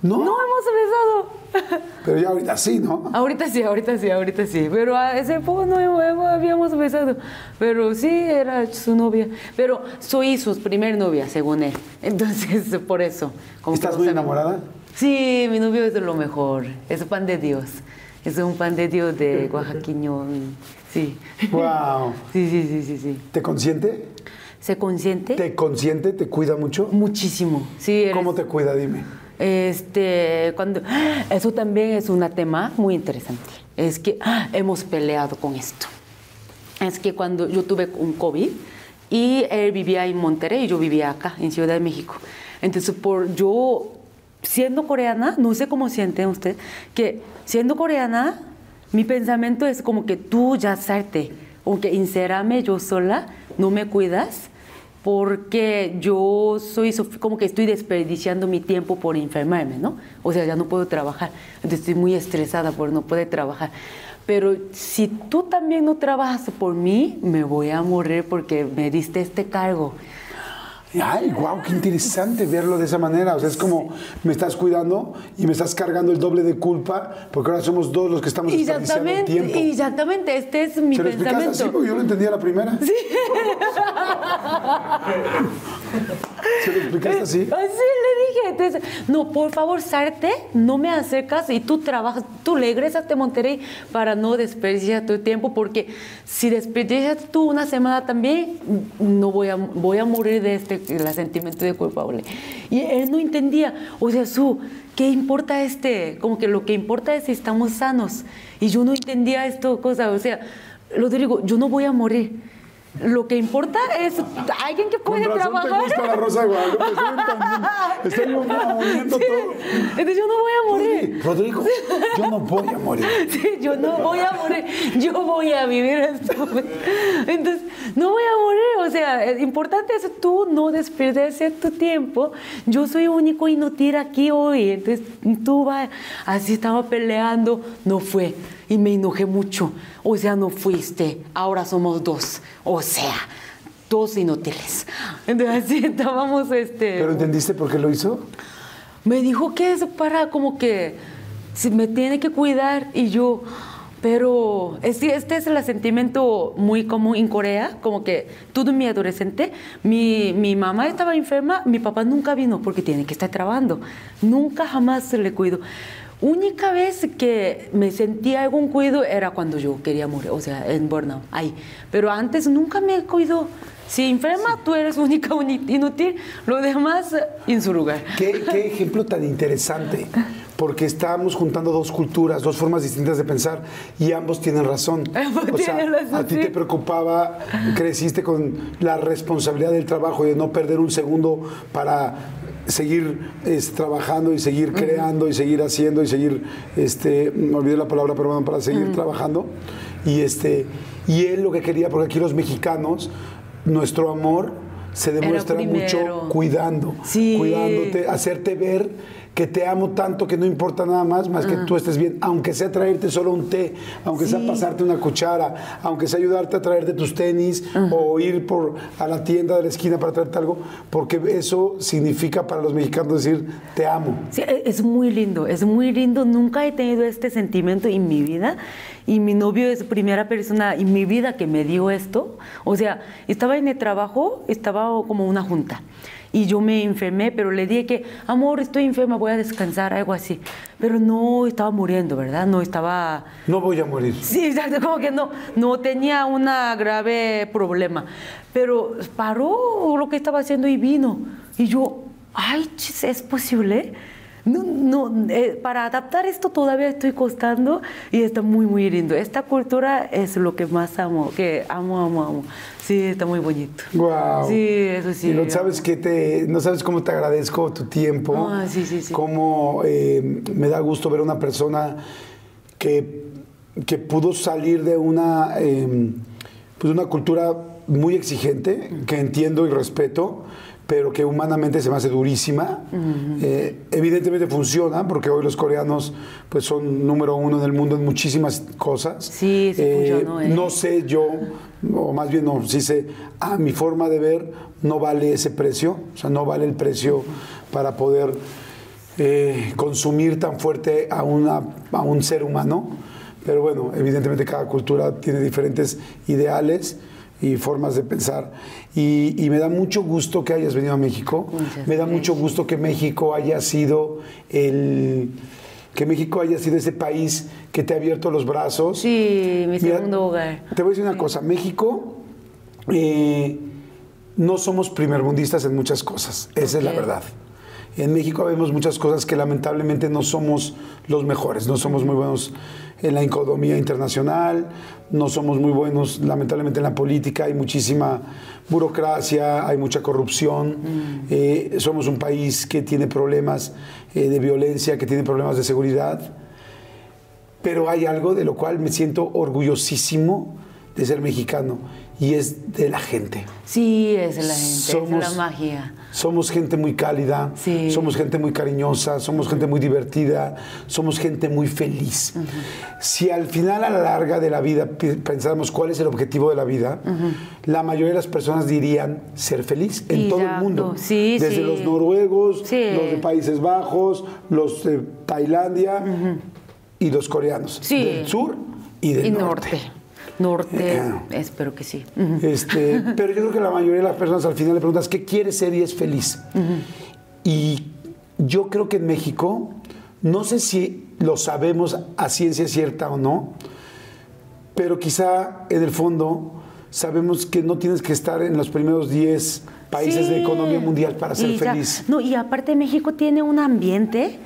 A: ¿No?
B: no hemos besado.
A: Pero ya ahorita sí, ¿no?
B: Ahorita sí, ahorita sí, ahorita sí. Pero a ese poco no hemos- habíamos besado. Pero sí, era su novia. Pero soy su primer novia, según él. Entonces, por eso. como que
A: ¿Estás
B: no
A: muy
B: sabía.
A: enamorada?
B: Sí, mi novio es lo mejor. Es pan de Dios. Es un pan de Dios de oaxaqueño. Sí.
A: ¡Wow!
B: Sí, sí, sí, sí, sí.
A: ¿Te consiente?
B: ¿Se consiente?
A: ¿Te consiente? ¿Te cuida mucho?
B: Muchísimo. Sí, eres-
A: ¿Cómo te cuida? Dime.
B: Este, cuando eso también es un tema muy interesante. Es que ¡ah! hemos peleado con esto. Es que cuando yo tuve un COVID y él vivía en Monterrey y yo vivía acá en Ciudad de México. Entonces, por yo siendo coreana, no sé cómo sienten ustedes, que siendo coreana mi pensamiento es como que tú ya salte, aunque insérame yo sola, no me cuidas porque yo soy sof- como que estoy desperdiciando mi tiempo por enfermarme, ¿no? O sea, ya no puedo trabajar, entonces estoy muy estresada por no poder trabajar. Pero si tú también no trabajas por mí, me voy a morir porque me diste este cargo.
A: Ay, wow, qué interesante verlo de esa manera. O sea, es como me estás cuidando y me estás cargando el doble de culpa porque ahora somos dos los que estamos desperdiciando el tiempo.
B: Exactamente, exactamente, este es mi
A: ¿Se lo explicas
B: pensamiento.
A: así? Porque yo lo entendía la primera. Sí. ¿Se lo explicaste así?
B: Así le dije. Entonces, no, por favor, salte, no me acercas y tú trabajas, tú regresas a Monterrey para no desperdiciar tu tiempo, porque si desperdicias tú una semana también, no voy a, voy a morir de este el sentimiento de culpable. Y él no entendía, o sea, su, ¿qué importa este? Como que lo que importa es si estamos sanos. Y yo no entendía esto, cosa, o sea, lo digo, yo no voy a morir. Lo que importa es alguien que puede
A: Con razón
B: trabajar.
A: te gusta la Rosa de Guadalupe. Estoy tan- Estoy moviendo
B: Sí.
A: todo.
B: Entonces yo no voy a morir.
A: Oye, Rodrigo, yo no voy a morir.
B: Sí, yo no voy a morir, yo voy a vivir esto. Entonces, no voy a morir, o sea, es importante es tú no desperdicies tu tiempo. Yo soy único inútil aquí hoy, entonces tú vas, así estaba peleando, no fue, y me enojé mucho, o sea, no fuiste, ahora somos dos, o sea, dos inútiles. Entonces, así estábamos, este...
A: ¿Pero entendiste por qué lo hizo?
B: Me dijo que es para como que si me tiene que cuidar y yo, pero este, este es el sentimiento muy común en Corea, como que todo mi adolescente, mi, mi mamá estaba enferma, mi papá nunca vino porque tiene que estar trabajando, nunca jamás se le cuido. Única vez que me sentía algún cuido era cuando yo quería morir, o sea, en burnout, ahí. Pero antes nunca me cuido. Si enferma, tú eres única uni- inútil, lo demás en su lugar.
A: ¿Qué, qué ejemplo tan interesante, porque estamos juntando dos culturas, dos formas distintas de pensar y ambos tienen razón.
B: Ambos
A: O sea,
B: tienen razón,
A: a ti
B: sí.
A: te preocupaba, creciste con la responsabilidad del trabajo y de no perder un segundo para seguir es, trabajando y seguir creando y seguir haciendo y seguir, este, me olvidé la palabra, pero bueno, para seguir trabajando. Y, este, y él lo que quería, porque aquí los mexicanos, nuestro amor se demuestra mucho
B: primero.
A: cuidando,
B: Sí.
A: cuidándote, hacerte ver que te amo tanto que no importa nada más más que tú estés bien, aunque sea traerte solo un té, aunque sea
B: Sí.
A: pasarte una cuchara, aunque sea ayudarte a traerte tus tenis o ir por a la tienda de la esquina para traerte algo, porque eso significa para los mexicanos decir te amo.
B: Sí, e- es muy lindo, es muy lindo. Nunca he tenido este sentimiento en mi vida. Y mi novio es primera persona en mi vida que me dio esto. O sea, estaba en el trabajo, estaba como una junta. Y yo me enfermé, pero le dije que, amor, estoy enferma, voy a descansar, algo así. Pero no estaba muriendo, ¿verdad? No estaba...
A: No voy a morir.
B: Sí, exacto, como que no, no tenía un grave problema. Pero paró lo que estaba haciendo y vino. Y yo, ay, chis, ¿es posible? No, no, eh, para adaptar esto todavía estoy costando y está muy, muy lindo. Esta cultura es lo que más amo, que amo, amo, amo. Sí, está muy bonito.
A: Wow.
B: Sí, eso sí.
A: Y no sabes que te, no sabes cómo te agradezco tu tiempo.
B: Ah, sí, sí, sí.
A: Cómo eh, me da gusto ver a una persona que, que pudo salir de una, eh, pues una cultura muy exigente, que entiendo y respeto, pero que humanamente se me hace durísima. Eh, evidentemente funciona, porque hoy los coreanos pues, son número uno en el mundo en muchísimas cosas.
B: Sí, sí funcionó, ¿eh?
A: No sé yo, o más bien no, sí sé, ah, mi forma de ver no vale ese precio, o sea, no vale el precio para poder eh, consumir tan fuerte a, una, a un ser humano. Pero bueno, evidentemente cada cultura tiene diferentes ideales y formas de pensar. Y, y me da mucho gusto que hayas venido a México.
B: Muchas
A: Me da mucho gusto que México haya sido el... Que México haya sido ese país que te ha abierto los brazos.
B: Sí, mi
A: Mira,
B: segundo hogar.
A: Te voy a decir una cosa, México eh, no somos primermundistas en muchas cosas, esa es la
B: Ok.
A: verdad. En México vemos muchas cosas que lamentablemente no somos los mejores, no somos muy buenos en la economía internacional, no somos muy buenos lamentablemente en la política, hay muchísima burocracia, hay mucha corrupción, eh, somos un país que tiene problemas eh, de violencia, que tiene problemas de seguridad pero hay algo de lo cual me siento orgullosísimo de ser mexicano y es de la gente.
B: Sí, es la gente,
A: Somos-
B: es la magia.
A: Somos gente muy cálida,
B: Sí.
A: somos gente muy cariñosa, somos gente muy divertida, somos gente muy feliz. Si al final, a la larga de la vida, pi- pensáramos cuál es el objetivo de la vida, la mayoría de las personas dirían ser feliz en
B: Sí,
A: todo el
B: exacto.
A: mundo.
B: Sí,
A: Desde
B: sí.
A: los noruegos,
B: Sí.
A: los de Países Bajos, los de Tailandia y los coreanos.
B: Sí.
A: Del sur y del
B: Y
A: norte.
B: norte. Norte,
A: Eh.
B: espero que sí. Ujú.
A: Este, pero yo creo que la mayoría de las personas al final le preguntas qué quieres ser y es feliz. Y yo creo que en México, no sé si lo sabemos a ciencia cierta o no, pero quizá en el fondo sabemos que no tienes que estar en los primeros 10 países de
B: Sí.
A: economía mundial para ser
B: Y ya-
A: feliz.
B: No, y aparte México tiene un ambiente,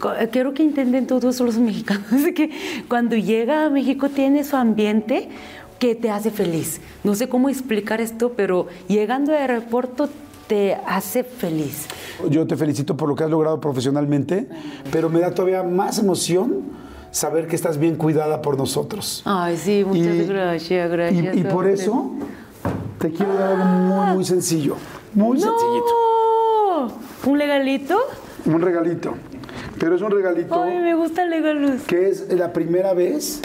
B: co- eh, creo que entienden todos los mexicanos, que cuando llega a México tiene su ambiente que te hace feliz. No sé cómo explicar esto, pero llegando al aeropuerto te hace feliz.
A: Yo te felicito por lo que has logrado profesionalmente, pero me da todavía más emoción saber que estás bien cuidada por nosotros.
B: Ay, sí, muchas
A: Y-
B: gracias, gracias.
A: Y, y por
B: a
A: eso te quiero dar algo muy, muy sencillo, muy
B: usted.
A: sencillito,
B: ¡No! ¿Un legalito?
A: un regalito. Pero es un regalito
B: Ay, me gusta legalos.
A: que es la primera vez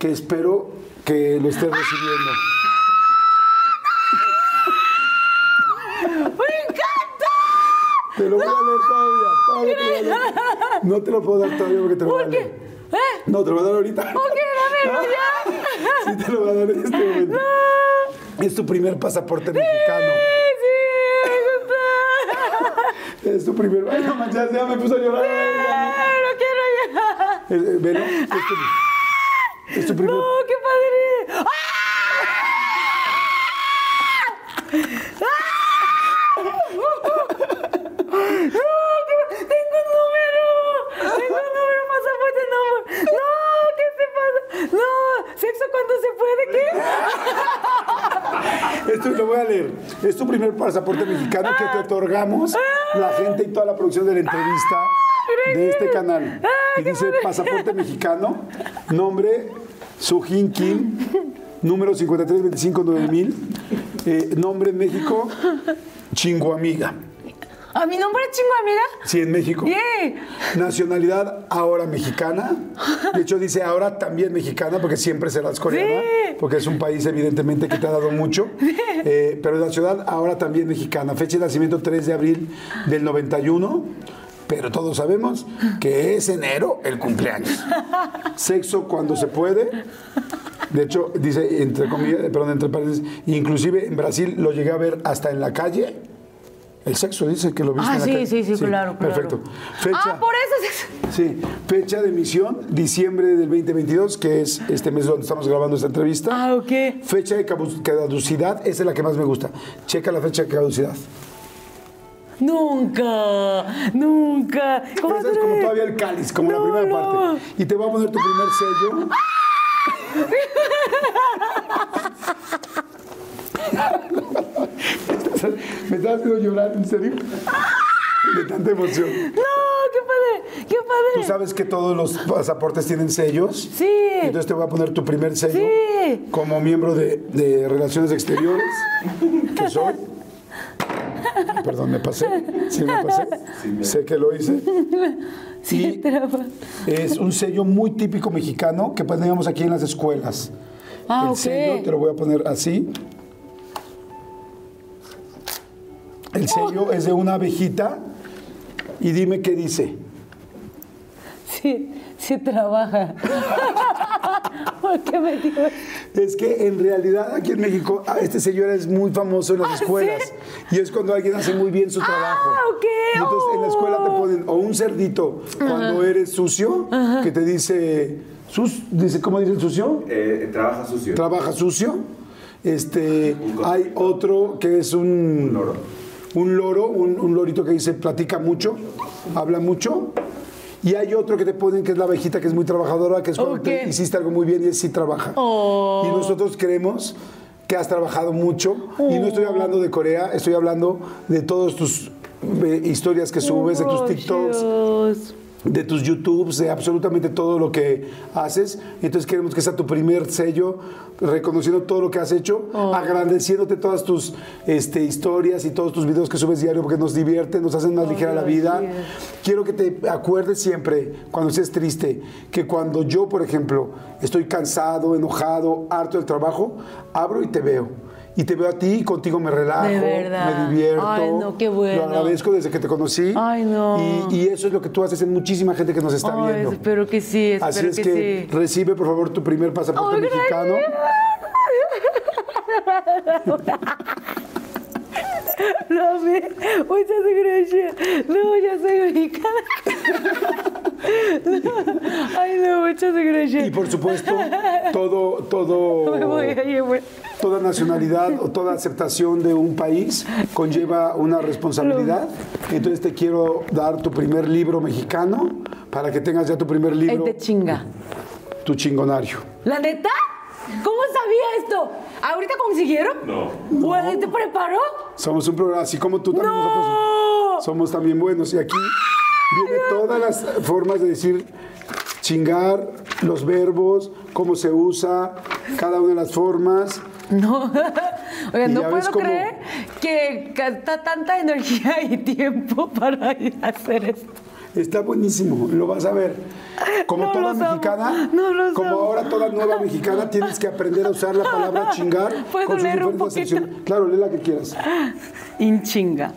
A: que espero que lo estés recibiendo. ¡Me encanta! Te lo voy a leer todavía, todavía te lo voy a leer. No te lo puedo dar todavía porque te lo voy a
B: ¿Por qué?
A: leer.
B: ¿Eh?
A: No, te lo voy a dar ahorita.
B: ¿Por qué?
A: Ah.
B: Dámelo ya.
A: Sí, te lo voy a dar en este momento. Es tu primer pasaporte mexicano.
B: Ay, sí, me gusta.
A: Es tu primer. Ay, no manches, ya me puso a llorar.
B: Ay, no quiero ya.
A: Es, eh, velo, es tu, es tu primer.
B: No, qué padre. ¡Ah! ¡Ah! ¡No, qué- tengo un número! Tengo un número, pasaporte, no. No, ¿qué se pasa? No, sexo cuando se puede, ¿qué?
A: Esto lo voy a leer. Es tu primer pasaporte mexicano que te otorgamos la gente y toda la producción de la entrevista de este canal. Y dice pasaporte mexicano, nombre Sujin Kim, número 53259000, eh, nombre en México, Chinguamiga.
B: A mi nombre es chingo, amiga.
A: Sí, en México.
B: Bien.
A: Nacionalidad ahora mexicana. De hecho, dice ahora también mexicana, porque siempre serás coreana,
B: Sí.
A: porque es un país evidentemente que te ha dado mucho. Eh, pero la ciudad ahora también mexicana. Fecha de nacimiento 3 de abril del 91. Pero todos sabemos que es enero el cumpleaños. Sexo cuando se puede. De hecho, dice, entre comillas, eh, perdón, entre paréntesis, inclusive en Brasil lo llegué a ver hasta en la calle. El sexo dice que lo viste
B: Ah,
A: en la
B: sí,
A: calle.
B: sí, sí, claro, claro.
A: Perfecto. Fecha.
B: Ah, por eso sexo.
A: Sí, fecha de emisión, diciembre del 2022, que es este mes donde estamos grabando esta entrevista.
B: Ah, ok.
A: Fecha de cabu- caducidad, esa es la que más me gusta. Checa la fecha de caducidad.
B: Nunca, nunca. ¿Cómo
A: Esa es como
B: crees?
A: todavía el cáliz, como la
B: No,
A: primera
B: no.
A: parte. Y te voy a poner tu primer sello. me estás haciendo llorar, ¿en serio? De tanta emoción.
B: No, qué padre, qué
A: Tú
B: padre.
A: sabes que todos los pasaportes tienen sellos.
B: Sí.
A: Entonces te voy a poner tu primer sello
B: Sí.
A: como miembro de, de Relaciones Exteriores, que soy. Perdón, me pasé. Sí, me pasé. sé que lo hice.
B: Sí,
A: Y-
B: traba.
A: Es un sello muy típico mexicano que poníamos aquí en las escuelas.
B: Ah,
A: El
B: ok.
A: sello te lo voy a poner así. El sello es de una abejita y dime qué dice.
B: Sí, sí trabaja. ¿Por qué me digo?
A: Es que en realidad aquí en México ah, este señor es muy famoso en las
B: Ah, ¿sí? Ah,
A: escuelas y es cuando alguien hace muy bien su trabajo.
B: ok.
A: Y entonces en la escuela te ponen o un cerdito cuando eres sucio que te dice sus dice cómo dice el sucio
D: Eh, trabaja sucio.
A: trabaja sucio. Este hay otro que es un loro, un loro, un, un lorito que dice platica mucho, habla mucho. Y hay otro que te ponen que es la abejita que es muy trabajadora, que es cuando te
B: Ok.
A: hiciste algo muy bien y es sí trabaja. Y nosotros creemos que has trabajado mucho. Y no estoy hablando de Corea, estoy hablando de todas tus eh, historias que subes, de tus TikToks,
B: Oh, Dios.
A: de tus YouTubes, de absolutamente todo lo que haces. Entonces queremos que sea tu primer sello, reconociendo todo lo que has hecho,
B: Oh.
A: agradeciéndote todas tus este, historias y todos tus videos que subes diario porque nos divierten, nos hacen más
B: Oh,
A: ligera la vida. Quiero que te acuerdes siempre, cuando estés triste, que cuando yo, por ejemplo, estoy cansado, enojado, harto del trabajo, abro y te veo. Y te veo a ti y contigo me relajo,
B: De verdad.
A: me divierto.
B: Ay, no, qué bueno.
A: Lo agradezco desde que te conocí.
B: Ay, no.
A: Y, y eso es lo que tú haces en muchísima gente que nos está
B: Ay,
A: viendo.
B: espero que sí, espero
A: Así es que,
B: que, sí.
A: recibe, por favor, tu primer pasaporte
B: Ay,
A: mexicano.
B: Lo amé. Muchas gracias. No, ya soy mexicana. No. Ay, no, muchas gracias.
A: Y por supuesto, todo,
B: Me voy
A: todo,
B: a llevar.
A: toda nacionalidad o toda aceptación de un país conlleva una responsabilidad. Entonces te quiero dar tu primer libro mexicano para que tengas ya tu primer
B: Es
A: libro,
B: de chinga.
A: tu chingonario.
B: ¿La neta? ¿Cómo sabía esto? ¿Ahorita consiguieron? No. ¿Te preparó?
A: Somos un programa, así como tú también nosotros
B: ¡No!
A: somos también buenos. Y aquí viene todas las formas de decir chingar, los verbos, cómo se usa, cada una de las formas.
B: No. Oigan,
A: Y
B: no
A: ya ves
B: puedo
A: cómo-
B: creer que gasta tanta energía y tiempo para hacer esto.
A: Está buenísimo, lo vas a ver. Como
B: No
A: toda
B: los amo,
A: mexicana,
B: no los
A: como
B: amo.
A: ahora toda nueva mexicana, tienes que aprender a usar la palabra chingar.
B: Puedo
A: sus
B: leer un
A: diferentes
B: poquito.
A: acepciones. Claro, lee la que quieras.
B: Inchinga.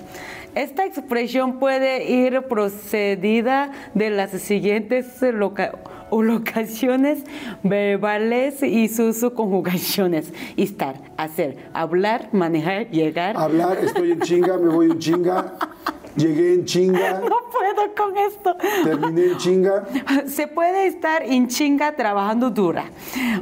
B: Esta expresión puede ir procedida de las siguientes loca- locaciones verbales y sus conjugaciones. Estar, hacer, hablar, manejar, llegar.
A: Hablar, estoy en chinga, me voy en chinga, llegué en chinga,
B: No puedo con esto.
A: terminé en chinga.
B: Se puede estar en chinga trabajando dura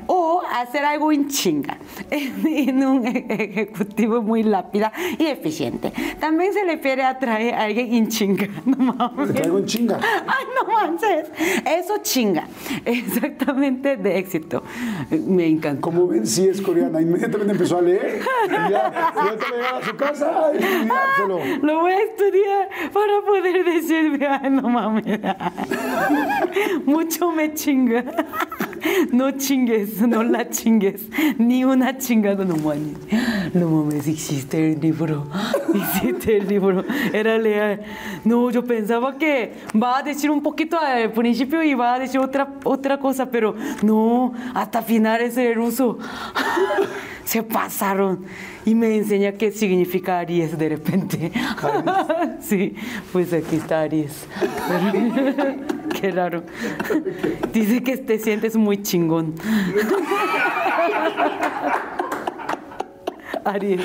B: o hacer algo en chinga en, en un e- ejecutivo muy lápida y eficiente. También se refiere a traer a alguien en chinga. No mames.
A: Te traigo en chinga.
B: Ay, no manches. Eso chinga. Exactamente de éxito. Me encantó.
A: Como ven, sí es coreana. Inmediatamente empezó a leer. Y ya, y ahorita va a llegar a su casa y dárselo.
B: Lo voy a estudiar para poder decirme, ay, no mames. Mucho me chinga. No chingues, no la chingues. Ni una chingada, no mames. No mames, existe el libro. Existe el libro. Era leer. No, yo pensaba que va a decir un poquito al principio y va a decir otra, otra cosa, pero no, hasta final es el ruso. Se pasaron y me enseña qué significa Aries de repente. Sí, pues aquí está Aries. Qué raro. Dice que te sientes muy chingón. Aries.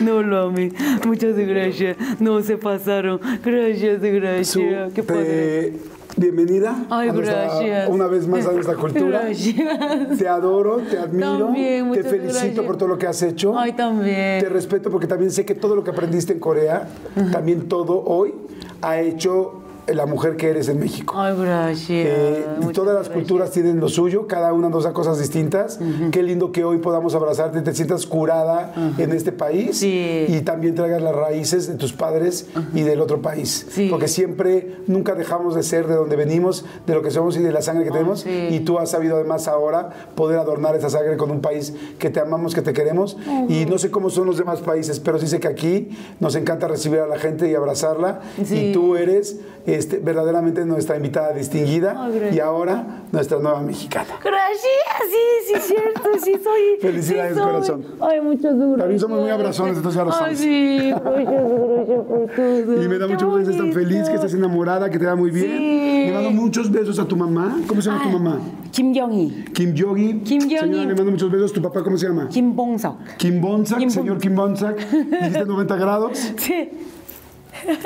B: No lo amé. Muchas gracias. No se pasaron. Gracias,
A: Su-
B: gracias.
A: te-
B: Qué padre.
A: Bienvenida.
B: Ay,
A: a nuestra-
B: gracias.
A: una vez más a nuestra cultura.
B: Gracias.
A: Te adoro, te admiro. te
B: También, muchas
A: felicito
B: gracias.
A: por todo lo que has hecho.
B: Ay, también.
A: Te respeto porque también sé que todo lo que aprendiste en Corea, también todo hoy, ha hecho la mujer que eres en México.
B: Ay, gracias.
A: Eh,
B: Muchas
A: todas las
B: gracias.
A: culturas tienen lo suyo, cada una nos da cosas distintas. Qué lindo que hoy podamos abrazarte y te sientas curada en este país
B: Sí.
A: y también traigas las raíces de tus padres y del otro país.
B: Sí.
A: Porque siempre, nunca dejamos de ser de donde venimos, de lo que somos y de la sangre que tenemos.
B: Ah, sí.
A: Y tú has sabido además ahora poder adornar esa sangre con un país que te amamos, que te queremos. Y no sé cómo son los demás países, pero sí sé que aquí nos encanta recibir a la gente y abrazarla.
B: Sí.
A: Y tú eres este, verdaderamente nuestra invitada distinguida
B: Ay, Oh, gracias.
A: y ahora nuestra nueva mexicana.
B: Gracias, sí, sí, es cierto, sí soy.
A: Felicidades,
B: sí soy.
A: corazón.
B: Ay, muchas gracias.
A: También somos muy abrazones, entonces ahora
B: Ay,
A: somos.
B: sí, gracias, gracias por todo.
A: Y me da mucho gusto que estés tan feliz, que estés enamorada, que te va muy bien.
B: Sí.
A: Le mando muchos besos a tu mamá. ¿Cómo se llama tu mamá?
B: Kim Jong-il,
A: Kim Yogi.
B: Kim Yogi.
A: Señora, le mando muchos besos. ¿Tu papá cómo se llama?
B: Kim Bong-sok.
A: Kim Bonsack,
B: Kim Bon-
A: señor Kim Bonsack. Dijiste 90 grados.
B: Sí.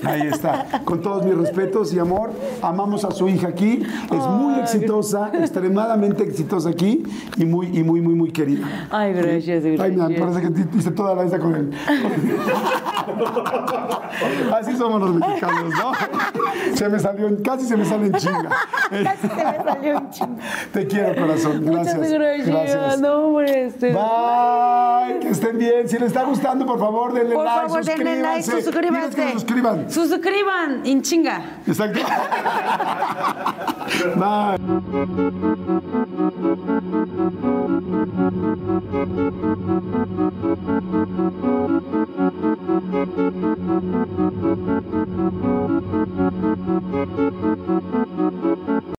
A: Ahí está. Con todos mis respetos y amor, amamos a su hija aquí. Es muy exitosa, extremadamente exitosa aquí y muy, y muy, muy, muy querida.
B: Ay, gracias, gracias.
A: Ay, me parece que di- hice toda la esa con él. Así somos los mexicanos, ¿no? Se me salió, en- casi se me sale en chinga.
B: Casi se me salió un chingo.
A: Te quiero, corazón. Gracias.
B: Muchas gracias.
A: Gracias.
B: No, hombre, este.
A: Bye, que estén bien. Si les está gustando, por favor, denle
B: Por
A: like,
B: favor, denle like,
A: Diles que
B: suscríbanse.
A: nos suscriban.
B: Suscriban, en chinga.
A: Exacto. Bye.